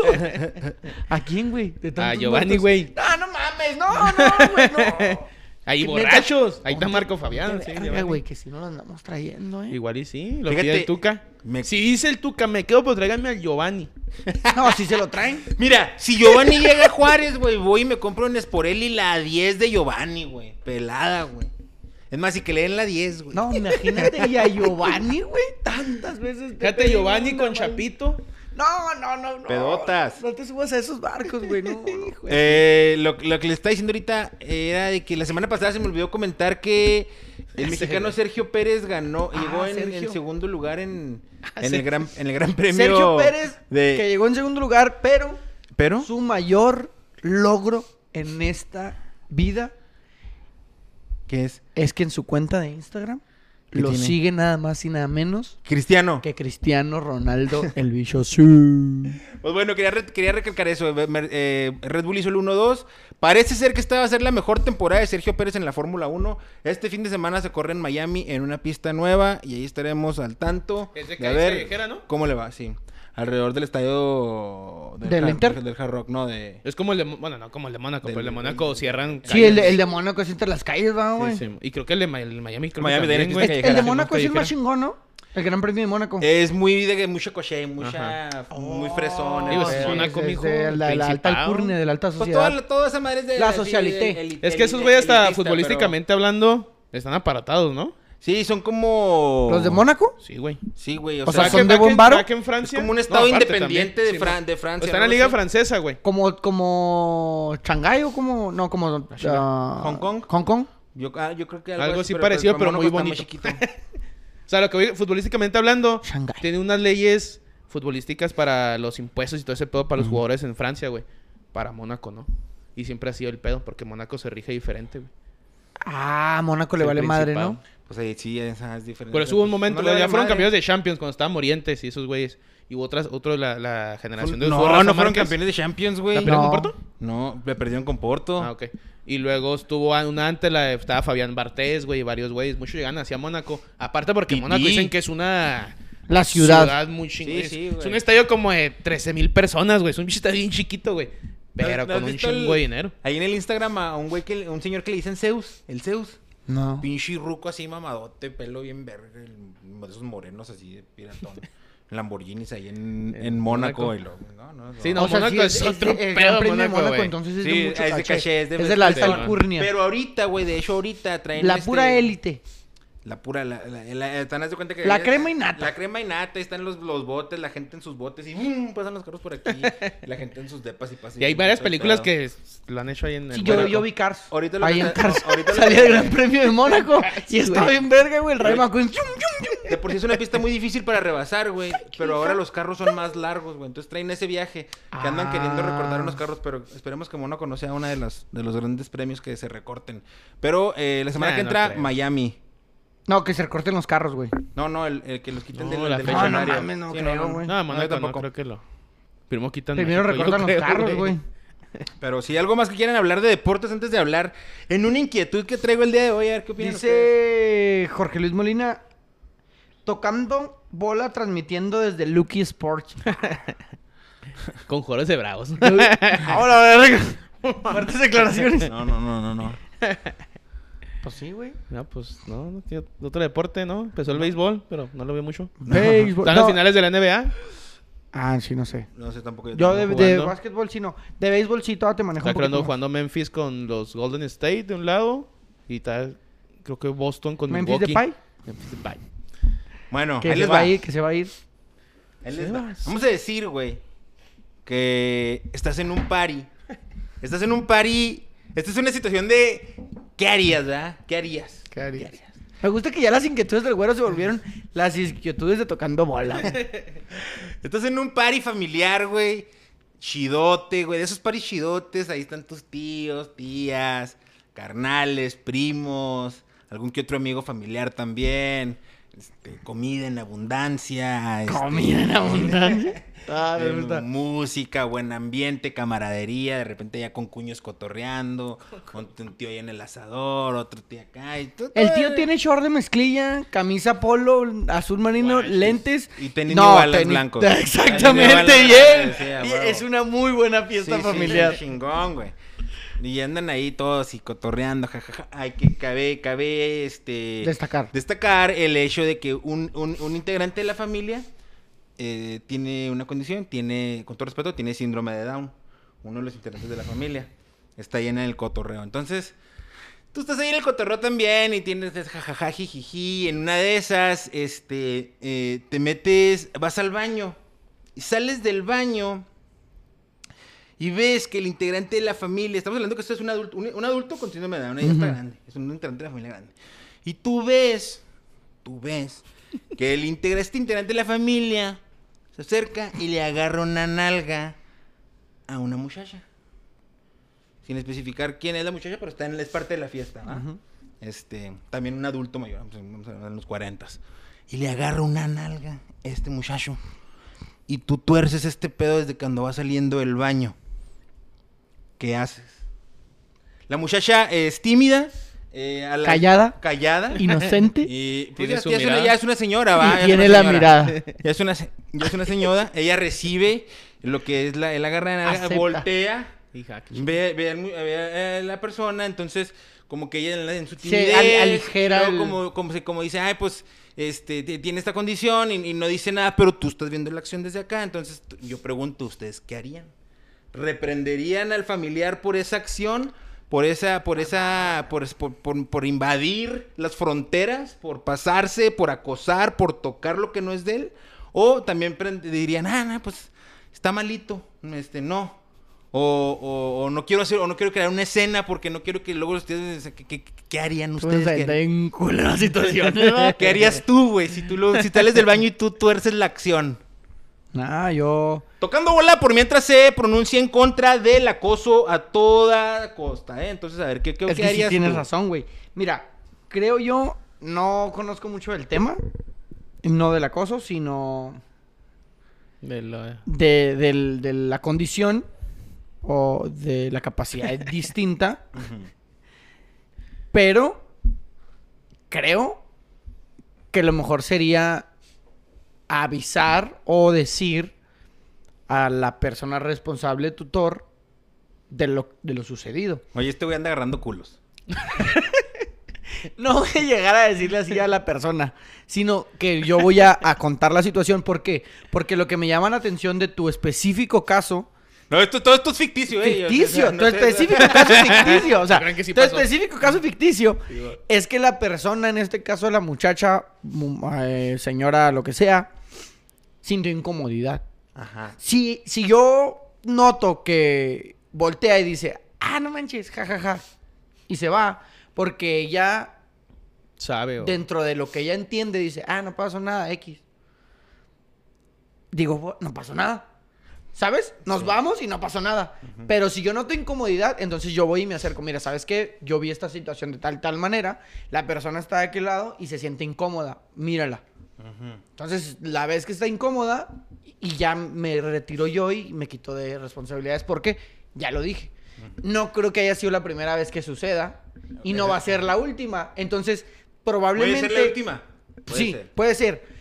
[SPEAKER 4] ¿A quién, güey? De
[SPEAKER 2] A
[SPEAKER 4] tantos
[SPEAKER 2] Ah, Giovanni,
[SPEAKER 4] muertos.
[SPEAKER 2] güey.
[SPEAKER 4] Ah, No, no mames, no, no, güey, no.
[SPEAKER 2] Ahí
[SPEAKER 4] Neta,
[SPEAKER 2] borrachos. Ahí
[SPEAKER 4] ponte-
[SPEAKER 2] está Marco
[SPEAKER 4] Qué
[SPEAKER 2] Fabián. sí,
[SPEAKER 4] verga,
[SPEAKER 2] Giovanni.
[SPEAKER 4] güey, que si no lo andamos trayendo, eh.
[SPEAKER 2] Igual y sí. Lo
[SPEAKER 1] Fíjate,
[SPEAKER 2] pide el Tuca.
[SPEAKER 1] me-
[SPEAKER 2] Si dice el Tuca, me quedo, pero tráiganme al Giovanni.
[SPEAKER 4] No, si se lo traen.
[SPEAKER 1] Mira, si Giovanni llega a Juárez, güey, voy y me compro en Esporelli la 10 de Giovanni, güey. Pelada, güey. Es más, y que le den la 10, güey.
[SPEAKER 4] No, imagínate, y a Giovanni, güey, tantas veces. te
[SPEAKER 2] Fíjate,
[SPEAKER 4] pedí
[SPEAKER 2] Giovanni
[SPEAKER 4] una,
[SPEAKER 2] con
[SPEAKER 4] güey.
[SPEAKER 2] Chapito.
[SPEAKER 4] No, no, no, no.
[SPEAKER 1] Pedotas.
[SPEAKER 4] No te subas a esos barcos, güey, no. no.
[SPEAKER 1] Eh, lo, lo que le estaba diciendo ahorita era de que la semana pasada se me olvidó comentar que el
[SPEAKER 2] Ya sé,
[SPEAKER 1] mexicano
[SPEAKER 2] güey.
[SPEAKER 1] Sergio Pérez ganó,
[SPEAKER 4] Ah,
[SPEAKER 1] llegó en, en
[SPEAKER 4] Sergio.
[SPEAKER 1] segundo lugar en,
[SPEAKER 2] Ah,
[SPEAKER 1] en el
[SPEAKER 2] Sergio.
[SPEAKER 1] gran, en el gran premio.
[SPEAKER 4] Sergio Pérez,
[SPEAKER 1] de-
[SPEAKER 4] que llegó en segundo lugar, pero
[SPEAKER 1] ¿Pero?
[SPEAKER 4] su mayor logro en esta vida
[SPEAKER 1] ¿Qué es?
[SPEAKER 4] es que en su cuenta de Instagram
[SPEAKER 5] ¿Qué
[SPEAKER 4] lo
[SPEAKER 5] tiene?
[SPEAKER 4] sigue nada más y nada menos
[SPEAKER 1] Cristiano.
[SPEAKER 4] que Cristiano Ronaldo, el bicho. azul.
[SPEAKER 1] Pues bueno, quería, re- quería recalcar eso. eh, me- eh, Red Bull hizo el 1-2. Parece ser que esta va a ser la mejor temporada de Sergio Pérez en la Fórmula 1. Este fin de semana se corre en Miami en una pista nueva y ahí estaremos al tanto.
[SPEAKER 2] Es de
[SPEAKER 1] de a
[SPEAKER 2] calle
[SPEAKER 1] ver
[SPEAKER 2] callejera, ¿no?
[SPEAKER 1] cómo le va, sí. Alrededor del estadio
[SPEAKER 4] ¿Del
[SPEAKER 1] Hard-
[SPEAKER 4] Inter?
[SPEAKER 1] del Hard Rock, no, de...
[SPEAKER 2] Es como el de... Mo- Bueno, no como el de Mónaco,
[SPEAKER 1] Del-
[SPEAKER 2] pero el de Mónaco cierran...
[SPEAKER 4] Sí, el, de-
[SPEAKER 2] calles.
[SPEAKER 4] el de Mónaco es entre las calles, ¿va, güey?
[SPEAKER 2] Sí, sí. Y creo que el de Ma- el Miami... Creo que
[SPEAKER 1] Miami
[SPEAKER 2] también,
[SPEAKER 1] también
[SPEAKER 2] güey.
[SPEAKER 1] es
[SPEAKER 4] Es- el
[SPEAKER 1] Callejera.
[SPEAKER 4] de Mónaco es el más
[SPEAKER 2] Callejera.
[SPEAKER 4] chingón, ¿no? El Gran Premio de Mónaco.
[SPEAKER 1] Es muy de mucho coche, mucha... Eh, Muy fresón.
[SPEAKER 2] Digo,
[SPEAKER 1] el
[SPEAKER 2] sí,
[SPEAKER 1] pedo.
[SPEAKER 2] Mónaco,
[SPEAKER 4] Oh, es
[SPEAKER 2] mijo,
[SPEAKER 4] de la, la alta
[SPEAKER 2] principado.
[SPEAKER 4] alcurnia, de la alta
[SPEAKER 1] Pues
[SPEAKER 4] sociedad.
[SPEAKER 1] toda, toda esa madre es de...
[SPEAKER 4] La
[SPEAKER 1] así, de-
[SPEAKER 4] socialité.
[SPEAKER 1] eli-
[SPEAKER 2] Es que esos
[SPEAKER 1] eli-
[SPEAKER 2] güeyes hasta
[SPEAKER 1] elitista,
[SPEAKER 2] futbolísticamente hablando están aparatados, ¿no?
[SPEAKER 1] pero- Sí, son como...
[SPEAKER 4] ¿Los de Mónaco?
[SPEAKER 2] Sí, güey.
[SPEAKER 1] Sí, güey. O,
[SPEAKER 4] O
[SPEAKER 1] sea,
[SPEAKER 4] sea, son
[SPEAKER 1] que-
[SPEAKER 4] de buen varo.
[SPEAKER 2] que en
[SPEAKER 1] es
[SPEAKER 2] Francia.
[SPEAKER 1] como un estado
[SPEAKER 2] No, aparte
[SPEAKER 1] independiente
[SPEAKER 2] también,
[SPEAKER 1] de,
[SPEAKER 2] sí,
[SPEAKER 1] Fran-
[SPEAKER 2] mo-
[SPEAKER 1] de Francia.
[SPEAKER 2] Está en la
[SPEAKER 1] ¿no?
[SPEAKER 2] liga
[SPEAKER 1] Sí.
[SPEAKER 2] francesa, güey.
[SPEAKER 4] Como, como Shanghái o como. No, como. ah,
[SPEAKER 1] Hong Kong.
[SPEAKER 4] Hong Kong.
[SPEAKER 1] Yo, ah, yo creo que
[SPEAKER 2] Algo
[SPEAKER 1] así,
[SPEAKER 2] así parecido,
[SPEAKER 1] el
[SPEAKER 2] pero
[SPEAKER 1] Mónaco
[SPEAKER 2] muy
[SPEAKER 1] está más
[SPEAKER 2] bonito.
[SPEAKER 1] chiquito.
[SPEAKER 2] O sea, lo que voy, futbolísticamente hablando,
[SPEAKER 4] Shanghái.
[SPEAKER 2] tiene unas leyes futbolísticas para los impuestos y todo ese pedo para los jugadores en Francia, güey. Para Mónaco, ¿no? Y siempre ha sido el pedo, porque Mónaco se rige diferente, güey.
[SPEAKER 4] Ah, Mónaco le
[SPEAKER 2] Es el
[SPEAKER 4] vale madre, ¿no?
[SPEAKER 2] principado.
[SPEAKER 1] Pues ahí sí, esa es diferente.
[SPEAKER 2] Por eso hubo un momento,
[SPEAKER 1] pues, No le
[SPEAKER 2] güey, ya
[SPEAKER 1] vale
[SPEAKER 2] fueron
[SPEAKER 1] madre.
[SPEAKER 2] campeones de Champions cuando estaban Morientes y esos güeyes. Y hubo otras, otro, la, la generación de
[SPEAKER 1] No,
[SPEAKER 2] Hugo
[SPEAKER 1] no
[SPEAKER 2] Rafa
[SPEAKER 1] fueron
[SPEAKER 2] Márquez.
[SPEAKER 1] campeones de Champions,
[SPEAKER 2] ¿La
[SPEAKER 1] güey.
[SPEAKER 2] perdieron
[SPEAKER 1] No.
[SPEAKER 2] con Porto?
[SPEAKER 1] no, le perdieron con Porto.
[SPEAKER 2] Ah, ok. Y luego estuvo a- una antes, la de- estaba Fabián Bartés, güey, y varios güeyes. Muchos llegan hacia Mónaco. Aparte porque
[SPEAKER 1] Tití.
[SPEAKER 2] Mónaco dicen que es una...
[SPEAKER 4] La ciudad.
[SPEAKER 2] muy chingona.
[SPEAKER 1] Sí, sí,
[SPEAKER 2] es
[SPEAKER 1] güey.
[SPEAKER 2] un estadio como de 13 mil personas, güey. Es un estadio bien chiquito, güey.
[SPEAKER 1] ¿No has-
[SPEAKER 2] Pero
[SPEAKER 1] no has
[SPEAKER 2] con un
[SPEAKER 1] visto el-
[SPEAKER 2] chingo de dinero.
[SPEAKER 1] Ahí en el Instagram a un güey que le- un señor que le dicen Zeus, el Zeus.
[SPEAKER 4] No.
[SPEAKER 1] Pinche ruco así mamadote, pelo bien verga, el- esos morenos así de piratón. Lamborghinis ahí en, en Mónaco.
[SPEAKER 2] Mónaco.
[SPEAKER 1] y lo- no, no, no.
[SPEAKER 2] Sí, no,
[SPEAKER 4] O sea,
[SPEAKER 2] Mónaco
[SPEAKER 4] sí,
[SPEAKER 2] es otro
[SPEAKER 4] de- el
[SPEAKER 2] pedo,
[SPEAKER 4] Gran Premio de
[SPEAKER 2] Mónaco, güey.
[SPEAKER 4] entonces es
[SPEAKER 1] Sí,
[SPEAKER 4] de mucho
[SPEAKER 1] es de caché, es de-
[SPEAKER 4] la
[SPEAKER 2] sí,
[SPEAKER 4] alta
[SPEAKER 2] man.
[SPEAKER 4] alcurnia.
[SPEAKER 1] Pero ahorita, güey, de hecho ahorita traen
[SPEAKER 4] la
[SPEAKER 1] este-
[SPEAKER 4] pura élite.
[SPEAKER 1] La pura, la, la, la- están haz de cuenta que
[SPEAKER 4] La
[SPEAKER 1] ahí-
[SPEAKER 4] crema y nata.
[SPEAKER 1] La crema y nata, ahí están los, los botes, la gente en sus botes y ¡bum! pasan los carros por aquí, la gente en sus depas y pasa.
[SPEAKER 2] Y hay varias
[SPEAKER 1] todo el
[SPEAKER 2] películas
[SPEAKER 1] pedo.
[SPEAKER 2] que s- lo han hecho ahí en el
[SPEAKER 4] Sí, yo,
[SPEAKER 2] Mónaco.
[SPEAKER 4] yo vi Cars.
[SPEAKER 1] Ahorita lo
[SPEAKER 4] Ahí
[SPEAKER 1] que
[SPEAKER 4] en
[SPEAKER 1] está-
[SPEAKER 4] Cars.
[SPEAKER 1] ahorita lo
[SPEAKER 4] Salía
[SPEAKER 1] que-
[SPEAKER 4] el Gran Premio de Mónaco y estaba bien verga, güey. El Rey McQueen. ¡Yum, yum, yum!
[SPEAKER 1] De por sí es una pista muy difícil para rebasar, güey, pero ahora los carros son más largos, güey, entonces traen ese viaje que andan queriendo
[SPEAKER 4] Ah.
[SPEAKER 1] recortar unos carros, pero esperemos que Mónaco no sea una de las de los grandes premios que se recorten. Pero eh, la semana
[SPEAKER 2] Nah,
[SPEAKER 1] que
[SPEAKER 2] no
[SPEAKER 1] entra
[SPEAKER 2] creo.
[SPEAKER 1] Miami.
[SPEAKER 4] No, que se recorten los carros, güey.
[SPEAKER 1] No, no, el, el que los quiten
[SPEAKER 2] No,
[SPEAKER 1] del,
[SPEAKER 2] la
[SPEAKER 1] del
[SPEAKER 2] fecha.
[SPEAKER 1] escenario.
[SPEAKER 2] No, no
[SPEAKER 4] mames, no creo, güey.
[SPEAKER 2] No,
[SPEAKER 1] yo
[SPEAKER 2] Mónaco no,
[SPEAKER 1] tampoco.
[SPEAKER 2] creo que lo... Primero quitan
[SPEAKER 4] Primero
[SPEAKER 2] México, yo
[SPEAKER 4] recortan los
[SPEAKER 2] creo,
[SPEAKER 4] carros, güey.
[SPEAKER 1] Pero si algo más que quieran hablar de deportes antes de hablar, en una inquietud que traigo el día de hoy, a ver qué opinan ustedes.
[SPEAKER 4] Dice Jorge Luis Molina, tocando bola transmitiendo desde Lucky Sports.
[SPEAKER 2] Con jugadores de bravos.
[SPEAKER 4] Ahora, verga. Fuertes declaraciones.
[SPEAKER 1] No, no, no, no, no.
[SPEAKER 4] Pues sí, güey.
[SPEAKER 2] no, pues no, no tiene otro deporte, ¿no? Empezó el béisbol, pero no lo veo mucho.
[SPEAKER 4] Béisbol.
[SPEAKER 2] Están
[SPEAKER 4] No.
[SPEAKER 2] las finales de la NBA.
[SPEAKER 4] Ah, sí, no sé.
[SPEAKER 1] No sé tampoco.
[SPEAKER 4] Yo de,
[SPEAKER 1] tampoco.
[SPEAKER 4] de
[SPEAKER 2] jugando.
[SPEAKER 4] básquetbol sí no. De béisbol sí todavía te manejo
[SPEAKER 2] Está
[SPEAKER 4] un
[SPEAKER 2] jugando,
[SPEAKER 4] poquito más.
[SPEAKER 2] jugando Memphis con los Golden State de un lado. Y está, creo que Boston con
[SPEAKER 4] Memphis
[SPEAKER 2] Milwaukee.
[SPEAKER 4] Depay.
[SPEAKER 2] Memphis Depay.
[SPEAKER 1] Bueno,
[SPEAKER 4] Que
[SPEAKER 1] ahí
[SPEAKER 4] se
[SPEAKER 1] les
[SPEAKER 4] va
[SPEAKER 1] va.
[SPEAKER 4] a ir, que se va a ir.
[SPEAKER 1] Ahí les
[SPEAKER 2] Se
[SPEAKER 1] va.
[SPEAKER 2] va.
[SPEAKER 1] Vamos a decir, güey, que estás en un party. Estás en un party. Esta es una situación de. ¿Qué harías, verdad? ¿Qué harías?
[SPEAKER 3] ¿Qué harías?
[SPEAKER 4] Me gusta que ya las inquietudes del güero se volvieron las inquietudes de tocando bola. güey.
[SPEAKER 1] Estás en un party familiar, güey. Chidote, güey. De esos paris chidotes, ahí están tus tíos, tías, carnales, primos, algún que otro amigo familiar también. Este, comida en abundancia. este,
[SPEAKER 4] Comida en abundancia. Ah, me
[SPEAKER 2] Em,
[SPEAKER 1] eh,
[SPEAKER 4] gusta.
[SPEAKER 1] música, buen ambiente, camaradería, de repente ya con cuños cotorreando, con un tío ahí en el asador, otro tío acá. y tú-
[SPEAKER 4] El tío tiene short de mezclilla, camisa polo, azul marino,
[SPEAKER 2] Guaches.
[SPEAKER 4] lentes.
[SPEAKER 1] Y tenis New Balance blancos. Tenis
[SPEAKER 4] Exactamente,
[SPEAKER 1] New
[SPEAKER 4] bien.
[SPEAKER 1] Balance, sí, a
[SPEAKER 4] Y
[SPEAKER 1] huevo.
[SPEAKER 4] es una muy buena fiesta
[SPEAKER 1] Sí, sí,
[SPEAKER 4] familiar.
[SPEAKER 1] chingón, güey. Y andan ahí todos y cotorreando, jajaja. Hay que cabe, cabe, este...
[SPEAKER 4] Destacar.
[SPEAKER 1] Destacar el hecho de que un, un- un integrante de la familia eh, tiene una condición, tiene, con todo respeto, tiene síndrome de Down. Uno de los integrantes de la familia. Está ahí en el cotorreo. Entonces, tú estás ahí en el cotorreo también y tienes es jajaja, jijiji. En una de esas, este, eh, te metes, vas al baño. Y sales del baño y ves que el integrante de la familia, estamos hablando que esto es un adulto, un, un adulto con síndrome de Down, ella está grande, es un integrante de la familia grande. Y tú ves, tú ves que el integra- este integrante de la familia se acerca y le agarra una nalga a una muchacha. Sin especificar quién es la muchacha, pero está en, es parte de la fiesta. ¿va? Este, también un adulto mayor, vamos a- vamos a hablar en los 40. Y le agarra una nalga a este muchacho. Y tú tuerces este pedo desde cuando va saliendo del baño. ¿Qué haces? La muchacha eh, es tímida. eh, a la-
[SPEAKER 4] Callada.
[SPEAKER 1] Callada.
[SPEAKER 4] Inocente.
[SPEAKER 1] Y pues,
[SPEAKER 2] Tiene
[SPEAKER 1] ya,
[SPEAKER 2] su
[SPEAKER 1] ya es una,
[SPEAKER 2] mirada.
[SPEAKER 1] ya es una señora, va. ya
[SPEAKER 4] y
[SPEAKER 1] es
[SPEAKER 4] tiene
[SPEAKER 1] una
[SPEAKER 4] la
[SPEAKER 1] señora.
[SPEAKER 4] mirada.
[SPEAKER 1] Ya es una, se- ya es una señora. Ella recibe lo que es la, el agarra de nalga,
[SPEAKER 4] Acepta.
[SPEAKER 1] voltea,
[SPEAKER 2] Hija, qué ch-
[SPEAKER 1] ve, ve, al mu- ve a la persona, entonces como que ella en, la- en su
[SPEAKER 4] Se
[SPEAKER 1] timidez,
[SPEAKER 4] al- aligera
[SPEAKER 1] luego
[SPEAKER 4] el-
[SPEAKER 1] como, como, se- como dice, ay, pues, este, t- tiene esta condición y, y no dice nada, pero tú estás viendo la acción desde acá, entonces t- yo pregunto, ¿ustedes qué harían? ¿Reprenderían al familiar por esa acción? Por esa, por esa, por, es- por, por- por invadir las fronteras, por pasarse, por acosar, por tocar lo que no es de él. O también prend- dirían, ah, no, pues está malito, este, no. O, o- o no quiero hacer, o no quiero crear una escena porque no quiero que luego ustedes, ¿qué, qué- qué harían
[SPEAKER 4] Pues,
[SPEAKER 1] ustedes?
[SPEAKER 4] está
[SPEAKER 1] ¿Qué,
[SPEAKER 4] en culeras situaciones, ¿verdad?
[SPEAKER 1] qué harías tú, güey? Si tú lo, si sales del baño y tú tuerces la acción.
[SPEAKER 4] Nah, yo...
[SPEAKER 1] Tocando bola por mientras se pronuncia en contra del acoso a toda costa, ¿eh? Entonces, a ver, ¿qué, qué,
[SPEAKER 4] Es
[SPEAKER 1] qué
[SPEAKER 4] que sí
[SPEAKER 1] harías
[SPEAKER 4] tienes
[SPEAKER 1] tú?
[SPEAKER 4] razón, güey. Mira, creo yo, no conozco mucho del tema. No del acoso, sino
[SPEAKER 2] de la-
[SPEAKER 4] de, del- de la condición o de la capacidad distinta. Pero creo que lo mejor sería avisar o decir a la persona responsable, tutor, de lo, de lo sucedido.
[SPEAKER 1] Oye, este güey anda agarrando culos.
[SPEAKER 4] No voy a llegar a decirle así a la persona, sino que yo voy a, a contar la situación. ¿Por qué? Porque lo que me llama la atención de tu específico caso,
[SPEAKER 1] No, esto, todo esto es ficticio, ¿eh? Yo-
[SPEAKER 4] ficticio,
[SPEAKER 1] o sea, no
[SPEAKER 4] tu
[SPEAKER 1] sé,
[SPEAKER 4] específico caso ficticio, o sea,
[SPEAKER 2] ¿Creen que sí
[SPEAKER 4] tu
[SPEAKER 2] pasó?
[SPEAKER 4] específico caso ficticio
[SPEAKER 1] Sí, bueno.
[SPEAKER 4] es que la persona, en este caso la muchacha, mu- eh, señora, lo que sea, sintió incomodidad.
[SPEAKER 1] Ajá.
[SPEAKER 4] Si, si yo noto que voltea y dice, ah, no manches, jajaja, y se va, porque ella
[SPEAKER 2] Sabe, o-
[SPEAKER 4] dentro de lo que ella entiende, dice, ah, no pasó nada, X. Digo, "Bu- no pasó nada. ¿Sabes? Nos vamos y no pasó nada. Pero si yo noto incomodidad, entonces yo voy y me acerco. Mira, ¿sabes qué? Yo vi esta situación de tal, tal manera. La persona está de aquel lado y se siente incómoda. Mírala. Entonces, la vez que está incómoda y ya me retiro yo y me quito de responsabilidades porque ya lo dije. No creo que haya sido la primera vez que suceda y no va a ser la última. Entonces,
[SPEAKER 1] Puede
[SPEAKER 4] probablemente
[SPEAKER 1] ser la última. Puede
[SPEAKER 4] sí,
[SPEAKER 1] ser.
[SPEAKER 4] puede ser.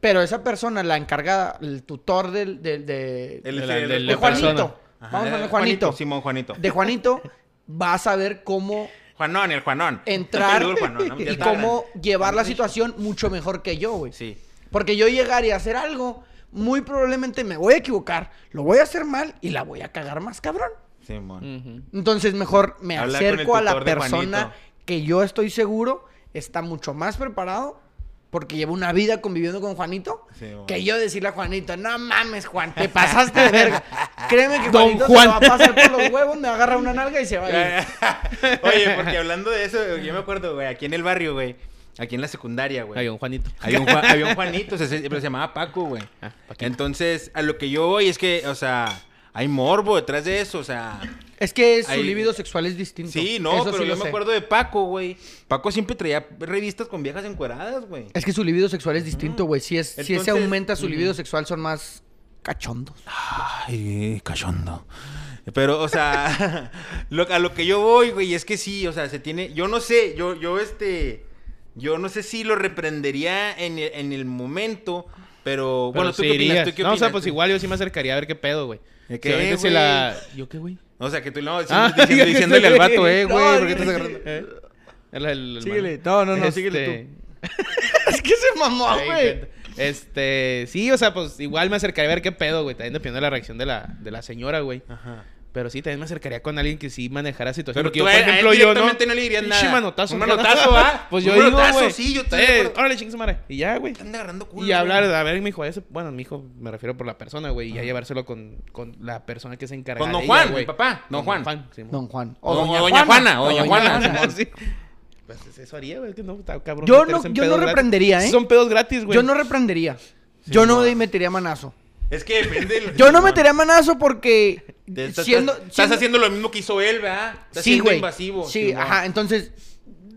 [SPEAKER 4] Pero esa persona, la encargada, el tutor del, del- de,
[SPEAKER 1] El-
[SPEAKER 2] de
[SPEAKER 1] el-
[SPEAKER 2] la-
[SPEAKER 1] el-
[SPEAKER 2] de
[SPEAKER 1] el
[SPEAKER 2] la
[SPEAKER 4] de Juanito.
[SPEAKER 2] persona.
[SPEAKER 1] Ajá.
[SPEAKER 4] Vamos a poner
[SPEAKER 1] Eh,
[SPEAKER 4] Juanito.
[SPEAKER 1] Simón Juanito.
[SPEAKER 4] de Juanito, va a saber cómo
[SPEAKER 1] Juanón, el Juanón.
[SPEAKER 4] entrar
[SPEAKER 1] El duro Juanón, ¿no? Ya
[SPEAKER 4] y
[SPEAKER 1] está
[SPEAKER 4] cómo
[SPEAKER 1] grande.
[SPEAKER 4] llevar la situación mucho mejor que yo, güey.
[SPEAKER 1] Sí.
[SPEAKER 4] Porque yo llegar y hacer algo, muy probablemente me voy a equivocar, lo voy a hacer mal y la voy a cagar más, cabrón. Mm.
[SPEAKER 1] Simón.
[SPEAKER 2] Ujú.
[SPEAKER 4] Entonces mejor me
[SPEAKER 1] Hablar con el
[SPEAKER 4] acerco a la
[SPEAKER 1] tutor de
[SPEAKER 4] persona
[SPEAKER 1] Juanito.
[SPEAKER 4] que yo estoy seguro está mucho más preparado porque lleva una vida conviviendo con Juanito
[SPEAKER 1] Sí, bueno.
[SPEAKER 4] que yo decirle a Juanito, no mames Juan, te pasaste de verga. Créeme que
[SPEAKER 2] Don
[SPEAKER 4] Juanito
[SPEAKER 2] Juan.
[SPEAKER 4] se lo va a pasar por los huevos, me agarra una nalga y se va a ir.
[SPEAKER 1] Oye, porque hablando de eso, yo me acuerdo, güey, aquí en el barrio, güey. Aquí en la secundaria, güey.
[SPEAKER 2] Ay, don Juanito.
[SPEAKER 1] Había un, Juan- había un Juanito, se, se- pero se llamaba Paco, güey.
[SPEAKER 2] Ah, Paquito.
[SPEAKER 1] Entonces, a lo que yo voy es que, o sea, hay morbo detrás de eso, o sea.
[SPEAKER 4] Es que su
[SPEAKER 1] Ahí-
[SPEAKER 4] libido sexual es distinto.
[SPEAKER 1] Sí, no,
[SPEAKER 4] Eso
[SPEAKER 1] pero
[SPEAKER 4] sí
[SPEAKER 1] yo
[SPEAKER 4] lo
[SPEAKER 1] me
[SPEAKER 4] sé.
[SPEAKER 1] acuerdo de Paco, güey. Paco siempre traía revistas con viejas encueradas, güey.
[SPEAKER 4] Es que su libido sexual es distinto, güey. Si, es, si ese
[SPEAKER 1] Entonces-
[SPEAKER 4] aumenta su libido sexual, son más cachondos.
[SPEAKER 1] Ay, cachondo. Pero, o sea, lo- a lo que yo voy, güey, es que sí, o sea, se tiene. Yo no sé, yo, yo, este. Yo no sé si lo reprendería en, el- en el momento, pero.
[SPEAKER 2] Pero
[SPEAKER 1] bueno, ¿tú
[SPEAKER 2] sí
[SPEAKER 1] qué opinas?
[SPEAKER 2] irías.
[SPEAKER 1] ¿Tú qué
[SPEAKER 2] no, o sea,
[SPEAKER 1] opinas?
[SPEAKER 2] pues igual yo sí me acercaría a ver qué pedo, güey.
[SPEAKER 1] ¿De
[SPEAKER 2] Si
[SPEAKER 1] qué,
[SPEAKER 2] obviamente si
[SPEAKER 1] güey?
[SPEAKER 2] la- ¿Yo qué, güey?
[SPEAKER 1] O sea, que tú no,
[SPEAKER 2] Ah,
[SPEAKER 1] diciendo- diciendo-
[SPEAKER 2] yo qué
[SPEAKER 1] diciéndole
[SPEAKER 2] sé.
[SPEAKER 1] al vato, eh,
[SPEAKER 4] No,
[SPEAKER 1] güey, ¿por qué
[SPEAKER 4] yo
[SPEAKER 1] estás
[SPEAKER 4] qué
[SPEAKER 1] agarrando?
[SPEAKER 2] ¿Eh? El- el- el
[SPEAKER 4] Síguele.
[SPEAKER 2] man. Este,
[SPEAKER 4] No, no, no, síguele es que se mamó,
[SPEAKER 1] Ah,
[SPEAKER 2] Ay, gente. Este, sí, o sea, pues igual me acercaría a ver qué pedo, güey. También dependiendo de la reacción de la, de la señora, güey.
[SPEAKER 1] Ajá.
[SPEAKER 2] Pero sí, también me acercaría con alguien que sí manejara situación.
[SPEAKER 1] Ah. Pero
[SPEAKER 2] Porque
[SPEAKER 1] tú a él-
[SPEAKER 2] yo, por
[SPEAKER 1] a él
[SPEAKER 2] ejemplo, yo no.
[SPEAKER 1] directamente no le dirías
[SPEAKER 2] Pinche
[SPEAKER 1] nada.
[SPEAKER 2] manotazo.
[SPEAKER 1] Un
[SPEAKER 2] ¿no?
[SPEAKER 1] manotazo, ¿ah?
[SPEAKER 2] Pues
[SPEAKER 1] Un
[SPEAKER 2] yo digo,
[SPEAKER 1] manotazo,
[SPEAKER 2] güey.
[SPEAKER 1] sí, yo estoy de
[SPEAKER 2] eh,
[SPEAKER 1] acuerdo.
[SPEAKER 2] Órale, chingue su madre. Y ya, güey.
[SPEAKER 1] Te anda agarrando culo.
[SPEAKER 2] Y hablar,
[SPEAKER 1] güey.
[SPEAKER 2] a ver, mi hijo, ese, bueno, mi hijo, me refiero por la persona, güey, y ya llevárselo con, con la persona que se encarga.
[SPEAKER 1] Con
[SPEAKER 2] de
[SPEAKER 1] don
[SPEAKER 2] ella,
[SPEAKER 1] Juan,
[SPEAKER 2] güey.
[SPEAKER 1] mi papá, don Juan.
[SPEAKER 2] sí, mo-
[SPEAKER 4] Don Juan.
[SPEAKER 1] O doña Juana, o doña Juana.
[SPEAKER 2] Sí. Pues eso haría, güey, que no, está cabrón.
[SPEAKER 4] Yo
[SPEAKER 2] meterse
[SPEAKER 4] no-
[SPEAKER 2] en
[SPEAKER 4] yo no
[SPEAKER 2] pedos gratis.
[SPEAKER 4] reprendería, ¿eh?
[SPEAKER 2] Son pedos gratis, güey.
[SPEAKER 4] Yo no reprendería. yo no me metería manazo.
[SPEAKER 1] Es que depende. del-
[SPEAKER 4] Yo no metería manazo porque
[SPEAKER 1] Te- estás-
[SPEAKER 4] siendo...
[SPEAKER 1] estás
[SPEAKER 4] siendo-
[SPEAKER 1] haciendo lo mismo que hizo él, ¿verdad? Estás
[SPEAKER 4] sí,
[SPEAKER 1] siendo
[SPEAKER 4] güey.
[SPEAKER 1] invasivo.
[SPEAKER 4] Sí,
[SPEAKER 1] Simón.
[SPEAKER 4] ajá. Entonces,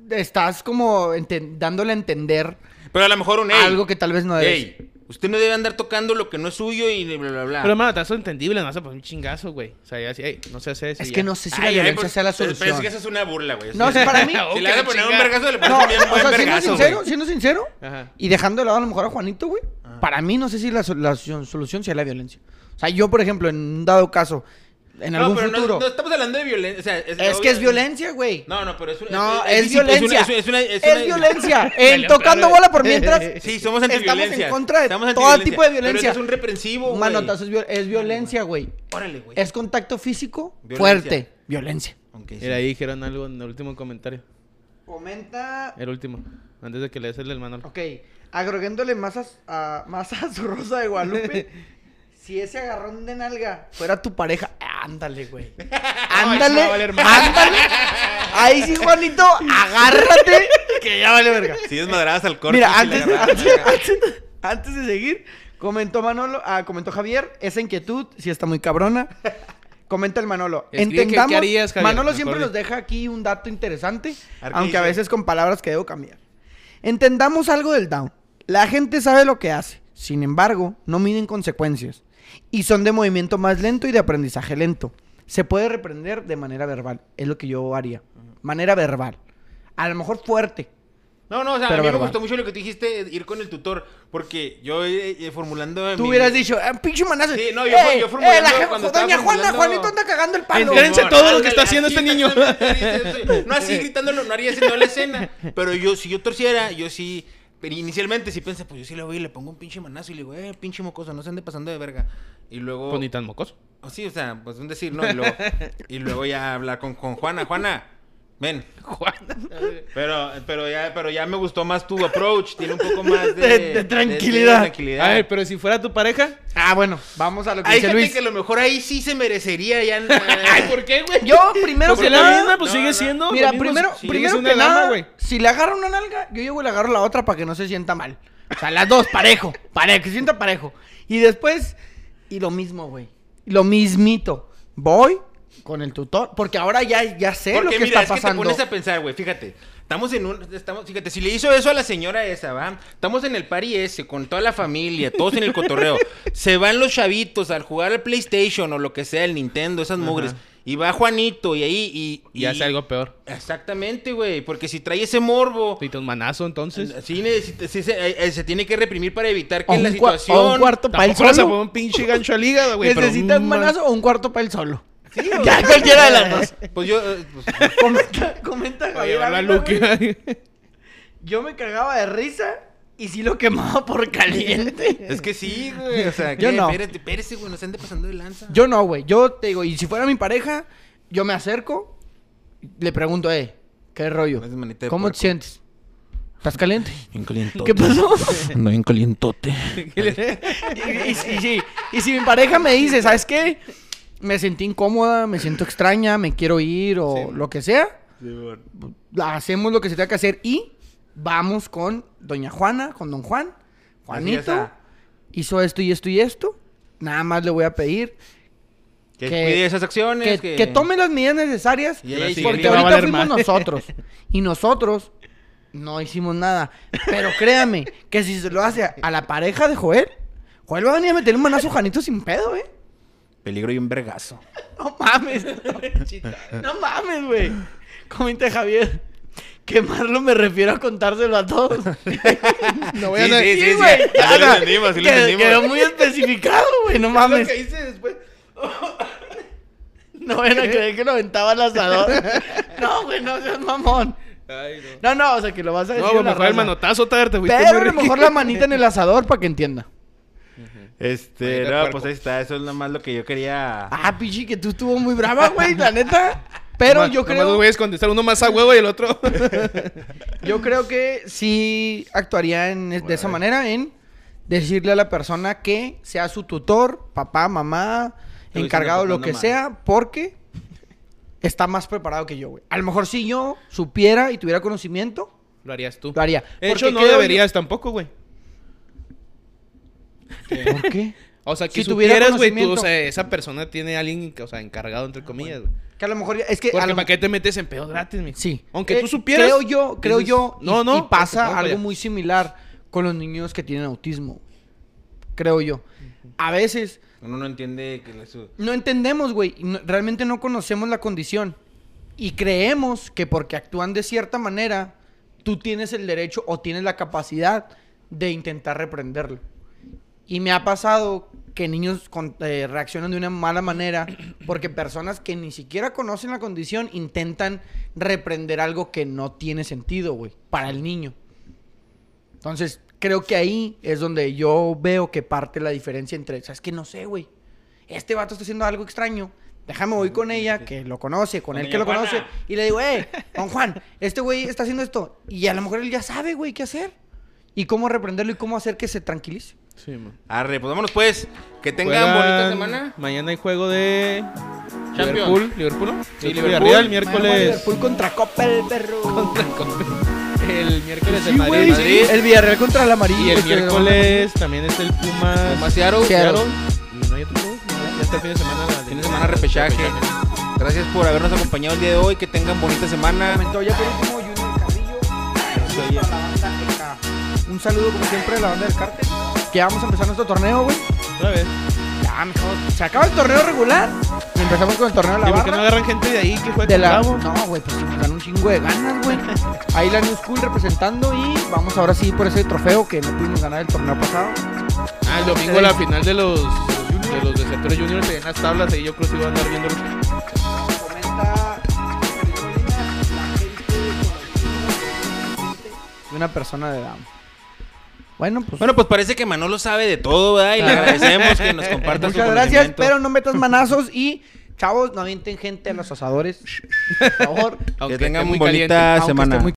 [SPEAKER 4] estás como enten- dándole a entender
[SPEAKER 1] Pero a lo mejor un ey,
[SPEAKER 4] algo que tal vez no debes.
[SPEAKER 1] ey, usted no debe andar tocando lo que no es suyo y bla, bla,
[SPEAKER 4] Ah.
[SPEAKER 1] bla.
[SPEAKER 2] Pero, mano, estás entendible, no vas a poner un chingazo, güey. O sea, ya así, "Ey, no se hace eso.
[SPEAKER 4] Es
[SPEAKER 2] y
[SPEAKER 4] que
[SPEAKER 2] ya.
[SPEAKER 4] no sé si
[SPEAKER 1] Ay,
[SPEAKER 4] la
[SPEAKER 1] ay,
[SPEAKER 4] violencia
[SPEAKER 1] pues,
[SPEAKER 4] sea la
[SPEAKER 1] pero es que
[SPEAKER 4] solución.
[SPEAKER 1] esa es una burla, güey.
[SPEAKER 4] No, o sea, para mí...
[SPEAKER 1] Si le vas a
[SPEAKER 2] Oh, que
[SPEAKER 1] poner
[SPEAKER 2] la
[SPEAKER 1] un
[SPEAKER 2] chinga.
[SPEAKER 1] vergazo, le pones
[SPEAKER 4] No, o
[SPEAKER 1] bien buen
[SPEAKER 4] sea, siendo
[SPEAKER 1] vergazo,
[SPEAKER 4] sincero,
[SPEAKER 1] güey.
[SPEAKER 4] siendo sincero,
[SPEAKER 2] Ajá.
[SPEAKER 4] y dejando de lado a lo mejor a Juanito, güey, para mí no sé si la, sol- la solución, solución sea la violencia. O sea, yo, por ejemplo, en un dado caso, en
[SPEAKER 1] No,
[SPEAKER 4] algún
[SPEAKER 1] pero no-
[SPEAKER 4] futuro...
[SPEAKER 1] No, estamos hablando de violencia. o sea,
[SPEAKER 4] Es que es violencia, güey. No,
[SPEAKER 1] No, no, pero es una.
[SPEAKER 4] es,
[SPEAKER 1] una-
[SPEAKER 4] violencia.
[SPEAKER 1] Es, una- es una- es
[SPEAKER 4] Es
[SPEAKER 1] una-
[SPEAKER 4] violencia.
[SPEAKER 2] Dale,
[SPEAKER 4] En tocando
[SPEAKER 2] pero-
[SPEAKER 4] bola por mientras.
[SPEAKER 1] Sí, somos
[SPEAKER 4] Estamos
[SPEAKER 1] antiviolencia.
[SPEAKER 4] en contra de
[SPEAKER 1] Estamos
[SPEAKER 4] todo
[SPEAKER 1] antiviolencia.
[SPEAKER 4] tipo de
[SPEAKER 1] Pero eso
[SPEAKER 4] violencia.
[SPEAKER 1] es un represivo,
[SPEAKER 4] Un
[SPEAKER 1] güey.
[SPEAKER 4] manotazo es, viol- es violencia, güey.
[SPEAKER 1] Órale, güey.
[SPEAKER 4] Es contacto físico
[SPEAKER 1] Violencia.
[SPEAKER 4] fuerte. Violencia.
[SPEAKER 1] Ok, sí.
[SPEAKER 2] Mira, ahí dijeron algo en el último comentario.
[SPEAKER 4] Comenta.
[SPEAKER 2] El último. Antes de que le des el del Manolo.
[SPEAKER 4] Ok. Agregándole más a, s- a- más a su rosa de Guadalupe. si ese agarrón de nalga fuera tu pareja, ándale, güey. Ándale.
[SPEAKER 2] va a valer más.
[SPEAKER 4] ándale. Ahí sí, Juanito, agárrate. que ya vale verga.
[SPEAKER 1] Si desmadradas al corte.
[SPEAKER 4] Mira,
[SPEAKER 1] si le
[SPEAKER 4] antes,
[SPEAKER 1] agarras-
[SPEAKER 4] antes, antes- antes de seguir, comentó Manolo, ah, comentó Javier, esa inquietud sí está muy cabrona. Comenta el Manolo.
[SPEAKER 2] Explique,
[SPEAKER 4] Entendamos,
[SPEAKER 2] ¿qué harías, Javier?
[SPEAKER 4] Manolo
[SPEAKER 2] Mejor
[SPEAKER 4] siempre
[SPEAKER 2] di.
[SPEAKER 4] nos deja aquí un dato interesante,
[SPEAKER 1] A ver, ¿qué
[SPEAKER 4] aunque a
[SPEAKER 1] dice?
[SPEAKER 4] veces con palabras que debo cambiar. Entendamos algo del down. La gente sabe lo que hace, sin embargo, no miden consecuencias. Y son de movimiento más lento y de aprendizaje lento. Se puede reprender de manera verbal, es lo que yo haría. Manera verbal. A lo mejor fuerte.
[SPEAKER 1] No, no, o sea,
[SPEAKER 4] Pero
[SPEAKER 1] a mí
[SPEAKER 4] verbal.
[SPEAKER 1] me gustó mucho lo que tú dijiste, eh, ir con el tutor, porque yo eh, eh, formulando...
[SPEAKER 4] Tú
[SPEAKER 1] mi-
[SPEAKER 4] hubieras dicho, ah, pinche manazo. eh,
[SPEAKER 1] Sí, no, yo- yo formulando
[SPEAKER 4] jefa-
[SPEAKER 1] cuando estaba
[SPEAKER 4] Doña Juana,
[SPEAKER 1] formulando-
[SPEAKER 4] Juanito anda cagando el palo.
[SPEAKER 1] Simón,
[SPEAKER 2] Entrénse todo lo
[SPEAKER 1] ándale,
[SPEAKER 2] que está haciendo
[SPEAKER 1] así
[SPEAKER 2] este niño.
[SPEAKER 1] exactamente, sí, sí, sí. No así gritándolo, no haría haciendo la escena. Pero yo, si yo torciera, yo sí... Pero inicialmente sí pensé, pues yo sí le voy y le pongo un pinche manazo y le digo, eh, pinche mocoso, no se ande pasando de verga. Y luego...
[SPEAKER 2] Pues ni tan mocoso.
[SPEAKER 1] Oh, sí, o sea, pues un decir, ¿no? Y luego, y luego ya hablar con, con Juana. Juana, ven.
[SPEAKER 2] Juana.
[SPEAKER 1] Pero, pero, ya, pero ya me gustó más tu approach. Tiene un poco más de...
[SPEAKER 4] De- de tranquilidad.
[SPEAKER 2] A ver, pero si fuera tu pareja.
[SPEAKER 4] Ah, bueno, vamos a lo que
[SPEAKER 1] Hay
[SPEAKER 4] dice
[SPEAKER 1] gente
[SPEAKER 4] Luis.
[SPEAKER 1] que a lo mejor ahí sí se merecería ya...
[SPEAKER 2] ¿Por qué, güey?
[SPEAKER 4] Yo, primero que
[SPEAKER 2] Pues es la misma,
[SPEAKER 4] nada...
[SPEAKER 2] pues
[SPEAKER 1] No,
[SPEAKER 2] sigue
[SPEAKER 1] no.
[SPEAKER 2] siendo. lo
[SPEAKER 4] Mira,
[SPEAKER 2] mismo,
[SPEAKER 4] primero,
[SPEAKER 2] sigue
[SPEAKER 4] primero
[SPEAKER 2] siendo
[SPEAKER 4] que
[SPEAKER 2] una dama,
[SPEAKER 4] nada,
[SPEAKER 2] güey.
[SPEAKER 4] si le agarro una nalga, yo llego y le agarro la otra para que no se sienta mal. O sea, las dos, parejo. Para que se sienta parejo. Y después, y lo mismo, güey. Lo mismito. Voy con el tutor, porque ahora ya, ya sé lo
[SPEAKER 1] Porque
[SPEAKER 4] que está
[SPEAKER 1] mira, es que te
[SPEAKER 4] pasando.
[SPEAKER 1] pones a pensar, güey, fíjate. Estamos en un... Estamos, fíjate, si le hizo eso a la señora esa, ¿va? Estamos en el party ese, con toda la familia, todos en el cotorreo. se van los chavitos al jugar al PlayStation o lo que sea, el Nintendo, esas mugres. Y va Juanito y ahí... Y,
[SPEAKER 2] Y hace algo peor.
[SPEAKER 1] Exactamente, güey. Porque si trae ese morbo...
[SPEAKER 2] Y un manazo, entonces.
[SPEAKER 1] Sí, necesita- sí se, eh, eh, se tiene que reprimir para evitar que
[SPEAKER 4] O un
[SPEAKER 1] la
[SPEAKER 4] cua-
[SPEAKER 1] situación...
[SPEAKER 4] o un cuarto para el
[SPEAKER 2] Tampoco vas a poner
[SPEAKER 4] solo.
[SPEAKER 2] un pinche gancho al hígado, güey. pero
[SPEAKER 4] Necesitas
[SPEAKER 2] un
[SPEAKER 4] manazo o un cuarto para el solo.
[SPEAKER 1] Sí, o
[SPEAKER 4] ya
[SPEAKER 1] sea,
[SPEAKER 4] cualquiera de las dos.
[SPEAKER 1] Pues yo... eh, pues,
[SPEAKER 4] comenta, comenta
[SPEAKER 2] Para
[SPEAKER 4] Javier
[SPEAKER 2] llevarlo a
[SPEAKER 4] Ávila,
[SPEAKER 2] Luke.
[SPEAKER 4] güey. Yo me cagaba de risa y sí lo quemaba por caliente.
[SPEAKER 1] es que sí, güey. O sea,
[SPEAKER 4] Yo
[SPEAKER 1] que-
[SPEAKER 4] no.
[SPEAKER 1] Espérate, espérate, güey. No se ande pasando de lanza.
[SPEAKER 4] Yo no, güey. Yo te digo, y si fuera mi pareja, yo me acerco, le pregunto, eh, ¿qué rollo?
[SPEAKER 1] Haces manita de
[SPEAKER 4] ¿Cómo te
[SPEAKER 1] puerco.
[SPEAKER 4] sientes? ¿Estás caliente?
[SPEAKER 1] Bien calientote.
[SPEAKER 4] ¿Qué pasó?
[SPEAKER 1] Ando bien calientote.
[SPEAKER 4] y, y- y si- y si mi pareja me dice, ¿sabes qué? Me sentí incómoda, me siento extraña, me quiero ir o
[SPEAKER 2] Sí.
[SPEAKER 4] lo que sea, hacemos lo que se tenga que hacer y vamos con doña Juana, con don Juan.
[SPEAKER 1] Así
[SPEAKER 4] Juanito
[SPEAKER 1] es, ah.
[SPEAKER 4] hizo esto y esto y esto. Nada más le voy a pedir
[SPEAKER 1] Que,
[SPEAKER 4] Que-
[SPEAKER 1] cuide esas acciones.
[SPEAKER 4] que, que tome las medidas necesarias
[SPEAKER 1] Y ahí sí,
[SPEAKER 4] porque
[SPEAKER 1] le va a
[SPEAKER 4] ahorita
[SPEAKER 2] valer
[SPEAKER 4] fuimos
[SPEAKER 2] madre.
[SPEAKER 4] nosotros y nosotros no hicimos nada. Pero créame que si se lo hace a, a la pareja de Joel, Joel va a venir a meterle un manazo a Juanito sin pedo, ¿eh?
[SPEAKER 1] Peligro y un vergazo.
[SPEAKER 4] No mames. No, No mames, güey. Comenta Javier. Quemarlo me refiero a contárselo a todos.
[SPEAKER 2] No
[SPEAKER 1] Sí,
[SPEAKER 2] a
[SPEAKER 1] sí, sí, sí.
[SPEAKER 4] güey.
[SPEAKER 1] Así lo
[SPEAKER 4] Ahora,
[SPEAKER 1] entendimos, así lo
[SPEAKER 4] quedó-
[SPEAKER 1] entendimos.
[SPEAKER 4] Quedó muy especificado, güey. No
[SPEAKER 2] Mames.
[SPEAKER 4] mames.
[SPEAKER 2] Lo que hice después.
[SPEAKER 4] No van a creer que lo aventaba al asador. No, güey, no seas mamón.
[SPEAKER 2] Ay, no.
[SPEAKER 4] No, no, o sea, que lo vas a decir.
[SPEAKER 2] No,
[SPEAKER 4] a
[SPEAKER 2] güey,
[SPEAKER 4] la
[SPEAKER 2] mejor el
[SPEAKER 4] raza.
[SPEAKER 2] manotazo, Tader, te fuiste
[SPEAKER 4] Pero a
[SPEAKER 2] muy
[SPEAKER 4] lo
[SPEAKER 2] rico.
[SPEAKER 4] mejor la manita en el asador para que entienda.
[SPEAKER 1] Este,
[SPEAKER 2] Manita de
[SPEAKER 1] no,
[SPEAKER 2] puerco.
[SPEAKER 1] pues ahí está. Eso es nada más lo que yo quería.
[SPEAKER 4] Ah, pichi, que tú estuvo muy brava, güey, la neta. Pero
[SPEAKER 2] Nomás-
[SPEAKER 4] yo
[SPEAKER 2] Nomás
[SPEAKER 4] creo,
[SPEAKER 2] los güeyes contestar uno más a huevo y el otro.
[SPEAKER 4] yo creo que sí actuaría en- de esa manera en decirle a la persona que sea su tutor, papá, mamá,
[SPEAKER 1] Te voy
[SPEAKER 4] encargado de
[SPEAKER 1] diciendo,
[SPEAKER 4] lo que
[SPEAKER 1] papá,
[SPEAKER 4] sea, porque está más preparado que yo, güey. A lo mejor si yo supiera y tuviera conocimiento,
[SPEAKER 2] Lo harías tú.
[SPEAKER 4] lo haría.
[SPEAKER 2] De hecho,
[SPEAKER 4] Porque
[SPEAKER 2] no
[SPEAKER 4] creo yo-
[SPEAKER 2] deberías tampoco, güey.
[SPEAKER 4] ¿Por qué?
[SPEAKER 2] O sea, que
[SPEAKER 4] Si tuviera
[SPEAKER 2] supieras, güey, tú, o
[SPEAKER 4] conocimiento.
[SPEAKER 2] sea, esa persona tiene a alguien, o sea, encargado, entre comillas, güey.
[SPEAKER 4] Que a lo mejor es que. a
[SPEAKER 2] Porque
[SPEAKER 4] lo-
[SPEAKER 2] ¿para qué te metes en pedo gratis, mi?
[SPEAKER 4] Sí.
[SPEAKER 2] Aunque
[SPEAKER 4] Eh,
[SPEAKER 2] tú supieras.
[SPEAKER 4] Creo yo, creo
[SPEAKER 2] dices,
[SPEAKER 4] yo. y-
[SPEAKER 2] No,
[SPEAKER 4] Y
[SPEAKER 2] no.
[SPEAKER 4] pasa
[SPEAKER 2] te pongo
[SPEAKER 4] algo
[SPEAKER 2] ya".
[SPEAKER 4] muy similar con los niños que tienen autismo. Creo yo. A veces
[SPEAKER 1] Uno no entiende que la su-
[SPEAKER 4] no entendemos, güey. y no- realmente no conocemos la condición. Y creemos que porque actúan de cierta manera, tú tienes el derecho o tienes la capacidad de intentar reprenderlo. Y me ha pasado que niños con- eh, reaccionan de una mala manera porque personas que ni siquiera conocen la condición intentan reprender algo que no tiene sentido, güey, para el niño. Entonces, creo que ahí es donde yo veo que parte la diferencia entre, sabes que no sé, güey. Este vato está haciendo algo extraño. Déjame voy con ella, que lo conoce, con,
[SPEAKER 1] Con
[SPEAKER 4] él
[SPEAKER 1] doña
[SPEAKER 4] que lo
[SPEAKER 1] Juana.
[SPEAKER 4] conoce. Y le digo, eh, don Juan, este güey está haciendo esto. Y a lo mejor él ya sabe, güey, qué hacer. Y cómo reprenderlo y cómo hacer que se tranquilice.
[SPEAKER 2] Sí, man.
[SPEAKER 1] Arre, pues vámonos pues. Que tengan
[SPEAKER 2] Juegan-
[SPEAKER 1] bonita semana.
[SPEAKER 2] Mañana hay juego de.
[SPEAKER 1] Champions.
[SPEAKER 2] Liverpool. Liverpool, ¿no?
[SPEAKER 1] Sí,
[SPEAKER 2] Liverpool,
[SPEAKER 1] Liverpool.
[SPEAKER 2] Villarreal, el
[SPEAKER 4] Mañana
[SPEAKER 2] miércoles.
[SPEAKER 4] Liverpool contra Coppel, perro.
[SPEAKER 2] El miércoles de
[SPEAKER 4] Sí, güey,
[SPEAKER 2] Madrid.
[SPEAKER 1] Madrid.
[SPEAKER 4] El Villarreal contra el amarillo.
[SPEAKER 2] Y el
[SPEAKER 4] que-
[SPEAKER 2] miércoles también es el Pumas.
[SPEAKER 1] Más Seattle.
[SPEAKER 4] Seattle.
[SPEAKER 2] Y no hay otro juego. Ya está el fin de semana. la
[SPEAKER 1] Fin de semana repechaje. Gracias por habernos acompañado el día de hoy. Que tengan bonita semana.
[SPEAKER 4] Comentó ya por último Junior Carrillo. Saludos para la banda ECA. Un saludo como siempre de la banda del cártel. Que ya vamos a empezar nuestro torneo, güey.
[SPEAKER 2] Otra vez.
[SPEAKER 4] Ya, mejor. Se acaba el torneo regular. Y empezamos con el torneo de la
[SPEAKER 2] ¿Y por qué no
[SPEAKER 4] barra.
[SPEAKER 2] agarran gente de ahí que juega
[SPEAKER 4] de
[SPEAKER 2] con
[SPEAKER 4] la...
[SPEAKER 2] Bravo?
[SPEAKER 4] No, güey, pues si me dan un chingo de ganas, güey. Ahí la New School representando y vamos ahora sí por ese trofeo que no pudimos ganar el torneo pasado.
[SPEAKER 2] Ah, el domingo la final de los de los desertores juniors en las tablas ahí yo creo que iba a andar viendo los-
[SPEAKER 4] Comenta de una persona de edad. Bueno, pues.
[SPEAKER 1] Bueno, pues parece que Manolo sabe de todo, ¿verdad? Y le agradecemos que nos comparta su
[SPEAKER 4] Muchas gracias,
[SPEAKER 1] conocimiento.
[SPEAKER 4] pero no metas manazos y chavos, no avienten gente a los asadores. Por favor.
[SPEAKER 1] Que
[SPEAKER 2] Aunque
[SPEAKER 1] tengan
[SPEAKER 2] esté
[SPEAKER 1] muy
[SPEAKER 2] caliente.
[SPEAKER 1] bonita
[SPEAKER 4] aunque esté
[SPEAKER 1] semana.
[SPEAKER 4] muy